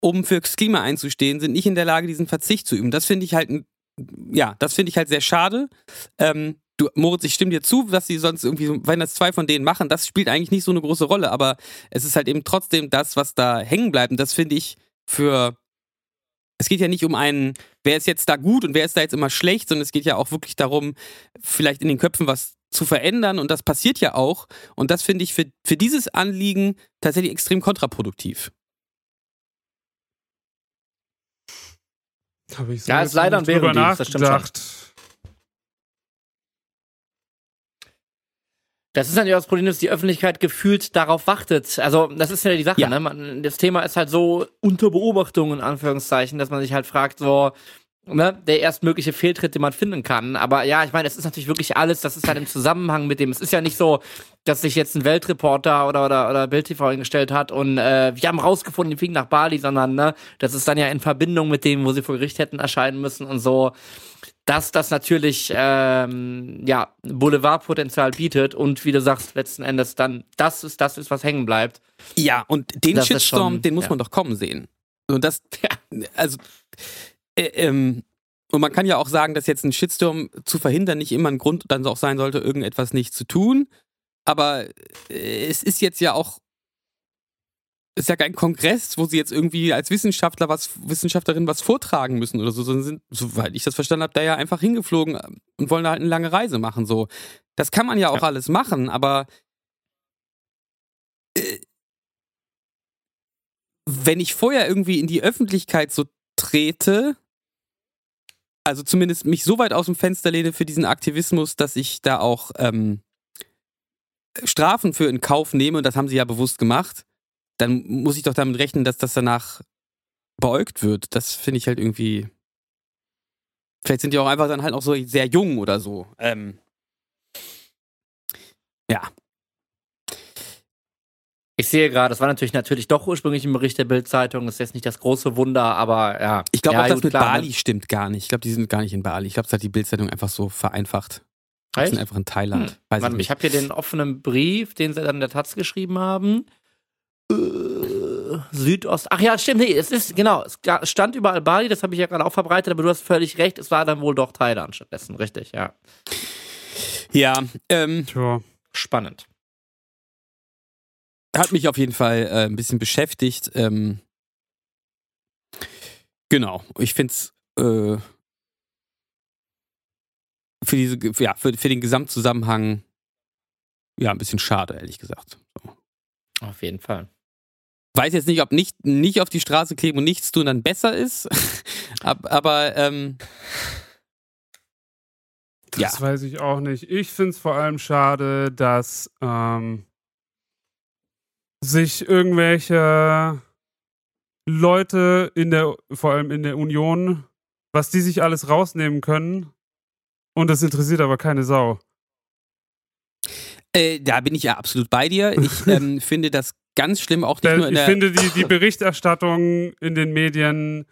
um fürs Klima einzustehen, sind nicht in der Lage, diesen Verzicht zu üben. Das finde ich halt, ein- ja, das finde ich halt sehr schade. Ähm, du, Moritz, ich stimme dir zu, dass sie sonst irgendwie, so- wenn das zwei von denen machen, das spielt eigentlich nicht so eine große Rolle, aber es ist halt eben trotzdem das, was da hängen bleibt. Und das finde ich für, es geht ja nicht um einen, wer ist jetzt da gut und wer ist da jetzt immer schlecht, sondern es geht ja auch wirklich darum, vielleicht in den Köpfen was zu verändern und das passiert ja auch. Und das finde ich für, für dieses Anliegen tatsächlich extrem kontraproduktiv. Hab ich so Ja, jetzt ist leider noch ein nicht drüber Bärendienst, das stimmt schon. nachgedacht. Das ist natürlich auch das Problem, dass die Öffentlichkeit gefühlt darauf wartet. Also, das ist ja die Sache, Ja. ne? Man, das Thema ist halt so unter Beobachtung, in Anführungszeichen, dass man sich halt fragt, so, ne, der erstmögliche Fehltritt, den man finden kann. Aber ja, ich meine, es ist natürlich wirklich alles, das ist halt im Zusammenhang mit dem. Es ist ja nicht so, dass sich jetzt ein Weltreporter oder, oder, oder Bild TV hingestellt hat und äh, wir haben rausgefunden, die fliegen nach Bali, sondern ne, das ist dann ja in Verbindung mit dem, wo sie vor Gericht hätten erscheinen müssen und so dass das natürlich ähm, ja, Boulevardpotenzial bietet und wie du sagst, letzten Endes dann das ist das ist, was hängen bleibt. Ja, und den Das ist Shitstorm, schon- den muss ja. man doch kommen sehen. Und das, also, äh, ähm, und man kann ja auch sagen, dass jetzt ein Shitstorm zu verhindern nicht immer ein Grund dann auch sein sollte, irgendetwas nicht zu tun. Aber äh, es ist jetzt ja auch, es ist ja kein Kongress, wo sie jetzt irgendwie als Wissenschaftler was, Wissenschaftlerin was vortragen müssen oder so, sondern sind, soweit ich das verstanden habe, da ja einfach hingeflogen und wollen da halt eine lange Reise machen. So, das kann man ja auch alles machen, aber wenn ich vorher irgendwie in die Öffentlichkeit so trete, also zumindest mich so weit aus dem Fenster lehne für diesen Aktivismus, dass ich da auch ähm, Strafen für in Kauf nehme, und das haben sie ja bewusst gemacht, dann muss ich doch damit rechnen, dass das danach beäugt wird. Das finde ich halt irgendwie. Vielleicht sind die auch einfach dann halt auch so sehr jung oder so. Ähm, Ich sehe gerade, das war natürlich natürlich doch ursprünglich im Bericht der Bildzeitung, ist jetzt nicht das große Wunder, aber ja. ich glaube ja, auch, das gut, mit klar, ne? Bali stimmt gar nicht. Ich glaube, die sind gar nicht in Bali. Ich glaube, das hat die Bildzeitung einfach so vereinfacht. Die Echt? sind einfach in Thailand. Weiß Warte, ich ich, nicht. habe hier den offenen Brief, den sie dann in der Taz geschrieben haben. Äh, Südost. Ach ja, stimmt. Nee, es ist, genau, es ga- stand überall Bali, das habe ich ja gerade auch verbreitet, aber du hast völlig recht, es war dann wohl doch Thailand stattdessen, richtig, ja. Ja, ähm, Tja. Spannend. hat mich auf jeden Fall äh, ein bisschen beschäftigt. Ähm, genau, ich finde es äh, für, diese, ja, für, für den Gesamtzusammenhang ja ein bisschen schade, ehrlich gesagt. So. Auf jeden Fall. Weiß jetzt nicht, ob nicht, nicht auf die Straße kleben und nichts tun dann besser ist, Ab, aber ähm, Das Ja. weiß ich auch nicht. Ich finde es vor allem schade, dass ähm, sich irgendwelche Leute in der, vor allem in der Union, was die sich alles rausnehmen können. Und das interessiert aber keine Sau. äh, da bin ich ja absolut bei dir. Ich ähm, finde das ganz schlimm, auch nicht Da, nur in Äh, ich der... finde, die, die Berichterstattung in den Medien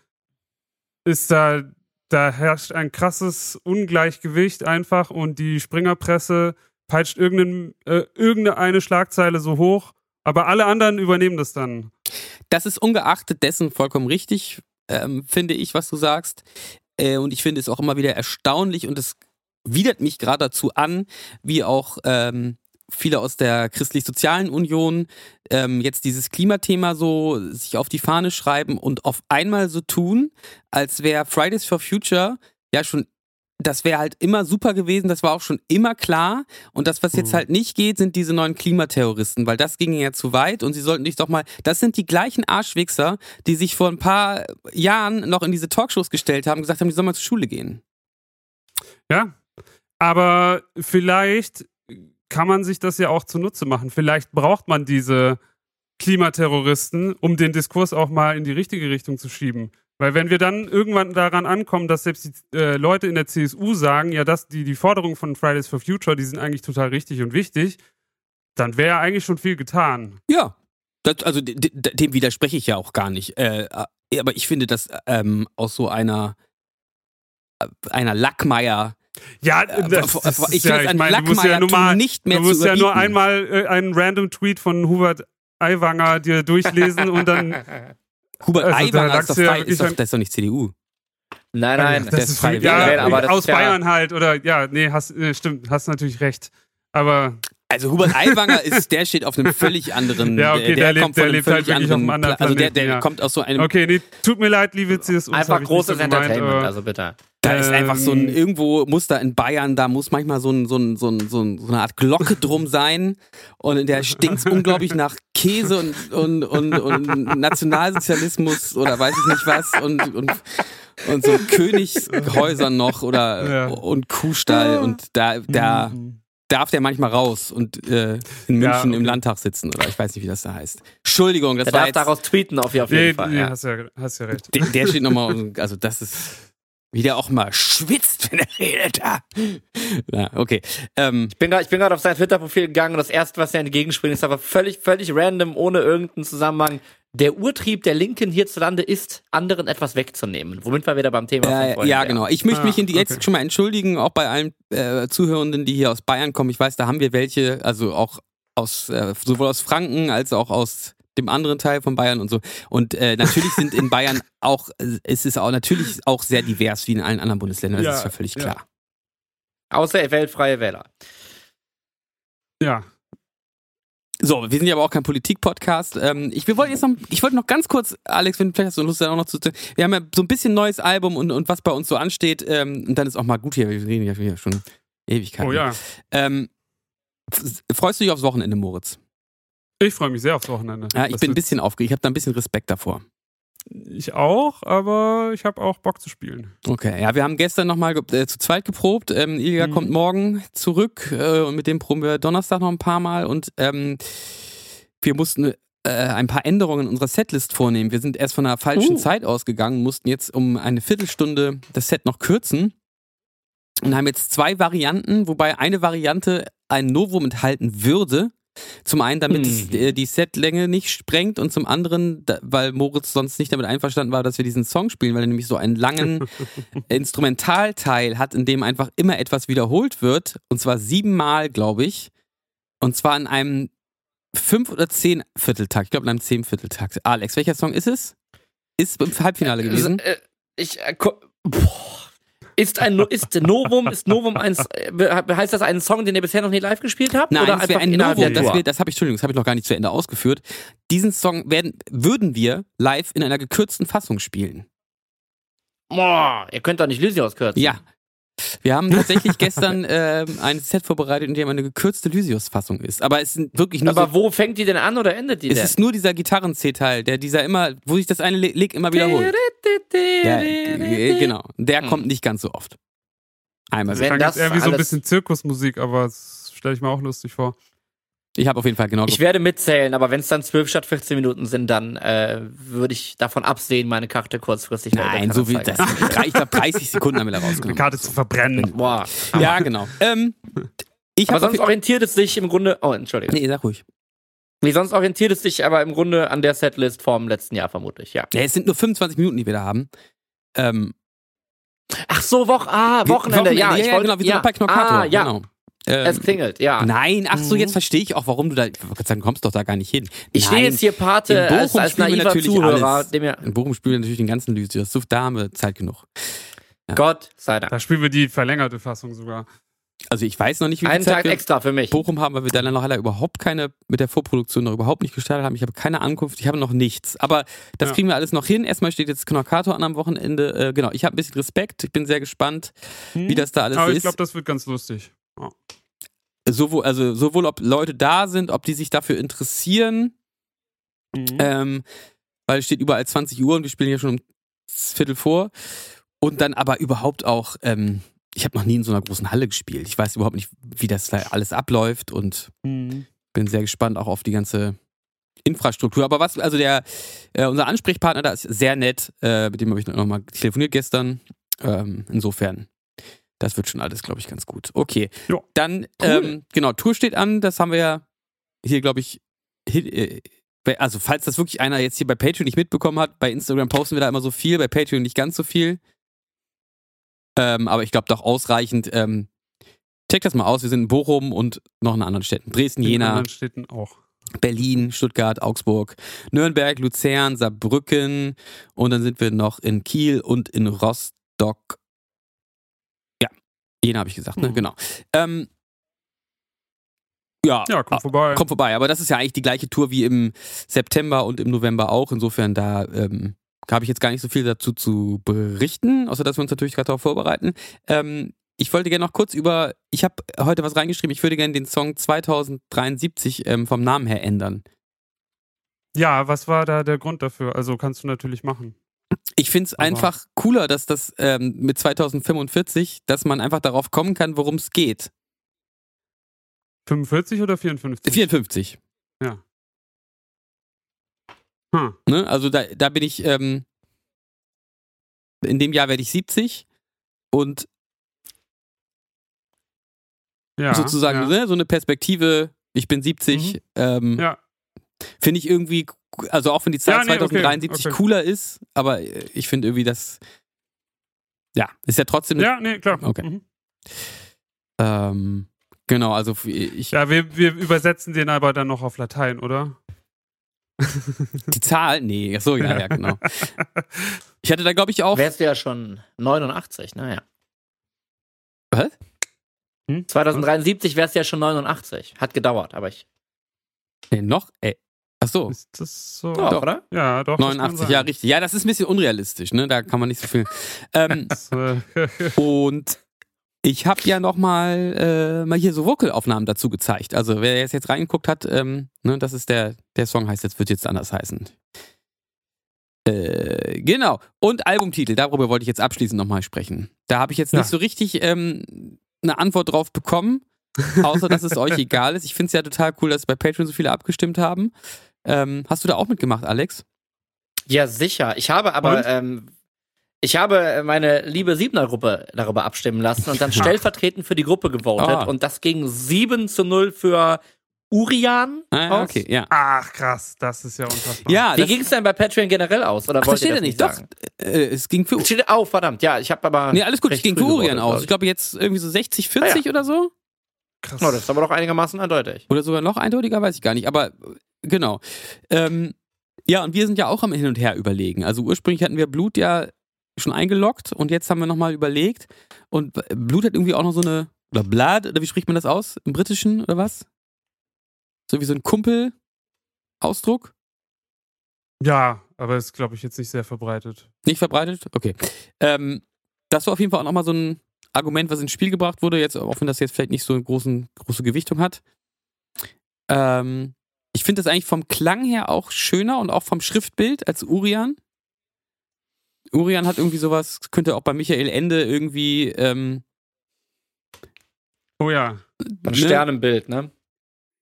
ist da, da herrscht ein krasses Ungleichgewicht einfach und die Springerpresse peitscht irgendein, äh, irgendeine Schlagzeile so hoch, aber alle anderen übernehmen das dann. Das ist ungeachtet dessen vollkommen richtig. ähm, finde ich, was du sagst. Äh, und ich finde es auch immer wieder erstaunlich und es widert mich gerade dazu an, wie auch ähm, viele aus der christlich-sozialen Union ähm, jetzt dieses Klimathema so sich auf die Fahne schreiben und auf einmal so tun, als wäre Fridays for Future ja schon, das wäre halt immer super gewesen, das war auch schon immer klar. Und das, was jetzt halt nicht geht, sind diese neuen Klimaterroristen, weil das ging ja zu weit und sie sollten nicht doch mal, das sind die gleichen Arschwichser, die sich vor ein paar Jahren noch in diese Talkshows gestellt haben, gesagt haben, die sollen mal zur Schule gehen. Ja, aber vielleicht kann man sich das ja auch zunutze machen. Vielleicht braucht man diese Klimaterroristen, um den Diskurs auch mal in die richtige Richtung zu schieben. Weil wenn wir dann irgendwann daran ankommen, dass selbst die äh, Leute in der CSU sagen, ja, dass die, die Forderungen von Fridays for Future, die sind eigentlich total richtig und wichtig, dann wäre ja eigentlich schon viel getan. Ja, das, also de- de- dem widerspreche ich ja auch gar nicht. Äh, äh, aber ich finde, dass ähm, aus so einer äh, einer Lackmeier Ja, Äh, das, aber- das aber ist ich ja, find's ich ein meine, du musst ja Lackmeiertum nur mal, nicht mehr du musst zu ja nur überbieten. einmal äh, einen random Tweet von Hubert Aiwanger dir durchlesen und dann Hubert Also, da Aiwanger ist lagst doch, du ja frei, wirklich ist, doch, an- das ist doch nicht CDU. Nein, nein. das- ist frei ja, wählen, aber das aus ist ja- Bayern halt oder ja, nee, hast äh, stimmt, hast natürlich recht. Aber Also Hubert Aiwanger ist, der steht auf einem völlig anderen, Ja, okay, der lebt- kommt von der einem lebt halt völlig wirklich auf anderen, einem anderen Pla- also der, der Planeten, ja. kommt aus so einem, okay, nee, tut mir leid, liebe CSU. Einfach großes äh, Entertainment, also bitte. da ist einfach so ein, ähm, irgendwo muss da in Bayern, da muss manchmal so, ein, so, ein, so, ein, so, ein, so eine Art Glocke drum sein und in der stinkt unglaublich nach Käse und, und, und, und Nationalsozialismus oder weiß ich nicht was und, und, und so Königshäusern noch oder Ja. Mhm. und Kuhstall und da, da darf der manchmal raus und äh, in München Ja, okay. im Landtag sitzen oder ich weiß nicht, wie das da heißt. Entschuldigung, das Der war darf jetzt, daraus tweeten auf, auf jeden Nee, Fall. nee, ja. hast ja, hast ja recht. Der, der steht nochmal, also das ist, wie der auch mal schwitzt, wenn er redet. Ah. Na, okay. Ähm, Ich bin grad- Ich bin gerade auf sein Twitter-Profil gegangen und das erste, was er entgegenspringt, ist aber völlig, völlig random, ohne irgendeinen Zusammenhang. Der Urtrieb der Linken hierzulande ist, anderen etwas wegzunehmen. Womit wir wieder beim Thema von äh, vorhin ja, wären. genau. Ich möchte Ah, mich in die jetzt okay. schon mal entschuldigen, auch bei allen äh, Zuhörenden, die hier aus Bayern kommen. Ich weiß, da haben wir welche, also auch aus, äh, sowohl aus Franken als auch aus dem anderen Teil von Bayern und so. Und äh, natürlich sind in Bayern auch, äh, es ist auch natürlich auch sehr divers wie in allen anderen Bundesländern. Das Ja, ist ja völlig ja. klar. Außer weltfreie Wähler. Ja, So, wir sind ja aber auch kein Politik-Podcast. Ähm, ich, wir wollten jetzt noch, ich wollte noch ganz kurz, Alex, wenn du vielleicht hast du Lust, dann auch noch zu, wir haben ja so ein bisschen neues Album und, und was bei uns so ansteht, ähm, und dann ist auch mal gut hier, wir reden ja hier schon Ewigkeiten. oh ja. Ähm, f- freust du dich aufs Wochenende, Moritz? Ich freue mich sehr aufs Wochenende. Ja, ich Das bin ein wird- bisschen aufgeregt, ich habe da ein bisschen Respekt davor. ich auch, aber ich habe auch Bock zu spielen. Okay, ja, wir haben gestern nochmal äh, zu zweit geprobt. Ähm, Mhm. Ilja kommt morgen zurück äh, und mit dem proben wir Donnerstag noch ein paar Mal und ähm, wir mussten äh, ein paar Änderungen in unserer Setlist vornehmen. Wir sind erst von einer falschen Uh. Zeit ausgegangen, mussten jetzt um eine Viertelstunde das Set noch kürzen und haben jetzt zwei Varianten, wobei eine Variante ein Novum enthalten würde. Zum einen, damit es, äh, die Setlänge nicht sprengt und zum anderen, da, weil Moritz sonst nicht damit einverstanden war, dass wir diesen Song spielen, weil er nämlich so einen langen Instrumentalteil hat, in dem einfach immer etwas wiederholt wird. Und zwar siebenmal, glaube ich. Und zwar in einem fünf oder zehn Vierteltakt. Ich glaube, in einem zehn Vierteltakt. Alex, welcher Song ist es? Ist im Halbfinale gewesen. Äh, Ich, äh, ko- boah. ist ein No- ist Novum ist Novum ein äh, be- heißt das einen Song, den ihr bisher noch nie live gespielt habt Nein, oder das wäre einfach ein innerhalb Novum. der Das, Tour? wär- das habe ich, Entschuldigung, das habe ich noch gar nicht zu Ende ausgeführt. Diesen Song werden, würden wir live in einer gekürzten Fassung spielen. Boah, ihr könnt doch nicht Lysios kürzen. Ja. Wir haben tatsächlich gestern ähm, ein Set vorbereitet, in dem eine gekürzte Lysius-Fassung ist. Aber es sind wirklich nur Aber so, wo fängt die denn an oder endet die es denn? ist nur dieser Gitarren-C-Teil, der dieser immer, wo sich das eine Le- Lick immer wiederholt. Ja, äh, genau. Der Hm. kommt nicht ganz so oft. Einmal. Wenn Klang jetzt das eher wie so ein alles- bisschen Zirkusmusik, aber das stelle ich mir auch lustig vor. Ich habe auf jeden Fall genau Ich werde mitzählen, aber wenn es dann 12 statt 14 Minuten sind, dann äh, würde ich davon absehen, meine Karte kurzfristig geguckt. Nein, so wie das. weiterzuzeigen. Ich glaube, 30 Sekunden haben wir da Die Hm. rausgenommen. Karte zu verbrennen. Ah, Boah. Ja, genau. Ähm, ich Aber habe sonst orientiert es sich im Grunde. Oh, Entschuldigung. Nee, sag ruhig. Nee, sonst orientiert es sich aber im Grunde an der Setlist vom letzten Jahr vermutlich, ja. Ja, es sind nur 25 Minuten, die wir da haben. Ähm, Ach so, Woche, ah, Wochenende, ja, ich ja, wollte, genau, wir sind ja. noch bei Knockato. Ah, ja, genau. Ähm, Es klingelt, ja. Nein, ach so, jetzt verstehe ich auch, warum du da. Ich wollte gerade sagen, du kommst doch da gar nicht hin. ich stehe Nein. jetzt hier In Pate Bochum als, als spielen wir naiver natürlich Zuhörer. alles. Dem ja, In Bochum spielen wir natürlich den ganzen Lysias. Da haben wir Zeit genug. Gott sei Dank. Da spielen wir die verlängerte Fassung sogar. Also ich weiß noch nicht, wie viel Einen Zeit Tag wir extra für mich. Bochum haben, weil wir dann noch leider überhaupt keine, mit der Vorproduktion noch überhaupt nicht gestartet haben. Ich habe keine Ankunft, ich habe noch nichts. Aber das Ja. kriegen wir alles noch hin. Erstmal steht jetzt Knorkato an am Wochenende. Äh, genau, ich habe ein bisschen Respekt. Ich bin sehr gespannt, wie das da alles Hm. Aber ist. ich glaube, das wird ganz lustig. Ja. sowohl, also sowohl ob Leute da sind, ob die sich dafür interessieren, Mhm. ähm, weil es steht überall 20 Uhr und wir spielen ja schon um Viertel vor. Und dann aber überhaupt auch, ähm, ich habe noch nie in so einer großen Halle gespielt. Ich weiß überhaupt nicht, wie das da alles abläuft und bin sehr gespannt auch auf die ganze Infrastruktur. Aber was, also der, äh, unser Ansprechpartner da ist sehr nett, äh, mit dem habe ich noch mal telefoniert gestern. Ähm, insofern, das wird schon alles, glaube ich, ganz gut. Okay, Ja. dann, ähm, genau, Tour steht an, das haben wir ja hier, glaube ich, hin, äh, bei- also falls das wirklich einer jetzt hier bei Patreon nicht mitbekommen hat, bei Instagram posten wir da immer so viel, bei Patreon nicht ganz so viel. Ähm, aber ich glaube doch ausreichend. Ähm, check das mal aus. Wir sind in Bochum und noch in anderen Städten. Dresden, In Jena, anderen Städten auch. Berlin, Stuttgart, Augsburg, Nürnberg, Luzern, Saarbrücken und dann sind wir noch in Kiel und in Rostock. Ja, Jena habe ich gesagt, ne? Mhm. Genau. Ähm, ja, Ja, Ah. kommt vorbei. Kommt vorbei, aber das ist ja eigentlich die gleiche Tour wie im September und im November auch. Insofern, da ähm, habe ich jetzt gar nicht so viel dazu zu berichten, außer dass wir uns natürlich gerade darauf vorbereiten. Ähm, ich wollte gerne noch kurz über, ich habe heute was reingeschrieben, ich würde gerne den Song 2073 ähm, vom Namen her ändern. Ja, was war da der Grund dafür? Also kannst du natürlich machen. Ich finde es Aber- einfach cooler, dass das ähm, mit 2045, dass man einfach darauf kommen kann, worum es geht. 45 oder 54? 54. Hm. Ne? Also da, da bin ich, ähm, in dem Jahr werde ich 70 und Ja, sozusagen Ja. Mhm. ne, so eine Perspektive, ich bin 70, ähm, Ja. finde ich irgendwie, also auch wenn die Zahl Ja, nee, okay, 2073 okay. cooler ist, aber äh, ich finde irgendwie das, ja, ist ja trotzdem, ja, nee, klar. Okay. Mhm. ähm, genau, also f- ich, Ja, wir, wir übersetzen den aber dann noch auf Latein, oder? die Zahl, nee, ach so, ja, ja, genau. Ich hatte da, glaube ich, auch, Wärst du ja schon 89, naja. Hä? Hm? 2073 wärst du ja schon 89. Hat gedauert, aber ich. nee, Äh, noch, ey, ach so, Ist das so? Oh, Ja, oder? Ja, doch. das kann 89, sein. ja, richtig. Ja, das ist ein bisschen unrealistisch, ne, da kann man nicht so viel, ähm, Das, äh, Und ich habe ja nochmal äh, mal hier so Vocalaufnahmen dazu gezeigt. Also wer jetzt, jetzt reingeguckt hat, ähm, ne, das ist der, der Song heißt jetzt, wird jetzt anders heißen. Äh, genau. Und Albumtitel, darüber wollte ich jetzt abschließend nochmal sprechen. Da habe ich jetzt Ja. nicht so richtig ähm, eine Antwort drauf bekommen, außer dass es euch egal ist. Ich finde es ja total cool, dass bei Patreon so viele abgestimmt haben. Ähm, hast du da auch mitgemacht, Alex? Ja, sicher. Ich habe Und? aber. Ähm, ich habe meine liebe Siebner-Gruppe darüber abstimmen lassen und dann stellvertretend für die Gruppe gewotet. Ah. Und das ging 7 zu 0 für Urian. Ah, aus. Ah. okay, ja. ach, krass, das ist ja unfassbar. Ja, Wie das- ging es denn bei Patreon generell aus? Oder Ach, das wollt ihr steht ja das nicht. nicht Doch, sagen? äh, es ging für Das Steht, oh, verdammt, ja, ich habe aber. Nee, alles gut, es recht ging früh für Urian gewotet, aus. glaub Ah, Ich glaube jetzt irgendwie so 60, 40 oder so. krass. Oh, das ist aber doch einigermaßen eindeutig. Oder sogar noch eindeutiger, weiß ich gar nicht. Aber äh, genau. Ähm, ja, und wir sind ja auch am Hin und Her überlegen. Also ursprünglich hatten wir Blut ja schon eingeloggt und jetzt haben wir nochmal überlegt. Und B- Blut hat irgendwie auch noch so eine, oder Blood, oder wie spricht man das aus? Im Britischen oder was? So wie so ein Kumpel-Ausdruck? ja, aber ist, glaube ich, jetzt nicht sehr verbreitet. Nicht verbreitet? Okay. Ähm, das war auf jeden Fall auch nochmal so ein Argument, was ins Spiel gebracht wurde, jetzt, auch wenn das jetzt vielleicht nicht so eine großen, große Gewichtung hat. Ähm, ich finde das eigentlich vom Klang her auch schöner und auch vom Schriftbild als Urian. Urian hat irgendwie sowas, könnte auch bei Michael Ende irgendwie ähm, Oh ja. Ein ne? Sternenbild, ne?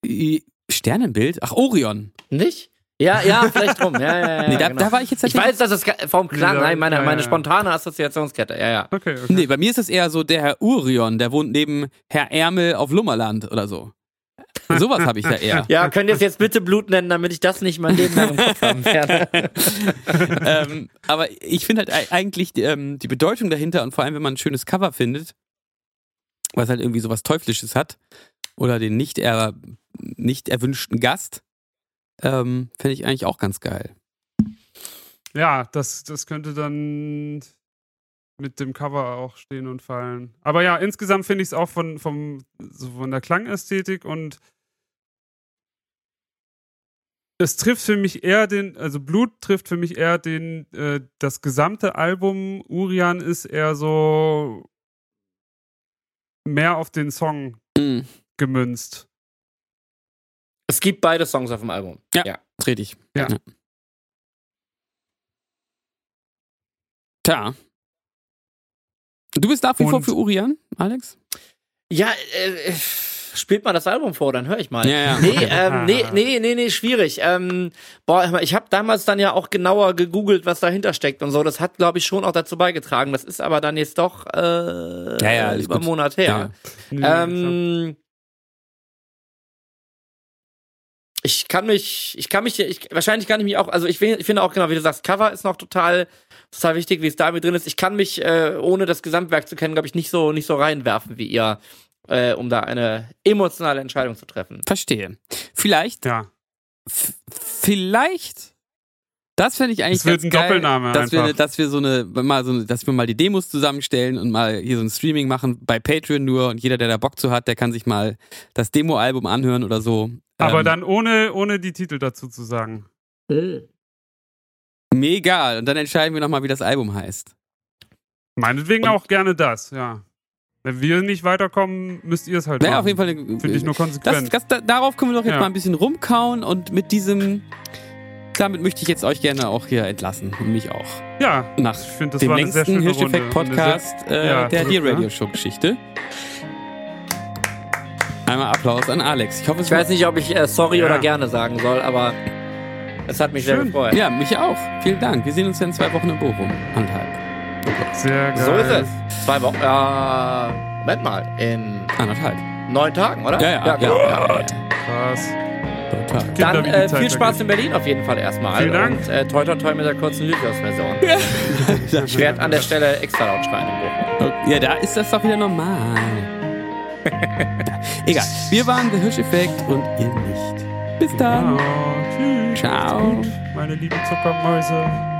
I- Sternenbild? Ach, Orion. Nicht? Ja, ja, vielleicht drum. Ja, ja, ja, nee, da, genau. da war ich jetzt ich weiß, dass es ga- vom Klang, Ja, nein, meine, ja, ja, meine ja. spontane Assoziationskette, ja, ja. Okay, okay. Nee, bei mir ist es eher so der Herr Urion, der wohnt neben Herr Ärmel auf Lummerland oder so. Sowas habe ich da eher. Ja, könnt ihr es jetzt bitte Blut nennen, damit ich das nicht mein Leben lang im Kopf haben werde. ähm, aber ich finde halt ei- eigentlich ähm, die Bedeutung dahinter und vor allem, wenn man ein schönes Cover findet, was halt irgendwie sowas Teuflisches hat oder den nicht, er, nicht erwünschten Gast, ähm, fände ich eigentlich auch ganz geil. Ja, das, das könnte dann mit dem Cover auch stehen und fallen. Aber ja, insgesamt finde ich es auch von, vom, so von der Klangästhetik und es trifft für mich eher den, also Blut trifft für mich eher den, äh, das gesamte Album. Urian ist eher so mehr auf den Song Mhm. gemünzt. Es gibt beide Songs auf dem Album. Ja. Richtig. Ja. Tja. Du bist nach wie vor Und- für Urian, Alex? Ja, äh, äh, spielt mal das Album vor, dann höre ich mal. Ja, ja. Nee, ähm, nee, nee, nee, nee, schwierig. Ähm, boah, hör mal, ich habe damals dann ja auch genauer gegoogelt, was dahinter steckt und so. Das hat, glaube ich, schon auch dazu beigetragen. Das ist aber dann jetzt doch äh, Ja, ja, alles über gut. einen Monat her. Ähm, ich kann mich, ich kann mich, ich, wahrscheinlich kann ich mich auch, also ich, will- ich finde auch genau, wie du sagst, Cover ist noch total, total wichtig, wie es da mit drin ist. Ich kann mich, äh, ohne das Gesamtwerk zu kennen, glaube ich, nicht so, nicht so reinwerfen wie ihr, äh, um da eine emotionale Entscheidung zu treffen. Verstehe. Vielleicht, Ja. f- vielleicht, das fände ich eigentlich Es wird ganz ein geil, Doppelname dass wir, einfach. dass wir so eine, mal so eine, dass wir mal die Demos zusammenstellen und mal hier so ein Streaming machen bei Patreon nur und jeder, der da Bock zu hat, der kann sich mal das Demo-Album anhören oder so. Aber Ähm, dann ohne, ohne die Titel dazu zu sagen. Mir egal. Und dann entscheiden wir nochmal, wie das Album heißt. Meinetwegen Und- auch gerne das, ja. Wenn wir nicht weiterkommen, müsst ihr es halt Wäre machen. auf jeden Fall Finde ich eine, äh, nur das, konsequent. das, da, darauf können wir doch jetzt Ja. mal ein bisschen rumkauen und mit diesem, damit möchte ich jetzt euch gerne auch hier entlassen und mich auch. ja, Nach ich finde, das dem war eine sehr längsten schöne Runde. Hirscheffekt-Podcast äh, Ja, der verrückt, Dear Radio ne? Show Geschichte. Einmal Applaus an Alex. Ich hoffe, es Ich weiß nicht, ob ich äh, sorry Ja. oder gerne sagen soll, aber es hat mich sehr Schön. gefreut. Ja, mich auch. Vielen Dank. Wir sehen uns ja in zwei Wochen in Bochum. Anderthalb. Eine sehr, sehr geil. So ist es. Zwei Wochen, äh, Moment mal, in Anderthalb. neun Tagen, oder? Ja, ja, ja. genau, ja. Krass. Total. Kinder, Dann wie die äh, Zeit viel Spaß vergeht. in Berlin auf jeden Fall erstmal. Vielen Dank. Und äh, toi toi toi mit der kurzen Lydios-Version. ich werde an der Stelle extra laut schreien im Buch. Ja, da ist das doch wieder normal. Egal. Wir waren der Hirscheffekt und ihr nicht. Bis dann. Genau. Tschüss. Ciao. Macht's gut, Meine lieben Zuckermäuse.